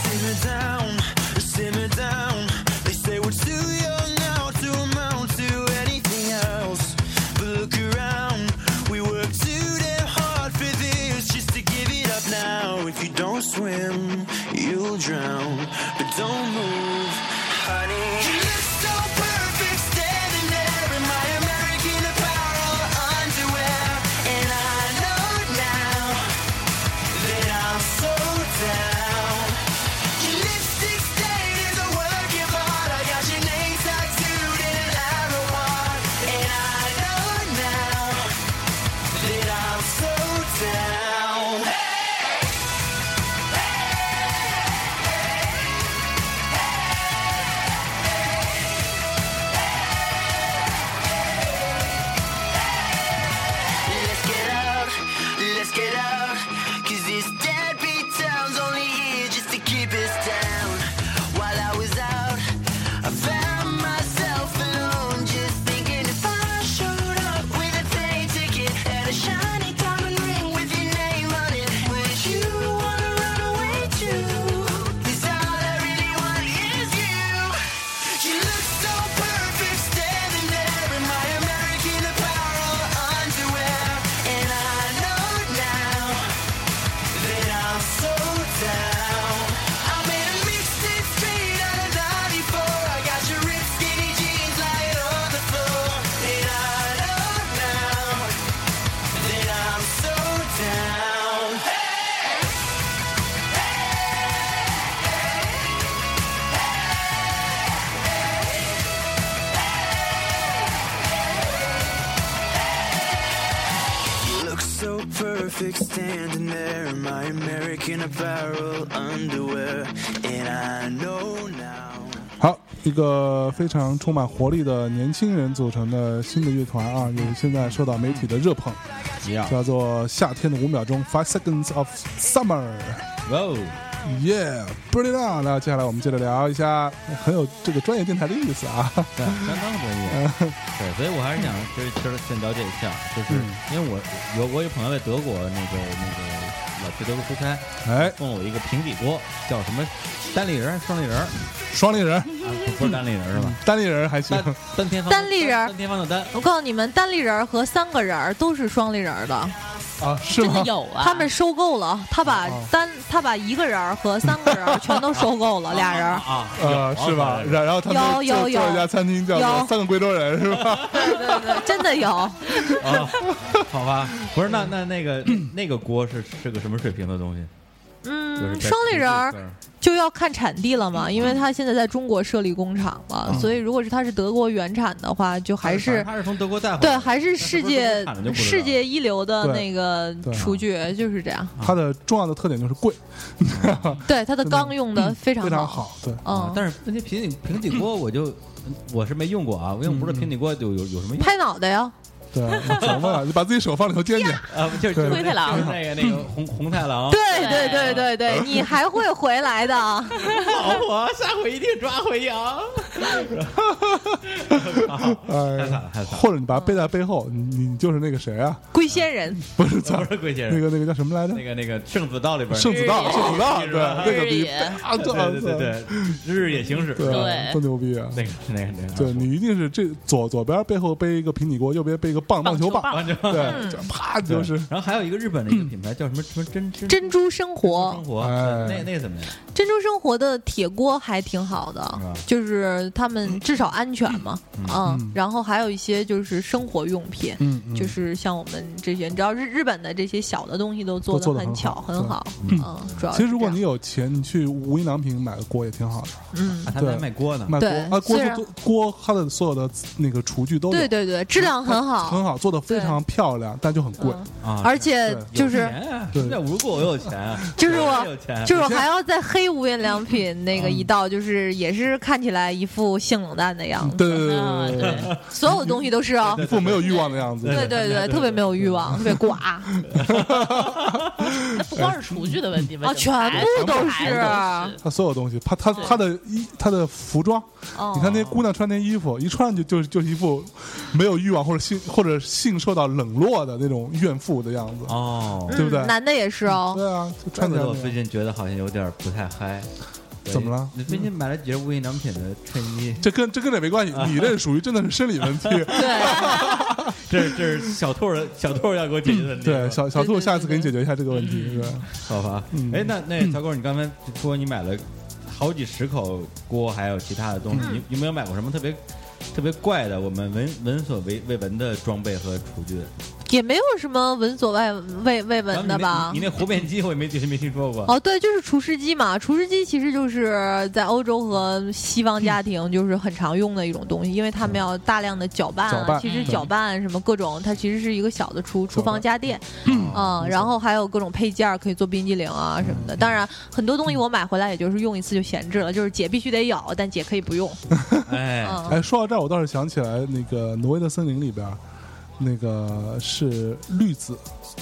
[SPEAKER 7] Simmer down, simmer down. They say we're too young now to amount to anything else. But look around, we work too damn hard for this just to give it up now. If you don't swim, you'll drown. But don't move, honey. You look so perfect standing there in my American apparel underwear, and I know now that I'm so down. Your lipstick stain is a work of art. I got your name tattooed in an arrow art. And I know now that I'm so down. Let's get out, let's get out. Cause this deadbeat town's only here just to keep us down. While I was out, I found myself alone, just thinking if I showed up with a plane ticket and a shiny diamond ring with your name on it, would you wanna run away too? 'Cause all I really want is you. You look so perfect standing there in my American apparel underwear, and I know now that I'm so down. I'm in a mixed street out of '94. I got your ripped skinny jeans lying on the floor, and I know now that I'm so down. Look so perfect standing there in my American apparel underwear, and I know now.
[SPEAKER 1] 好，一个非常充满活力的年轻人组成的新的乐团啊，也现在受到媒体的热捧，
[SPEAKER 2] 一样
[SPEAKER 1] 叫做《夏天的五秒钟》（Five Seconds of Summer）。
[SPEAKER 2] 哇哦，
[SPEAKER 1] Yeah，Bring it on！那接下来我们接着聊一下，很有这个专业电台的意思啊。
[SPEAKER 2] 对，相当专业。对，所以我还是想就是就是先了解一下，就是
[SPEAKER 1] 嗯
[SPEAKER 2] 因为我有我有朋友在德国那个那个老去德国出差，
[SPEAKER 1] 哎，
[SPEAKER 2] 送了我一个平底锅，叫什么单立人还是双立人？啊，啊
[SPEAKER 1] 双立人，
[SPEAKER 2] 不是单立人是吧？
[SPEAKER 1] 单立人还行
[SPEAKER 2] 单。单偏方
[SPEAKER 3] 嗯单立人
[SPEAKER 2] 单偏方的单。
[SPEAKER 3] 我告诉你们，单立人儿和三个人儿都是双立人儿的，
[SPEAKER 1] 啊，是
[SPEAKER 5] 真的
[SPEAKER 1] 吗？
[SPEAKER 5] 有啊，
[SPEAKER 3] 他们收购了，他把单他把一个人儿和三个人儿全都收购了，俩人儿。
[SPEAKER 2] 啊，
[SPEAKER 1] 呃，是吧？然然后他们就
[SPEAKER 3] 有有有
[SPEAKER 1] 做一家餐厅叫做
[SPEAKER 3] 有
[SPEAKER 1] 三个贵州人，是吧？
[SPEAKER 3] 对对对，真的有。
[SPEAKER 2] 啊， 好吧，不是，那那那个 那个锅是是个什么水平的东西？就是
[SPEAKER 3] 嗯，
[SPEAKER 2] 在
[SPEAKER 3] 生力人儿就要看产地了嘛，因为他现在在中国设立工厂了，所以如果是他是德国原产的话，就还
[SPEAKER 2] 反正
[SPEAKER 3] 是。
[SPEAKER 2] 他是从德国带回来
[SPEAKER 3] 对，
[SPEAKER 2] 的
[SPEAKER 3] 还是世界
[SPEAKER 2] 那是不是中国产的就不知道
[SPEAKER 3] 世界一流的
[SPEAKER 1] 对
[SPEAKER 3] 那个
[SPEAKER 1] 对啊
[SPEAKER 3] 厨具就是这样，
[SPEAKER 1] 它的重要的特点就是贵，
[SPEAKER 3] 对它的钢用的非常
[SPEAKER 1] 嗯非常好，对。
[SPEAKER 2] 啊
[SPEAKER 3] 嗯，
[SPEAKER 2] 但是那些平底平底锅 我就我是没用过啊，因为我不知道平底锅有
[SPEAKER 3] 嗯
[SPEAKER 2] 有有什么用
[SPEAKER 3] 拍脑袋呀，
[SPEAKER 1] 对，你琢磨了，你把自己手放里头煎煎，
[SPEAKER 2] 啊，就
[SPEAKER 1] 对
[SPEAKER 2] 是 就是
[SPEAKER 5] 灰太狼
[SPEAKER 2] 就是那个那个红红太狼，
[SPEAKER 3] 对
[SPEAKER 5] 对
[SPEAKER 3] 对对对对，你还会回来的。
[SPEAKER 2] 老婆啊下回一定抓回羊，
[SPEAKER 1] 呃，
[SPEAKER 2] 太惨了太惨了，
[SPEAKER 1] 或者你把它背在背后，你你就是那个谁啊？
[SPEAKER 3] 龟仙人，
[SPEAKER 1] 不 是咱
[SPEAKER 2] 不是龟先
[SPEAKER 1] 那
[SPEAKER 2] 生，
[SPEAKER 1] 个那个叫什么来着
[SPEAKER 2] 那？个那个圣子道里边
[SPEAKER 1] 圣子道，圣子道，
[SPEAKER 2] 日
[SPEAKER 1] 对，
[SPEAKER 2] 吧
[SPEAKER 1] 那个
[SPEAKER 5] 日
[SPEAKER 1] 比
[SPEAKER 5] 野
[SPEAKER 1] 啊，
[SPEAKER 2] 对对对对，日野行驶，
[SPEAKER 1] 对
[SPEAKER 5] 对
[SPEAKER 1] 多牛逼啊！
[SPEAKER 2] 那个那个那个，
[SPEAKER 1] 对你一定是这左左边背后背一个平底锅，右边背一个棒
[SPEAKER 5] 棒
[SPEAKER 1] 棒球
[SPEAKER 5] 球
[SPEAKER 1] 棒，
[SPEAKER 5] 棒
[SPEAKER 2] 完就
[SPEAKER 1] 对，
[SPEAKER 3] 嗯
[SPEAKER 1] 这啪
[SPEAKER 2] 对
[SPEAKER 1] 就是。
[SPEAKER 2] 然后还有一个日本的一个 品牌叫什么什么真真
[SPEAKER 3] 珍珠生活
[SPEAKER 2] 生，活，
[SPEAKER 1] 哎
[SPEAKER 2] 那那怎么样？
[SPEAKER 3] 珍珠生活的铁锅还挺好的
[SPEAKER 2] 吧，
[SPEAKER 3] 就是他们至少安全嘛，嗯，然后还有一些就是生活用品，
[SPEAKER 1] 嗯，嗯
[SPEAKER 3] 就是像我们这些，你知道日日本的这些小的东西都
[SPEAKER 1] 都
[SPEAKER 3] 做
[SPEAKER 1] 做
[SPEAKER 3] 的
[SPEAKER 1] 得
[SPEAKER 3] 很
[SPEAKER 1] 很
[SPEAKER 3] 巧
[SPEAKER 1] 好
[SPEAKER 3] 很好，嗯，主要
[SPEAKER 1] 其实
[SPEAKER 3] 是
[SPEAKER 1] 如果
[SPEAKER 3] 这
[SPEAKER 1] 你
[SPEAKER 3] 样
[SPEAKER 1] 有钱，你去无印良品买个锅也挺好的，
[SPEAKER 3] 嗯
[SPEAKER 2] 啊，，他们还
[SPEAKER 1] 对
[SPEAKER 2] 卖锅呢，
[SPEAKER 1] 卖锅
[SPEAKER 3] 对
[SPEAKER 1] 啊锅
[SPEAKER 3] 虽
[SPEAKER 1] 是
[SPEAKER 3] 然
[SPEAKER 1] 多锅，它的所有的那个厨具都有
[SPEAKER 3] 对对对，质量很好
[SPEAKER 1] 很，好，做的非
[SPEAKER 3] 对
[SPEAKER 1] 常漂亮，但就很贵。
[SPEAKER 3] 嗯，
[SPEAKER 2] 啊，
[SPEAKER 3] 而且
[SPEAKER 1] 对
[SPEAKER 3] 就
[SPEAKER 2] 有
[SPEAKER 3] 是
[SPEAKER 2] 钱啊
[SPEAKER 1] 对
[SPEAKER 2] 那如果我有钱啊，
[SPEAKER 3] 就是
[SPEAKER 2] 我
[SPEAKER 3] 我
[SPEAKER 2] 有钱，
[SPEAKER 3] 就是我还要再黑无印良品那个一道，就是也是看起来一副性冷淡的样
[SPEAKER 1] 嗯
[SPEAKER 3] 子，
[SPEAKER 1] 对对对
[SPEAKER 5] 啊
[SPEAKER 1] 对嗯对
[SPEAKER 5] 对，
[SPEAKER 3] 所有东西都是哦，
[SPEAKER 1] 对，一副没有欲望的样子。
[SPEAKER 3] 嗯对对对，特别没有欲望，特别寡
[SPEAKER 5] 那不光是厨具的问题吧？
[SPEAKER 3] 啊，
[SPEAKER 5] 整个
[SPEAKER 3] 全
[SPEAKER 5] 牌整
[SPEAKER 3] 部
[SPEAKER 5] 个
[SPEAKER 3] 都
[SPEAKER 5] 牌
[SPEAKER 3] 是。啊
[SPEAKER 1] 他所有东西，他他
[SPEAKER 5] 对
[SPEAKER 1] 他的衣，他的服装，
[SPEAKER 3] 哦
[SPEAKER 1] 你看那些姑娘穿那衣服，一穿就就就是一副没有欲望或者性或者性受到冷落的那种怨妇的样子，
[SPEAKER 2] 哦，
[SPEAKER 1] 对不对
[SPEAKER 3] 嗯男的也是哦，
[SPEAKER 1] 对啊，就穿
[SPEAKER 2] 怪不
[SPEAKER 1] 起
[SPEAKER 2] 得我最
[SPEAKER 1] 来。
[SPEAKER 2] 近觉得好像有点不太嗨，对
[SPEAKER 1] 怎么了？嗯
[SPEAKER 2] 你最近买了几件无印良品的衬衣，
[SPEAKER 1] 这跟这跟这没关系，你这属于真的是生理问题。
[SPEAKER 3] 对，
[SPEAKER 2] 这这是小兔儿小兔儿要给我解决的问题。
[SPEAKER 1] 对，
[SPEAKER 2] 是吧
[SPEAKER 1] 小小兔，下次给你解决一下这个问题，是吧？
[SPEAKER 2] 好吧
[SPEAKER 1] 嗯？
[SPEAKER 2] 哎，那那小狗，你刚才说你买了好几十口锅，还有其他的
[SPEAKER 1] 嗯
[SPEAKER 2] 东西，你有没有买过什么特别特别怪的？我们闻闻所未未闻的装备和厨具？
[SPEAKER 3] 也没有什么闻所未未未
[SPEAKER 2] 然后
[SPEAKER 3] 闻
[SPEAKER 2] 你
[SPEAKER 3] 的
[SPEAKER 2] 那
[SPEAKER 3] 吧
[SPEAKER 2] 你？那和面机我也没听没听说过。
[SPEAKER 3] 哦，对，就是厨师机嘛。厨师机其实就是在欧洲和西方家庭就是很常用的一种东西，因为他们要大量的搅拌
[SPEAKER 1] 搅
[SPEAKER 3] 啊。
[SPEAKER 1] 拌
[SPEAKER 3] 其实
[SPEAKER 1] 嗯
[SPEAKER 3] 搅拌什么各种，它其实是一个小的厨厨房家电，嗯，然后还有各种配件儿可以做冰激凌啊什么的。当然，很多东西我买回来也就是用一次就闲置了，就是姐必须得有，但姐可以不用。
[SPEAKER 2] 哎，
[SPEAKER 3] 嗯，
[SPEAKER 1] 哎，说到这儿，我倒是想起来，那个《挪威的森林》里边儿，那个是绿子，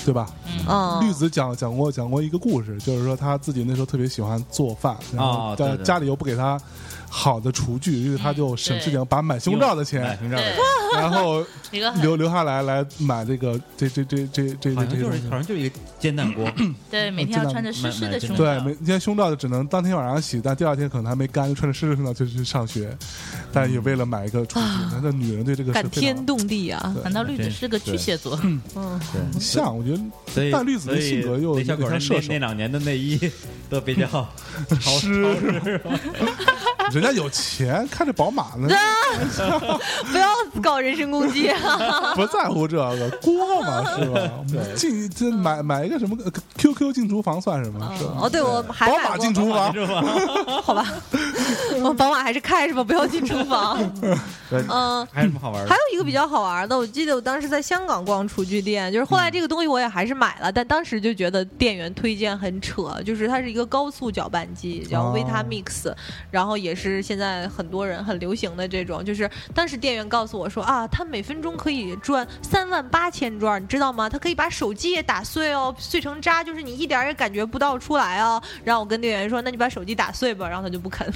[SPEAKER 1] 对吧？
[SPEAKER 3] 嗯，
[SPEAKER 1] 绿子讲讲过讲过一个故事，就是说他自己那时候特别喜欢做饭，然后
[SPEAKER 2] 啊
[SPEAKER 1] 家
[SPEAKER 2] 对对
[SPEAKER 1] 家里又不给他好的厨具，于是他就省吃俭用，把买胸罩的钱，
[SPEAKER 2] 胸罩哎的
[SPEAKER 5] 对，
[SPEAKER 1] 然后
[SPEAKER 5] 一个很
[SPEAKER 1] 留留下来来买这个这这这这这
[SPEAKER 2] 好
[SPEAKER 1] 这
[SPEAKER 2] 像
[SPEAKER 1] 这
[SPEAKER 2] 就
[SPEAKER 1] 东
[SPEAKER 2] 是
[SPEAKER 1] 西
[SPEAKER 2] 好。像就是一个煎蛋 锅，
[SPEAKER 5] 对，
[SPEAKER 1] 嗯
[SPEAKER 5] 每天要穿着湿湿的
[SPEAKER 3] 嗯
[SPEAKER 5] 胸罩，
[SPEAKER 1] 对，每天胸罩就只能当天晚上洗，但第二天可能还没干，就穿着湿的胸罩就去上学，但也为了买一个厨具。那这女人对这个
[SPEAKER 3] 嗯啊感
[SPEAKER 1] 是非
[SPEAKER 3] 天
[SPEAKER 1] 常
[SPEAKER 3] 动地啊！
[SPEAKER 5] 难道绿子是个巨蟹座？
[SPEAKER 3] 嗯，
[SPEAKER 2] 对，
[SPEAKER 1] 像，我觉得
[SPEAKER 2] 所以
[SPEAKER 1] 但绿子的性格又
[SPEAKER 2] 所以那小狗
[SPEAKER 1] 有
[SPEAKER 2] 那
[SPEAKER 1] 点像射手
[SPEAKER 2] 那那两年的内衣都 比较潮
[SPEAKER 1] 湿
[SPEAKER 2] 潮湿
[SPEAKER 1] 人家有钱，开着宝马呢，
[SPEAKER 3] 不要搞人身攻击啊！
[SPEAKER 1] 不在乎这 个锅嘛，是吧？进这买买一个什么呃 QQ 进厨房算什么？是吧？
[SPEAKER 3] 哦，对，我还
[SPEAKER 1] 宝
[SPEAKER 3] 买
[SPEAKER 1] 马
[SPEAKER 3] 过
[SPEAKER 1] 进厨房，
[SPEAKER 2] 是 吧？
[SPEAKER 3] 好吧，我宝马还是开着吧，不要进厨房。
[SPEAKER 2] 对
[SPEAKER 3] 嗯，
[SPEAKER 2] 还有什么好玩
[SPEAKER 3] 还
[SPEAKER 2] 的？
[SPEAKER 3] 有一个比较好玩的，我记得我当时在香港逛厨具店，就是后来这个东西我也还是买了，但当时就觉得店员推荐很扯，就是它是一个高速搅拌机，叫
[SPEAKER 1] 哦
[SPEAKER 3] Vitamix，、然后也是现在很多人很流行的这种，就是当时店员告诉我说啊，它每分钟可以转三万八千转，你知道吗？它可以把手机也打碎哦，碎成渣，就是你一点儿也感觉不到出来哦。然后我跟店员说，那你把手机打碎吧，然后他就不肯。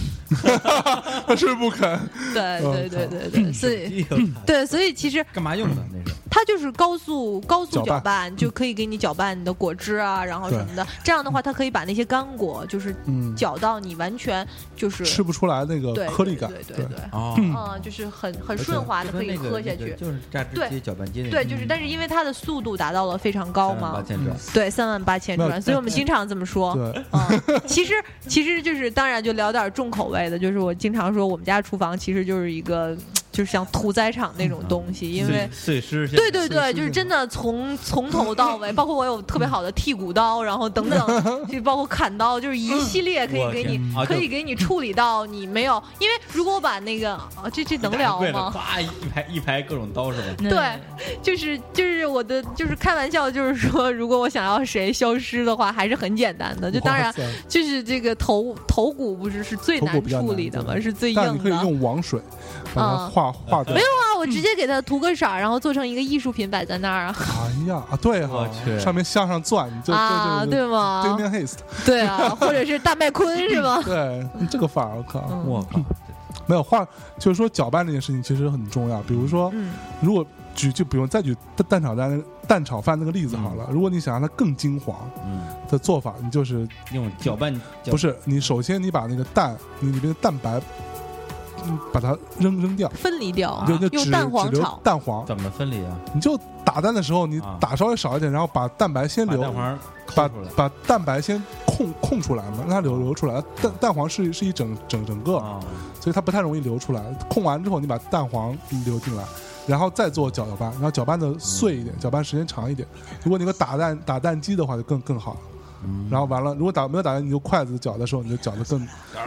[SPEAKER 1] 是不肯。
[SPEAKER 3] 对对对对对，所以。
[SPEAKER 2] 哎呦
[SPEAKER 1] 嗯
[SPEAKER 3] 对，所以其实
[SPEAKER 2] 干嘛用的那是？
[SPEAKER 3] 它就是高速高速
[SPEAKER 1] 搅拌嗯
[SPEAKER 3] 搅拌，就可以给你搅拌你的果汁啊，然后
[SPEAKER 1] 对
[SPEAKER 3] 什么的。这样的话，它可以把那些干果就是
[SPEAKER 1] 嗯，
[SPEAKER 3] 搅到你完全就是
[SPEAKER 1] 吃不出来那个
[SPEAKER 3] 对
[SPEAKER 1] 颗粒感
[SPEAKER 3] 对，对对对，
[SPEAKER 2] 哦，
[SPEAKER 3] 嗯，就是很很顺滑的可以喝下去。
[SPEAKER 6] 就是榨汁机、搅拌机那嗯
[SPEAKER 3] 对，
[SPEAKER 1] 嗯
[SPEAKER 3] 就是，但是因为它的速度达到了非常高
[SPEAKER 2] 八
[SPEAKER 3] 嘛，嗯
[SPEAKER 2] 千转，
[SPEAKER 3] 对，三万八千
[SPEAKER 1] 没有
[SPEAKER 3] 转，所以我们经常这么说。
[SPEAKER 1] 对，
[SPEAKER 3] 嗯，其实其实就是当然就聊点重口味的，就是我经常说我们家厨房其实就是一个就是像屠宰场那种东西，因为。
[SPEAKER 2] 碎碎尸现
[SPEAKER 3] 对对对，就是真的从从头到 尾，包括我有特别好的剔骨刀，然后等等，就包括砍刀，就是
[SPEAKER 1] 嗯
[SPEAKER 3] 一系列可以
[SPEAKER 2] 我
[SPEAKER 3] 给
[SPEAKER 2] 天
[SPEAKER 3] 你
[SPEAKER 2] 啊
[SPEAKER 3] 可
[SPEAKER 2] 就
[SPEAKER 3] 以给你处理到你没有，因为如果我把那个啊这这能聊
[SPEAKER 2] 跪了
[SPEAKER 3] 吗？嗯
[SPEAKER 2] 叭一排一排各种刀是吧？
[SPEAKER 5] 那
[SPEAKER 3] 对，就是就是我的就是开玩笑，就是说如果我想要谁消失的话，还是很简单的，就当然
[SPEAKER 1] 哇塞
[SPEAKER 3] 就是这个头头骨不是是最
[SPEAKER 1] 头骨
[SPEAKER 3] 难
[SPEAKER 1] 比较
[SPEAKER 3] 处
[SPEAKER 1] 难
[SPEAKER 3] 理的嘛，
[SPEAKER 1] 对
[SPEAKER 3] 是最硬
[SPEAKER 1] 但你可以
[SPEAKER 3] 的。
[SPEAKER 1] 用嗯王水把它
[SPEAKER 3] 嗯
[SPEAKER 1] 化化掉。
[SPEAKER 3] 啊，我直接给它涂个色儿，然后做成一个艺术品摆在那儿啊
[SPEAKER 1] 哎呀，啊对哈
[SPEAKER 2] 我，去
[SPEAKER 1] 上面镶上钻，你就
[SPEAKER 3] 啊，
[SPEAKER 1] 就就
[SPEAKER 3] 对吗？
[SPEAKER 1] Damien Haste，
[SPEAKER 3] 对啊，或者是大麦昆是吗？
[SPEAKER 1] 对你这个法儿，我靠，
[SPEAKER 3] 嗯
[SPEAKER 2] 我靠，
[SPEAKER 1] 没有化，就是说搅拌这件事情其实很重要。比如说，
[SPEAKER 3] 嗯
[SPEAKER 1] 如果举就比如再举蛋蛋炒蛋蛋炒饭那个例子好了，如果你想让它更金黄
[SPEAKER 2] 嗯，
[SPEAKER 1] 的做法，你就是
[SPEAKER 2] 用搅拌搅
[SPEAKER 1] 不是你首先你把那个蛋你里面的蛋白，嗯把它扔扔掉，
[SPEAKER 3] 分离掉，
[SPEAKER 1] 就就
[SPEAKER 3] 用
[SPEAKER 1] 只
[SPEAKER 3] 蛋黄
[SPEAKER 1] 只留
[SPEAKER 3] 炒
[SPEAKER 1] 蛋黄，
[SPEAKER 2] 啊怎么分离啊？
[SPEAKER 1] 你就打蛋的时候你
[SPEAKER 2] 啊
[SPEAKER 1] 打稍微少一点，然后把蛋白先
[SPEAKER 2] 把
[SPEAKER 1] 留
[SPEAKER 2] 蛋黄
[SPEAKER 1] 把
[SPEAKER 2] 抠出来
[SPEAKER 1] 把蛋白先空空出来嘛，让它流流出来。蛋蛋黄是是一整整整个，
[SPEAKER 2] 啊，
[SPEAKER 1] 所以它不太容易流出来。空完之后，你把蛋黄流进来，然后再做搅拌，然后搅拌
[SPEAKER 2] 嗯
[SPEAKER 1] 的碎一点，搅拌时间长一点。如果你有个打蛋打蛋机的话，就更更好。
[SPEAKER 2] 嗯
[SPEAKER 1] 然后完了，如果打没有打蛋，你就筷子搅的时候，你就搅得更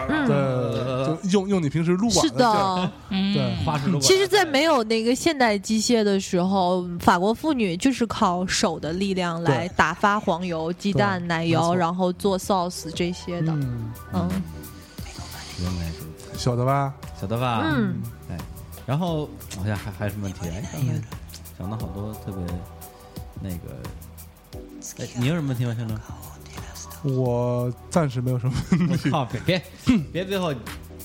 [SPEAKER 2] 嗯
[SPEAKER 1] 对，就用用你平时撸
[SPEAKER 3] 是
[SPEAKER 1] 碗的劲儿。
[SPEAKER 3] 的，
[SPEAKER 5] 嗯，
[SPEAKER 1] 对
[SPEAKER 2] 花式
[SPEAKER 3] 其实，在没有那个现代机械的时候，法国妇女就是靠手的力量来打发黄油、鸡蛋、奶
[SPEAKER 1] 没
[SPEAKER 3] 油，
[SPEAKER 1] 错
[SPEAKER 3] 然后做 sauce 这些的。
[SPEAKER 1] 嗯，
[SPEAKER 3] 嗯
[SPEAKER 2] 原来如此，
[SPEAKER 1] 晓得吧？
[SPEAKER 2] 小头发，
[SPEAKER 3] 嗯，
[SPEAKER 2] 哎，然后好像还还有什么问题？哎，刚才讲了好多特别那个，哎，你有什么问题吗，先 生？
[SPEAKER 1] 我暂时没有什么
[SPEAKER 2] 我靠，别别别，最后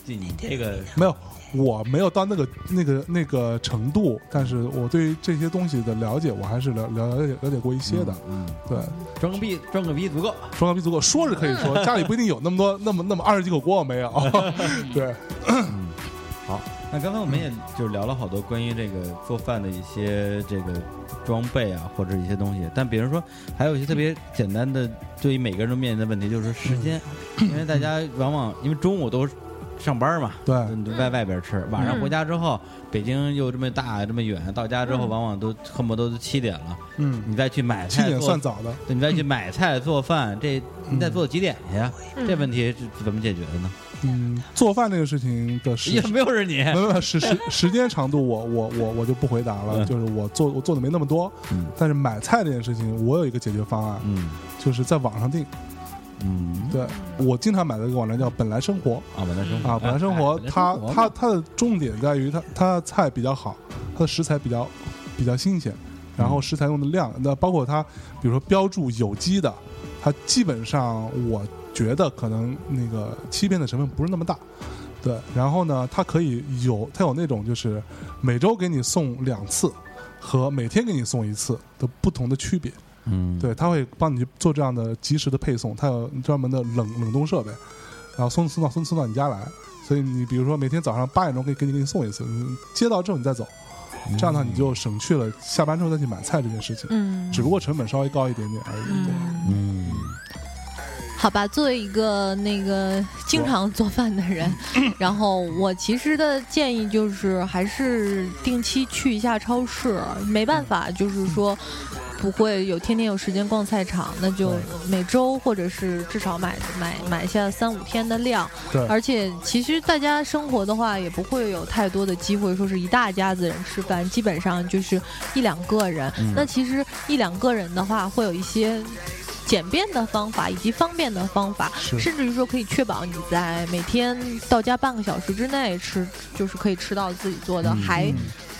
[SPEAKER 2] 你你这个
[SPEAKER 1] 没有，我没有到那个那个那个程度，但是我对于这些东西的了解，我还是了了了解了解过一些的。
[SPEAKER 2] 嗯，
[SPEAKER 1] 对，
[SPEAKER 2] 装个逼装个逼足够。
[SPEAKER 1] 中央民族锅说是可以说，家里不一定有那么多那么那么二十几口锅，没 有。对，
[SPEAKER 2] 好，那刚才我们也就是聊了好多关于这个做饭的一些这个装备啊，或者一些东西。但比如说，还有一些特别简单的，对于每个人都面临的问题就是时间，因为大家往往因为中午都上班嘛，
[SPEAKER 1] 对
[SPEAKER 2] 都都在外边吃，晚上回家之后，北京又这么大这么远，到家之后往往都恨不得都七点了，
[SPEAKER 1] 嗯，
[SPEAKER 2] 你再去买
[SPEAKER 1] 七
[SPEAKER 2] 菜
[SPEAKER 1] 点
[SPEAKER 2] 做
[SPEAKER 1] 算早的。
[SPEAKER 2] 对你再去买菜做饭，这你得做几点去呀？
[SPEAKER 3] 嗯
[SPEAKER 2] 这问题是怎么解决的呢？
[SPEAKER 1] 嗯，做饭这个事情的时
[SPEAKER 2] 也没有是你，
[SPEAKER 1] 没有没有时时时间长度我，我我我就不回答了。
[SPEAKER 2] 嗯
[SPEAKER 1] 就是我做我做的没那么多，
[SPEAKER 2] 嗯
[SPEAKER 1] 但是买菜这件事情，我有一个解决方案，
[SPEAKER 2] 嗯
[SPEAKER 1] 就是在网上订。
[SPEAKER 2] 嗯，
[SPEAKER 1] 对我经常买的一个网站叫本来生活，
[SPEAKER 2] 啊，本来生活哎
[SPEAKER 1] 啊，本来生活，它它它的重点在于它它的菜比较好，它的食材比较比较新鲜，然后食材用的量，那包括它，比如说标注有机的，它基本上我觉得可能那个欺骗的成分不是那么大。对，然后呢，它可以有，它有那种就是每周给你送两次和每天给你送一次的不同的区别。
[SPEAKER 2] 嗯，
[SPEAKER 1] 对，它会帮你去做这样的及时的配送，它有专门的冷冷冻设备，然后送送到送送到你家来。所以你比如说每天早上八点钟可以给你给你送一次，你接到之后你再走，这样的话你就省去了下班之后再去买菜这件事情，
[SPEAKER 3] 嗯，
[SPEAKER 1] 只不过成本稍微高一点点而已。对
[SPEAKER 2] 嗯，
[SPEAKER 3] 好吧，作为一个那个经常做饭的人，然后我其实的建议就是还是定期去一下超市，没办法，就是说不会有天天有时间逛菜场，那就每周或者是至少买买买下三五天的量。
[SPEAKER 1] 对
[SPEAKER 3] 而且其实大家生活的话，也不会有太多的机会说是一大家子人吃饭，基本上就是一两个人。
[SPEAKER 1] 嗯
[SPEAKER 3] 那其实一两个人的话，会有一些简便的方法以及方便的方法，
[SPEAKER 1] 是
[SPEAKER 3] 甚至于说可以确保你
[SPEAKER 1] 嗯
[SPEAKER 3] 在每天到家半个小时之内吃，就是可以吃到自己做的，还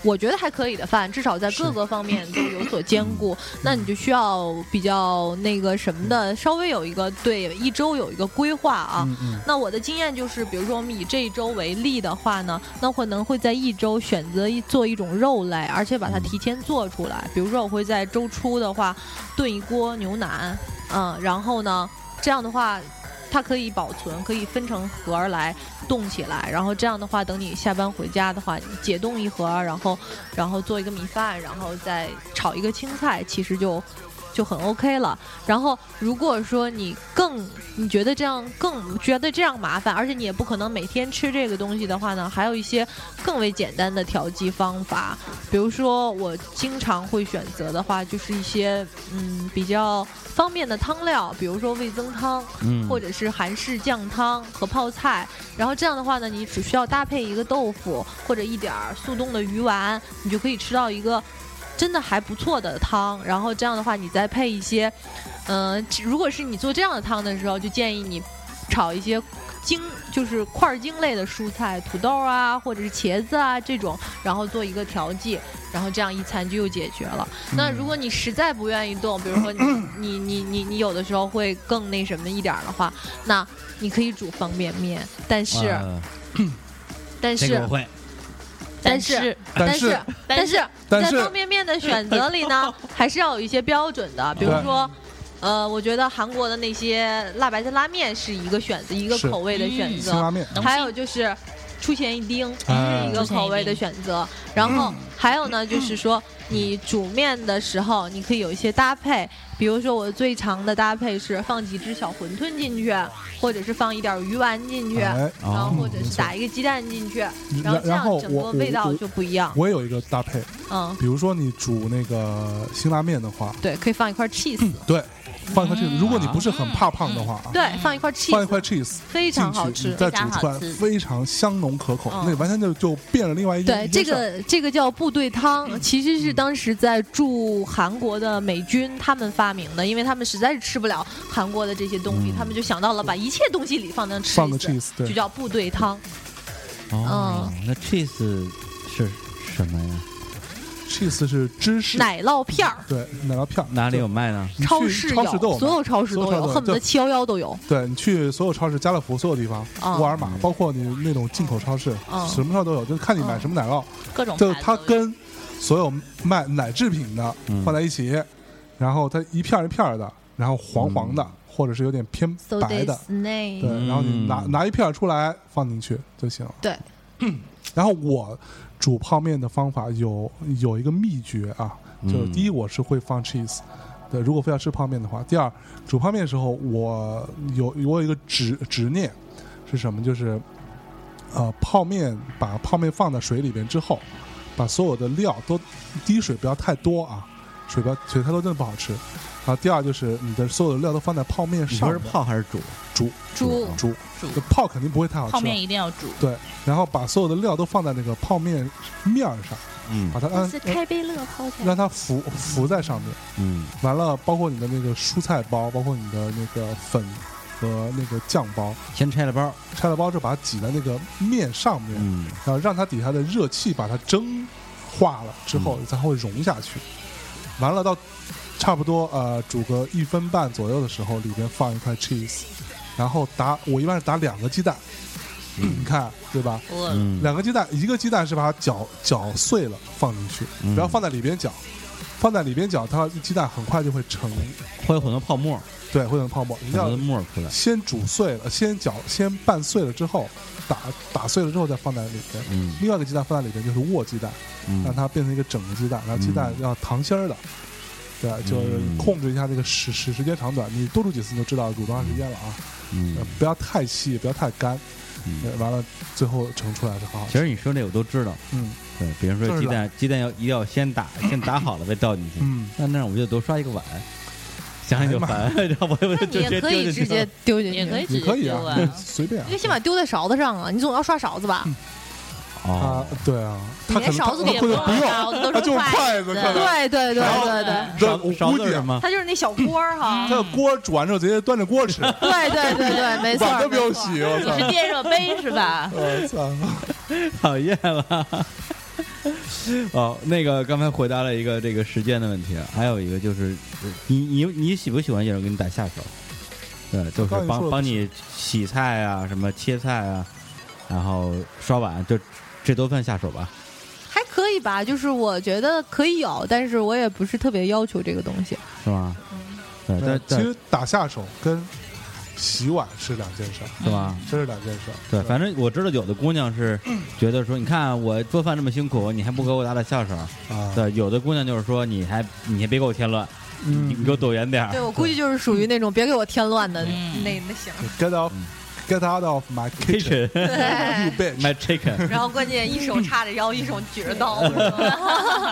[SPEAKER 3] 我觉得还可以的饭，至少在各个方面都有所兼顾。那你就需要比较那个什么的，稍微有一个对一周有一个规划啊。
[SPEAKER 8] 嗯嗯，
[SPEAKER 3] 那我的经验就是，比如说我们以这一周为例的话呢，那可能会在一周选择一做一种肉类，而且把它提前做出来。比如说我会在周初的话炖一锅牛腩，嗯，然后呢，这样的话。它可以保存，可以分成盒儿来冻起来，然后这样的话，等你下班回家的话，你解冻一盒儿，然后，然后做一个米饭，然后再炒一个青菜，其实就就很 OK 了。然后，如果说你更你觉得这样更觉得这样麻烦，而且你也不可能每天吃这个东西的话呢，还有一些更为简单的调剂方法，比如说我经常会选择的话，就是一些嗯比较方便的汤料，比如说味增汤，
[SPEAKER 2] 嗯，
[SPEAKER 3] 或者是韩式酱汤和泡菜。然后这样的话呢，你只需要搭配一个豆腐或者一点儿速冻的鱼丸，你就可以吃到一个真的还不错的汤。然后这样的话，你再配一些，嗯、只如果是你做这样的汤的时候，就建议你炒一些。茎就是块儿茎类的蔬菜，土豆啊，或者是茄子啊这种，然后做一个调剂，然后这样一餐就又解决了。那如果你实在不愿意动，比如说你你你你你有的时候会更那什么一点儿的话，那你可以煮方便面，但是
[SPEAKER 2] 哇
[SPEAKER 3] 但
[SPEAKER 2] 啊这个
[SPEAKER 3] 是
[SPEAKER 2] 我会，啊
[SPEAKER 3] 但是
[SPEAKER 1] 但
[SPEAKER 3] 但是但是
[SPEAKER 1] 但
[SPEAKER 3] 在
[SPEAKER 1] 是
[SPEAKER 3] 方便面的选择里呢，还是要有一些标准的，比如
[SPEAKER 1] 对
[SPEAKER 3] 说。呃，我觉得韩国的那些辣白菜拉面是一个选择，一个
[SPEAKER 1] 是
[SPEAKER 3] 口味的选择。
[SPEAKER 1] 辛拉面，
[SPEAKER 5] 能
[SPEAKER 3] 还有就是出钱一丁
[SPEAKER 1] 哎
[SPEAKER 3] 是一个口味的选择。然后
[SPEAKER 1] 嗯
[SPEAKER 3] 还有呢，就是说你煮面的时候，你可以有一些搭配，比如说我最常的搭配是放几只小馄饨进去，或者是放一点鱼丸进去，
[SPEAKER 1] 哎，
[SPEAKER 3] 然后或者
[SPEAKER 1] 没
[SPEAKER 3] 是
[SPEAKER 1] 错嗯
[SPEAKER 3] 打一个鸡蛋进去，然后
[SPEAKER 1] 然
[SPEAKER 3] 这样
[SPEAKER 1] 后
[SPEAKER 3] 整
[SPEAKER 1] 我
[SPEAKER 3] 个
[SPEAKER 1] 我
[SPEAKER 3] 味道
[SPEAKER 1] 我
[SPEAKER 3] 就不一样。
[SPEAKER 1] 我有一个搭配，
[SPEAKER 3] 嗯，
[SPEAKER 1] 比如说你煮那个辛拉面的话，
[SPEAKER 3] 对，可以放一
[SPEAKER 1] 嗯
[SPEAKER 3] 块 cheese，
[SPEAKER 1] 对，放一块 cheese，如果你不是很怕胖的话啊，
[SPEAKER 3] 嗯对，放一块
[SPEAKER 1] 放一
[SPEAKER 3] cheese，
[SPEAKER 1] 块 cheese
[SPEAKER 3] 非
[SPEAKER 1] 进
[SPEAKER 3] 常好
[SPEAKER 1] 去，你嗯
[SPEAKER 3] 吃。
[SPEAKER 1] 再
[SPEAKER 5] 非常
[SPEAKER 1] 煮
[SPEAKER 5] 好
[SPEAKER 1] 出来
[SPEAKER 5] 吃
[SPEAKER 1] 非常香浓可口，
[SPEAKER 3] 嗯
[SPEAKER 1] 那完全就就变了另外一
[SPEAKER 3] 对，
[SPEAKER 1] 一件
[SPEAKER 3] 这
[SPEAKER 1] 事儿
[SPEAKER 3] 个这个叫部队汤，其实
[SPEAKER 1] 嗯
[SPEAKER 3] 是当时在驻韩国的美军他们发明的，因为他们实在是吃不了韩国的这些东西，他们就想到了把一切东西里放上吃
[SPEAKER 1] 嗯放
[SPEAKER 3] 一
[SPEAKER 1] 个
[SPEAKER 3] 次，
[SPEAKER 1] cheese，
[SPEAKER 3] 就
[SPEAKER 1] 对，
[SPEAKER 3] 叫部队汤。
[SPEAKER 2] 哦，
[SPEAKER 3] 嗯
[SPEAKER 2] 那 cheese 是什么呀？
[SPEAKER 1] cheese 是芝士，
[SPEAKER 3] 奶酪片儿，
[SPEAKER 1] 对，奶酪片儿
[SPEAKER 2] 哪里？有
[SPEAKER 1] 就
[SPEAKER 2] 卖呢？
[SPEAKER 1] 你去
[SPEAKER 3] 超市
[SPEAKER 1] 超市都有
[SPEAKER 3] 所
[SPEAKER 1] 卖，
[SPEAKER 3] 有超市
[SPEAKER 1] 所有超
[SPEAKER 3] 都
[SPEAKER 1] 市都
[SPEAKER 3] 有，
[SPEAKER 1] 有
[SPEAKER 3] 恨不得
[SPEAKER 1] 就
[SPEAKER 3] 七幺幺都有。
[SPEAKER 1] 对你去所有超市，家乐福所有地方，
[SPEAKER 3] 嗯
[SPEAKER 1] 沃尔玛，包括你那种进口超市，
[SPEAKER 3] 嗯
[SPEAKER 1] 什么超都有，就看你买
[SPEAKER 3] 嗯
[SPEAKER 1] 什么奶酪，
[SPEAKER 5] 各种
[SPEAKER 1] 就
[SPEAKER 5] 牌
[SPEAKER 1] 它
[SPEAKER 5] 子都有
[SPEAKER 1] 跟所有卖奶制品的
[SPEAKER 2] 嗯
[SPEAKER 1] 放在一起，然后它一片儿一片儿的，然后黄黄
[SPEAKER 2] 嗯
[SPEAKER 1] 的，或者是有点偏
[SPEAKER 3] So
[SPEAKER 1] 白的，
[SPEAKER 3] name，
[SPEAKER 1] 对，然后你拿
[SPEAKER 2] 嗯
[SPEAKER 1] 拿一片儿出来放进去就行了。
[SPEAKER 3] 对，
[SPEAKER 1] 然后我煮泡面的方法有有一个秘诀啊，就是
[SPEAKER 2] 嗯
[SPEAKER 1] 第一我是会放 cheese。对，如果非要吃泡面的话，第二煮泡面的时候，我有我有一个执执念是什么？就是呃，泡面把泡面放在水里边之后，把所有的料都滴水不要太多啊，水不要水太多真的不好吃。然后第二就是你的所有的料都放在泡面
[SPEAKER 2] 你
[SPEAKER 1] 上
[SPEAKER 2] 说
[SPEAKER 1] 面，
[SPEAKER 2] 是泡还是煮？
[SPEAKER 3] 猪
[SPEAKER 1] 煮
[SPEAKER 5] 煮
[SPEAKER 1] 就泡肯定不会太好吃了，
[SPEAKER 5] 泡面一定要煮，
[SPEAKER 1] 然后把所有的料都放在那个泡面面儿上，
[SPEAKER 2] 嗯
[SPEAKER 1] 把它按
[SPEAKER 4] 是开杯乐抛起来。
[SPEAKER 1] 让它浮浮在上面。
[SPEAKER 2] 嗯，
[SPEAKER 1] 完了，包括你的那个蔬菜包，包括你的那个粉和那个酱包，
[SPEAKER 2] 先拆了包，
[SPEAKER 1] 拆了包之后把它挤在那个面上面，
[SPEAKER 2] 嗯，
[SPEAKER 1] 然后让它底下的热气把它蒸化了之后，才会融下去。完了到差不多呃煮个一分半左右的时候，里边放一块 cheese，然后打我一般是打两个鸡蛋，你看对吧？
[SPEAKER 5] 我饿了
[SPEAKER 2] 嗯
[SPEAKER 1] 两个鸡蛋，一个鸡蛋是把它搅搅碎了放进去，
[SPEAKER 2] 嗯
[SPEAKER 1] 不要放在里边搅，放在里边搅，它鸡蛋很快就会成，
[SPEAKER 2] 会有很多泡沫，
[SPEAKER 1] 对，会成泡沫。一
[SPEAKER 2] 很
[SPEAKER 1] 定
[SPEAKER 2] 多
[SPEAKER 1] 要
[SPEAKER 2] 沫出来。
[SPEAKER 1] 先煮碎了，先搅，先拌碎了之后，打打碎了之后再放在里边。
[SPEAKER 2] 嗯
[SPEAKER 1] 另外一个鸡蛋放在里边就是卧鸡蛋，让
[SPEAKER 2] 嗯，
[SPEAKER 1] 它变成一个整个鸡蛋，然后鸡蛋要糖心儿的。对，就是
[SPEAKER 2] 嗯
[SPEAKER 1] 控制一下这个时时时间长短，你多煮几次你就知道煮多长时间了啊！
[SPEAKER 2] 嗯
[SPEAKER 1] 呃不要太细，不要太干。
[SPEAKER 2] 嗯
[SPEAKER 1] 呃完了，最后盛出来是很好
[SPEAKER 2] 其
[SPEAKER 1] 吃。
[SPEAKER 2] 实你说这我都知道，
[SPEAKER 1] 嗯
[SPEAKER 2] 对，比如
[SPEAKER 1] 就
[SPEAKER 2] 说
[SPEAKER 1] 是
[SPEAKER 2] 鸡蛋，鸡蛋要一定要 先打，先打好了再倒进去。
[SPEAKER 1] 嗯，哎
[SPEAKER 2] 那那样我就多刷一个碗，想想就烦， 然后我就
[SPEAKER 3] 那
[SPEAKER 2] 就
[SPEAKER 3] 你
[SPEAKER 2] 直接
[SPEAKER 3] 也可
[SPEAKER 2] 丢
[SPEAKER 3] 以
[SPEAKER 2] 进去
[SPEAKER 3] 直
[SPEAKER 2] 了
[SPEAKER 3] 接丢进去，
[SPEAKER 5] 也可以直
[SPEAKER 1] 也
[SPEAKER 5] 接
[SPEAKER 1] 可以
[SPEAKER 5] 丢
[SPEAKER 1] 啊
[SPEAKER 5] 啊，，
[SPEAKER 1] 随便啊。
[SPEAKER 3] 因为先把它丢在勺子上啊，你总要刷勺子吧？
[SPEAKER 1] 啊
[SPEAKER 2] 哦，，
[SPEAKER 1] 对啊，嗯他
[SPEAKER 3] 你
[SPEAKER 1] 可
[SPEAKER 3] 连
[SPEAKER 1] 能
[SPEAKER 3] 勺子都
[SPEAKER 1] 他
[SPEAKER 3] 啊
[SPEAKER 1] 或
[SPEAKER 5] 也
[SPEAKER 1] 者
[SPEAKER 5] 不用
[SPEAKER 1] 不用，
[SPEAKER 5] 勺子，都
[SPEAKER 1] 他
[SPEAKER 5] 是
[SPEAKER 1] 就用
[SPEAKER 5] 筷
[SPEAKER 1] 筷子可能。
[SPEAKER 3] 对对对对对，
[SPEAKER 1] 对
[SPEAKER 2] 勺
[SPEAKER 1] 我
[SPEAKER 2] 勺
[SPEAKER 1] 估计
[SPEAKER 2] 子嗯是什 么？
[SPEAKER 3] 它就是那小锅儿哈
[SPEAKER 1] 他。的锅煮完之后直接端着锅吃，
[SPEAKER 3] 对对对对，没 错
[SPEAKER 1] 碗都
[SPEAKER 3] 儿
[SPEAKER 1] 不
[SPEAKER 3] 没
[SPEAKER 1] 用
[SPEAKER 3] 错
[SPEAKER 1] 洗，我
[SPEAKER 5] 你是
[SPEAKER 1] 操！ ？
[SPEAKER 2] 啊
[SPEAKER 5] 电热杯是吧
[SPEAKER 1] 我操！
[SPEAKER 2] 讨厌了。哦，那个刚才回答了一个这个时间的问题，啊还有一个就是你你你喜不喜欢有人给你打下手？对，就是
[SPEAKER 1] 刚才说
[SPEAKER 2] 帮
[SPEAKER 1] 了
[SPEAKER 2] 帮你洗菜啊，什么切菜啊，然后刷碗，就这都算下手吧？
[SPEAKER 3] 还可以吧，就是我觉得可以有，但是我也不是特别要求这个东西。
[SPEAKER 2] 是吗？对，
[SPEAKER 1] 对
[SPEAKER 2] 但
[SPEAKER 1] 其
[SPEAKER 2] 但
[SPEAKER 1] 实打下手跟洗碗是两件事儿，
[SPEAKER 2] 是吧？
[SPEAKER 1] 这是两件事儿。
[SPEAKER 2] 对，
[SPEAKER 1] 吧
[SPEAKER 2] 反正我知道有的姑娘 是觉得说，你看我做饭这么辛苦，你还不给我打打下手？
[SPEAKER 1] 啊，
[SPEAKER 2] 对，有的姑娘就是说，你还你还别给我添乱，
[SPEAKER 1] 嗯
[SPEAKER 2] 你你给我躲远点
[SPEAKER 3] 对
[SPEAKER 2] 儿。
[SPEAKER 3] 我估计就是属于那种别给我添乱的
[SPEAKER 1] 嗯
[SPEAKER 5] 嗯
[SPEAKER 3] 那那型。
[SPEAKER 1] ，get off。Get out of my kitchen,
[SPEAKER 2] 嗯 Kitchen,
[SPEAKER 1] 你 bitch!
[SPEAKER 2] my chicken。
[SPEAKER 3] 然后关键一手叉着腰，一手举着刀，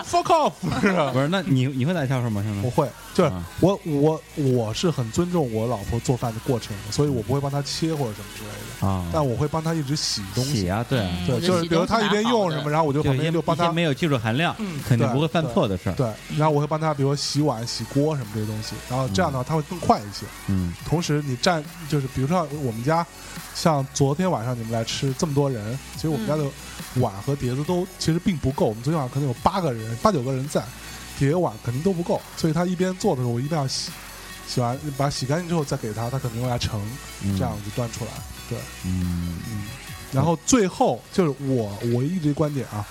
[SPEAKER 1] Fuck off！是吧
[SPEAKER 2] 不是，那你你会打下手吗，兄
[SPEAKER 1] 我
[SPEAKER 2] 弟？
[SPEAKER 1] 会，就是
[SPEAKER 2] 啊
[SPEAKER 1] 我我我是很尊重我老婆做饭的过程的，所以我不会帮她切或者什么之类的，
[SPEAKER 2] 啊，
[SPEAKER 1] 哦但我会帮她一直洗东
[SPEAKER 2] 洗
[SPEAKER 1] 西。
[SPEAKER 2] 啊，对啊，
[SPEAKER 5] 嗯
[SPEAKER 1] 对，
[SPEAKER 5] 我觉
[SPEAKER 1] 就
[SPEAKER 5] 得
[SPEAKER 1] 是
[SPEAKER 5] 洗
[SPEAKER 1] 比如
[SPEAKER 5] 东西
[SPEAKER 1] 她一
[SPEAKER 5] 蛮
[SPEAKER 1] 边
[SPEAKER 5] 好
[SPEAKER 1] 用
[SPEAKER 5] 的
[SPEAKER 1] 什么，然后我就
[SPEAKER 2] 就
[SPEAKER 1] 旁
[SPEAKER 2] 一些
[SPEAKER 1] 边就帮
[SPEAKER 2] 一些
[SPEAKER 1] 她
[SPEAKER 2] 没有技术含量，肯定
[SPEAKER 1] 嗯对
[SPEAKER 2] 不会犯
[SPEAKER 1] 对
[SPEAKER 2] 错的事儿。
[SPEAKER 1] 对，然后我会帮她，比如洗碗、洗锅什么这些东西，然后这样的话她会更快一些。
[SPEAKER 2] 嗯
[SPEAKER 1] 同时，你站就是比如说我们家，像昨天晚上你们来吃这么多人，其实我们家
[SPEAKER 5] 嗯
[SPEAKER 1] 的碗和碟子都其实并不够。我们昨天晚上可能有八个人、八九个人在，碟碗肯定都不够。所以他一边做的时候，我一边要洗，洗完把它洗干净之后再给他，他肯定用来盛，
[SPEAKER 2] 嗯
[SPEAKER 1] 这样子端出来。对，
[SPEAKER 2] 嗯
[SPEAKER 1] 嗯。然后最后就是我我一直观点啊，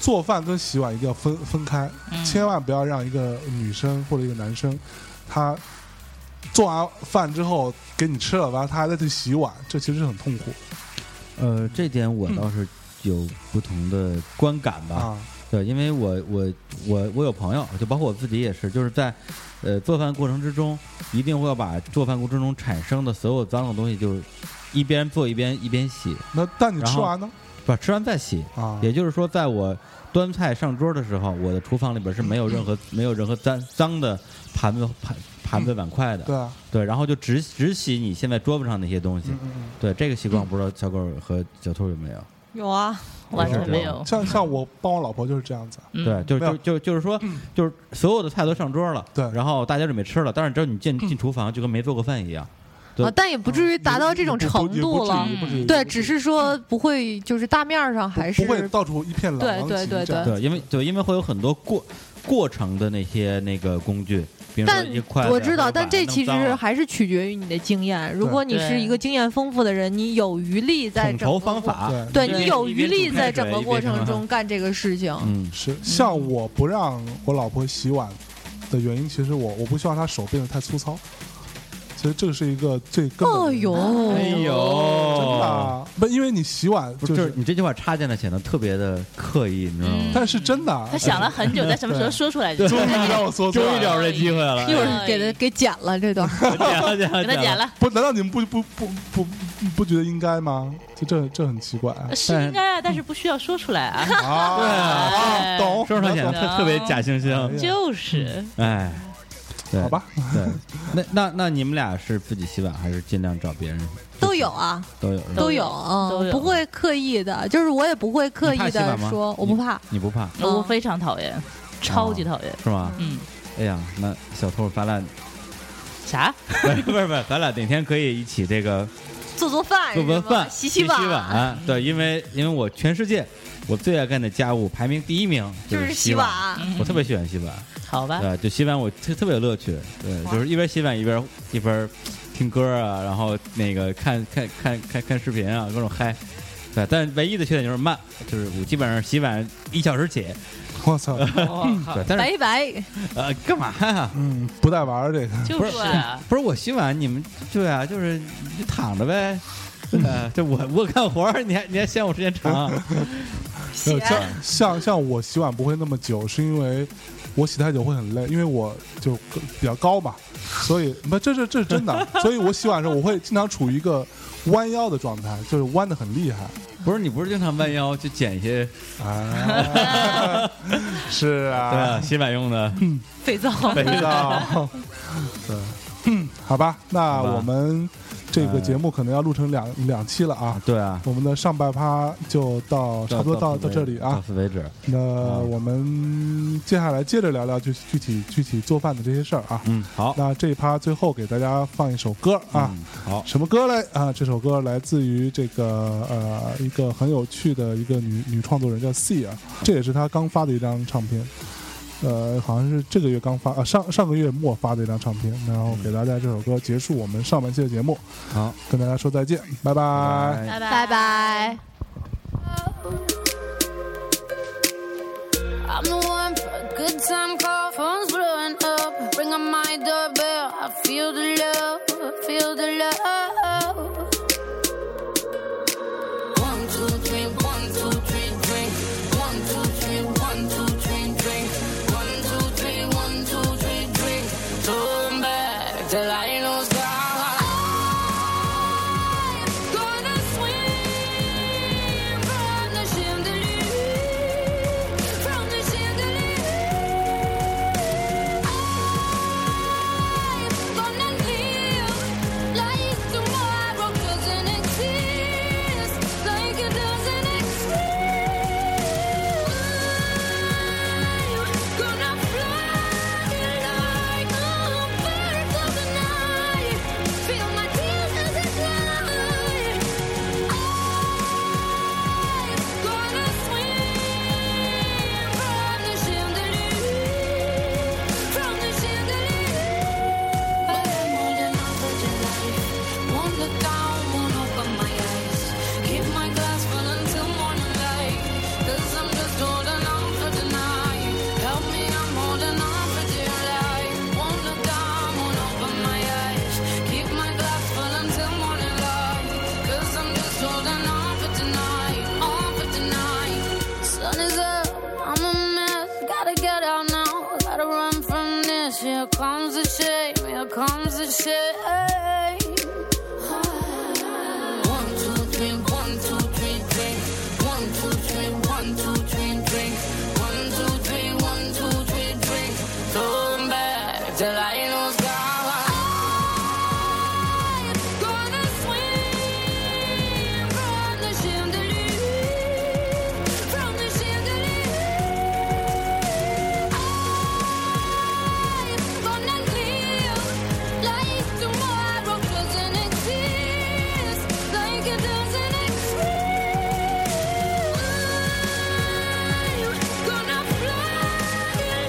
[SPEAKER 1] 做饭跟洗碗一定要分分开，
[SPEAKER 5] 嗯
[SPEAKER 1] 千万不要让一个女生或者一个男生，他做完饭之后给你吃了，完了他还在去洗碗，这其实是很痛苦
[SPEAKER 2] 呃，这点我倒是有不同的观感吧。
[SPEAKER 1] 嗯啊。
[SPEAKER 2] 对，因为我我我我有朋友，就包括我自己也是，就是在呃做饭过程之中，一定会要把做饭过程中产生的所有脏的东西，就是一边做一边一边洗，
[SPEAKER 1] 那但你
[SPEAKER 2] 然
[SPEAKER 1] 吃
[SPEAKER 2] 后
[SPEAKER 1] 完呢
[SPEAKER 2] 不吃完再洗。
[SPEAKER 1] 啊？
[SPEAKER 2] 也就是说，在我端菜上桌的时候，我的厨房里边是没有任何没有任何脏脏的盘子盘盘子碗筷的，
[SPEAKER 1] 对啊，
[SPEAKER 2] 对，然后就只只洗你现在桌子上那些东西
[SPEAKER 1] 嗯。嗯
[SPEAKER 2] 对这个习惯，不知道小狗和小兔有没有？
[SPEAKER 3] 有啊，
[SPEAKER 5] 完全没
[SPEAKER 1] 嗯，
[SPEAKER 5] 有。
[SPEAKER 1] 像像我帮我老婆就是这样子，啊
[SPEAKER 5] 嗯
[SPEAKER 2] 对，，就
[SPEAKER 1] 没有嗯
[SPEAKER 2] 就就就是说，就是所有的菜都上桌了，
[SPEAKER 1] 对嗯
[SPEAKER 2] 然后大家准备吃了，但是只要你进进厨房，就跟没做过饭一样。对
[SPEAKER 3] 啊，但也不至于达到这种程度了。
[SPEAKER 1] 也不至于也不至于
[SPEAKER 3] 对，只是说不会，就是大面儿上还
[SPEAKER 1] 不
[SPEAKER 3] 是
[SPEAKER 1] 会到处一片狼
[SPEAKER 3] 对
[SPEAKER 1] 狼
[SPEAKER 3] 对
[SPEAKER 1] 藉
[SPEAKER 3] 对
[SPEAKER 1] 这样
[SPEAKER 2] 对，因为对，因为会有很多过过程的那些那个工具，比如说
[SPEAKER 3] 但
[SPEAKER 2] 一筷子
[SPEAKER 3] 我知
[SPEAKER 2] 或
[SPEAKER 3] 道，
[SPEAKER 2] 者
[SPEAKER 3] 但
[SPEAKER 2] 碗
[SPEAKER 3] 这
[SPEAKER 2] 弄
[SPEAKER 3] 其
[SPEAKER 2] 脏
[SPEAKER 3] 实
[SPEAKER 2] 了
[SPEAKER 3] 还是取决于你的经验。如果你
[SPEAKER 5] 对
[SPEAKER 3] 是一个经验丰富的人，你有余力在
[SPEAKER 2] 统
[SPEAKER 3] 整个
[SPEAKER 2] 筹方
[SPEAKER 3] 过，
[SPEAKER 2] 法，
[SPEAKER 1] 对
[SPEAKER 3] 对
[SPEAKER 2] 一边
[SPEAKER 3] 你有
[SPEAKER 2] 一
[SPEAKER 3] 余
[SPEAKER 2] 边
[SPEAKER 3] 力
[SPEAKER 2] 煮开水
[SPEAKER 3] 在整
[SPEAKER 2] 一
[SPEAKER 3] 个过
[SPEAKER 2] 边
[SPEAKER 3] 程
[SPEAKER 2] 弄
[SPEAKER 3] 中干这个事
[SPEAKER 1] 啊
[SPEAKER 3] 情。
[SPEAKER 2] 嗯，
[SPEAKER 1] 是像我不让我老婆洗碗的原因，其实我我不希望她手变得太粗糙。其实这个是一个最根本的
[SPEAKER 3] 哦
[SPEAKER 1] 原因。真
[SPEAKER 2] 哎
[SPEAKER 3] 呦，
[SPEAKER 1] 的
[SPEAKER 2] 呦，
[SPEAKER 1] 啊，不，因为你洗碗
[SPEAKER 2] 不
[SPEAKER 1] 就是是，
[SPEAKER 2] 你这句话插进来显得特别的刻意，你知道
[SPEAKER 3] 嗯
[SPEAKER 2] 吗？
[SPEAKER 1] 但是真的啊，
[SPEAKER 5] 他想 了很久，在什么时候说出来就
[SPEAKER 1] 终于
[SPEAKER 5] 哎
[SPEAKER 1] 让我说出
[SPEAKER 2] 终
[SPEAKER 1] 来
[SPEAKER 2] 于
[SPEAKER 1] 了
[SPEAKER 2] 找着这机会了，
[SPEAKER 3] 一会儿给他给剪了这段。
[SPEAKER 2] 剪 了剪 了
[SPEAKER 5] 给他剪。了，
[SPEAKER 1] 不，难道你们不不不不不觉得应该吗？就这这很奇怪啊
[SPEAKER 5] 是应该啊，但是不需要说出来啊。
[SPEAKER 1] 啊！
[SPEAKER 5] 哎
[SPEAKER 1] 懂，
[SPEAKER 2] 说上显得
[SPEAKER 1] 懂
[SPEAKER 3] 嗯
[SPEAKER 2] 特特别假惺
[SPEAKER 1] 哎
[SPEAKER 2] 惺，
[SPEAKER 5] 就是
[SPEAKER 2] 哎，对
[SPEAKER 1] 好吧，
[SPEAKER 2] 对，那那那你们俩是自己洗碗，还是尽量找别人？
[SPEAKER 3] 都有啊，
[SPEAKER 2] 都有是吧
[SPEAKER 3] 都有，
[SPEAKER 5] 都
[SPEAKER 3] 嗯，
[SPEAKER 5] 有
[SPEAKER 3] 不会刻意的，就是我也不会刻
[SPEAKER 2] 你怕
[SPEAKER 3] 意
[SPEAKER 2] 洗碗
[SPEAKER 3] 的
[SPEAKER 2] 吗
[SPEAKER 3] 说我不怕，
[SPEAKER 2] 你不怕
[SPEAKER 3] 嗯
[SPEAKER 5] 我非常讨厌，超级讨厌。
[SPEAKER 2] 是吗？
[SPEAKER 5] 嗯，
[SPEAKER 2] 哎呀，那小偷，咱俩
[SPEAKER 5] 啥？
[SPEAKER 2] 不是不是不是，咱俩哪天可以一起这个
[SPEAKER 3] 做做饭，
[SPEAKER 2] 做做饭、
[SPEAKER 3] 洗
[SPEAKER 2] 洗
[SPEAKER 3] 碗，
[SPEAKER 2] 碗。对，因为因为我全世界我最爱干的家务排名第一名
[SPEAKER 3] 就是
[SPEAKER 2] 是
[SPEAKER 3] 洗
[SPEAKER 2] 碗，
[SPEAKER 3] 碗。
[SPEAKER 2] 我特别喜欢洗碗。
[SPEAKER 5] 好吧，
[SPEAKER 2] 对，就洗碗我特特别有乐趣，对，就是一边洗碗一边一边听歌啊，然后那个看看看看看视频啊，各种嗨。对，但唯一的缺点就是慢，就是我基本上洗碗一小时起。
[SPEAKER 1] 我操，
[SPEAKER 5] 啊
[SPEAKER 2] 对，嗯但是
[SPEAKER 3] 拜拜，
[SPEAKER 2] 呃，干嘛呀？
[SPEAKER 1] 嗯，不带玩儿这个，
[SPEAKER 5] 就
[SPEAKER 2] 不是
[SPEAKER 5] 是啊，
[SPEAKER 2] 不是我洗碗，你们对啊，就是你躺着呗。呃，这我我干活儿，你还你还嫌我时间长？
[SPEAKER 1] 没有像像像我洗碗不会那么久，是因为我洗太久会很累，因为我就比较高嘛，所以不，这是这是真的，所以我洗碗的时候我会经常处于一个弯腰的状态，就是弯的很厉害。
[SPEAKER 2] 不是你不是经常弯腰去捡一些
[SPEAKER 1] 啊，是
[SPEAKER 2] 对啊
[SPEAKER 1] 啊，
[SPEAKER 2] 洗碗 用的？
[SPEAKER 3] 肥皂。
[SPEAKER 1] 肥皂。对，嗯，好吧，那
[SPEAKER 2] 好吧
[SPEAKER 1] 我们这个节目可能要录成两两期了啊。
[SPEAKER 2] 对啊，
[SPEAKER 1] 我们的上半趴就到差不多到到
[SPEAKER 2] 到
[SPEAKER 1] 这里
[SPEAKER 2] 到
[SPEAKER 1] 啊。
[SPEAKER 2] 此为止。
[SPEAKER 1] 那
[SPEAKER 2] 嗯
[SPEAKER 1] 我们接下来接着聊聊就具体具体做饭的这些事儿啊。
[SPEAKER 2] 嗯，好，
[SPEAKER 1] 那这一趴最后给大家放一首歌啊。
[SPEAKER 2] 嗯，好，
[SPEAKER 1] 什么歌嘞？啊，这首歌来自于这个呃一个很有趣的一个女女创作人叫 C 啊，这也是她刚发的一张唱片，呃，好像是这个月刚发啊，上上个月末发的一张唱片，然后给大家这首歌结束我们上半期的节目，
[SPEAKER 2] 好，
[SPEAKER 1] 跟大家说再见，拜拜
[SPEAKER 2] 拜
[SPEAKER 4] 拜拜。
[SPEAKER 8] I'm the one for a good time call. Phone's blowing up. Ring on my doorbell. I feel the love. Feel the love. One, two, three, one, two, three, drink. One, two, three, one, two, three, drink. One, two, three, one, two, three, drink. Turn back till I know sky. Gonna swim from the chandelier, from the chandelier. I'm gonna live like tomorrow doesn't exist, like it doesn't exist. Gonna fly like a bird of the night, feel my tears as I fly. I'm gonna swim from the chandelier, from the chandelier. But I'm holding on for dear life. Won't look down, won't open my eyes. Keep my glass full until morning light. 'Cause I'm just holding on for tonight. Help me, I'm holding on for dear life. Won't look down, won't open my eyes. Keep my glass full until morning light. 'Cause I'm just holding on for tonight, on for tonight. Sun is up, I'm a mess. Gotta get out now, gotta run from this. Here comes the shame, here comes the shame. One, two, three, one, two, three, drink. One, two, three, one, two, three, drink. One, two, three, one, two, three, drink. Turn back till I know sky. Gonna swim from the chandelier, from the chandelier. Gonna live like tomorrow doesn't exist, like it doesn't exist. Gonna fly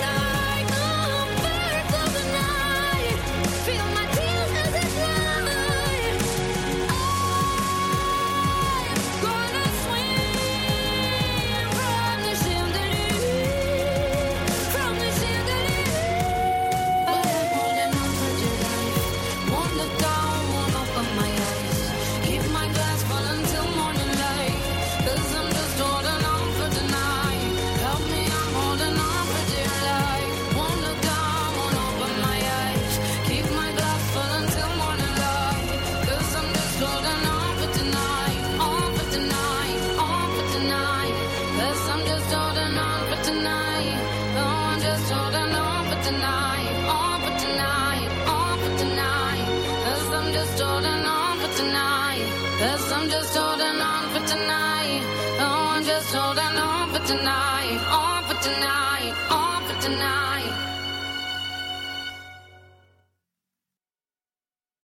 [SPEAKER 8] like a bird of the night, feel my tears as I fly. I'm gonna swim from the chandelier, from the chandelier. But I'm holding on for dear life. Won't look down, won't open my eyes. Keep my glass full until morning light. 'Cause I'm just holding on for tonight. Help me, I'm holding on for dear life. Won't look down, won't open my eyes. Keep my glass full until morning light. 'Cause I'm just holding on for tonight, on for tonight, on for tonight. 'Cause I'm just holding on for tonight. No, I'm just holding on for tonight, on for tonight, on for tonight. 'Cause I'm just holding on for tonight. 'Cause I'm just holding on for tonight. No, I'm just holding on for tonight, on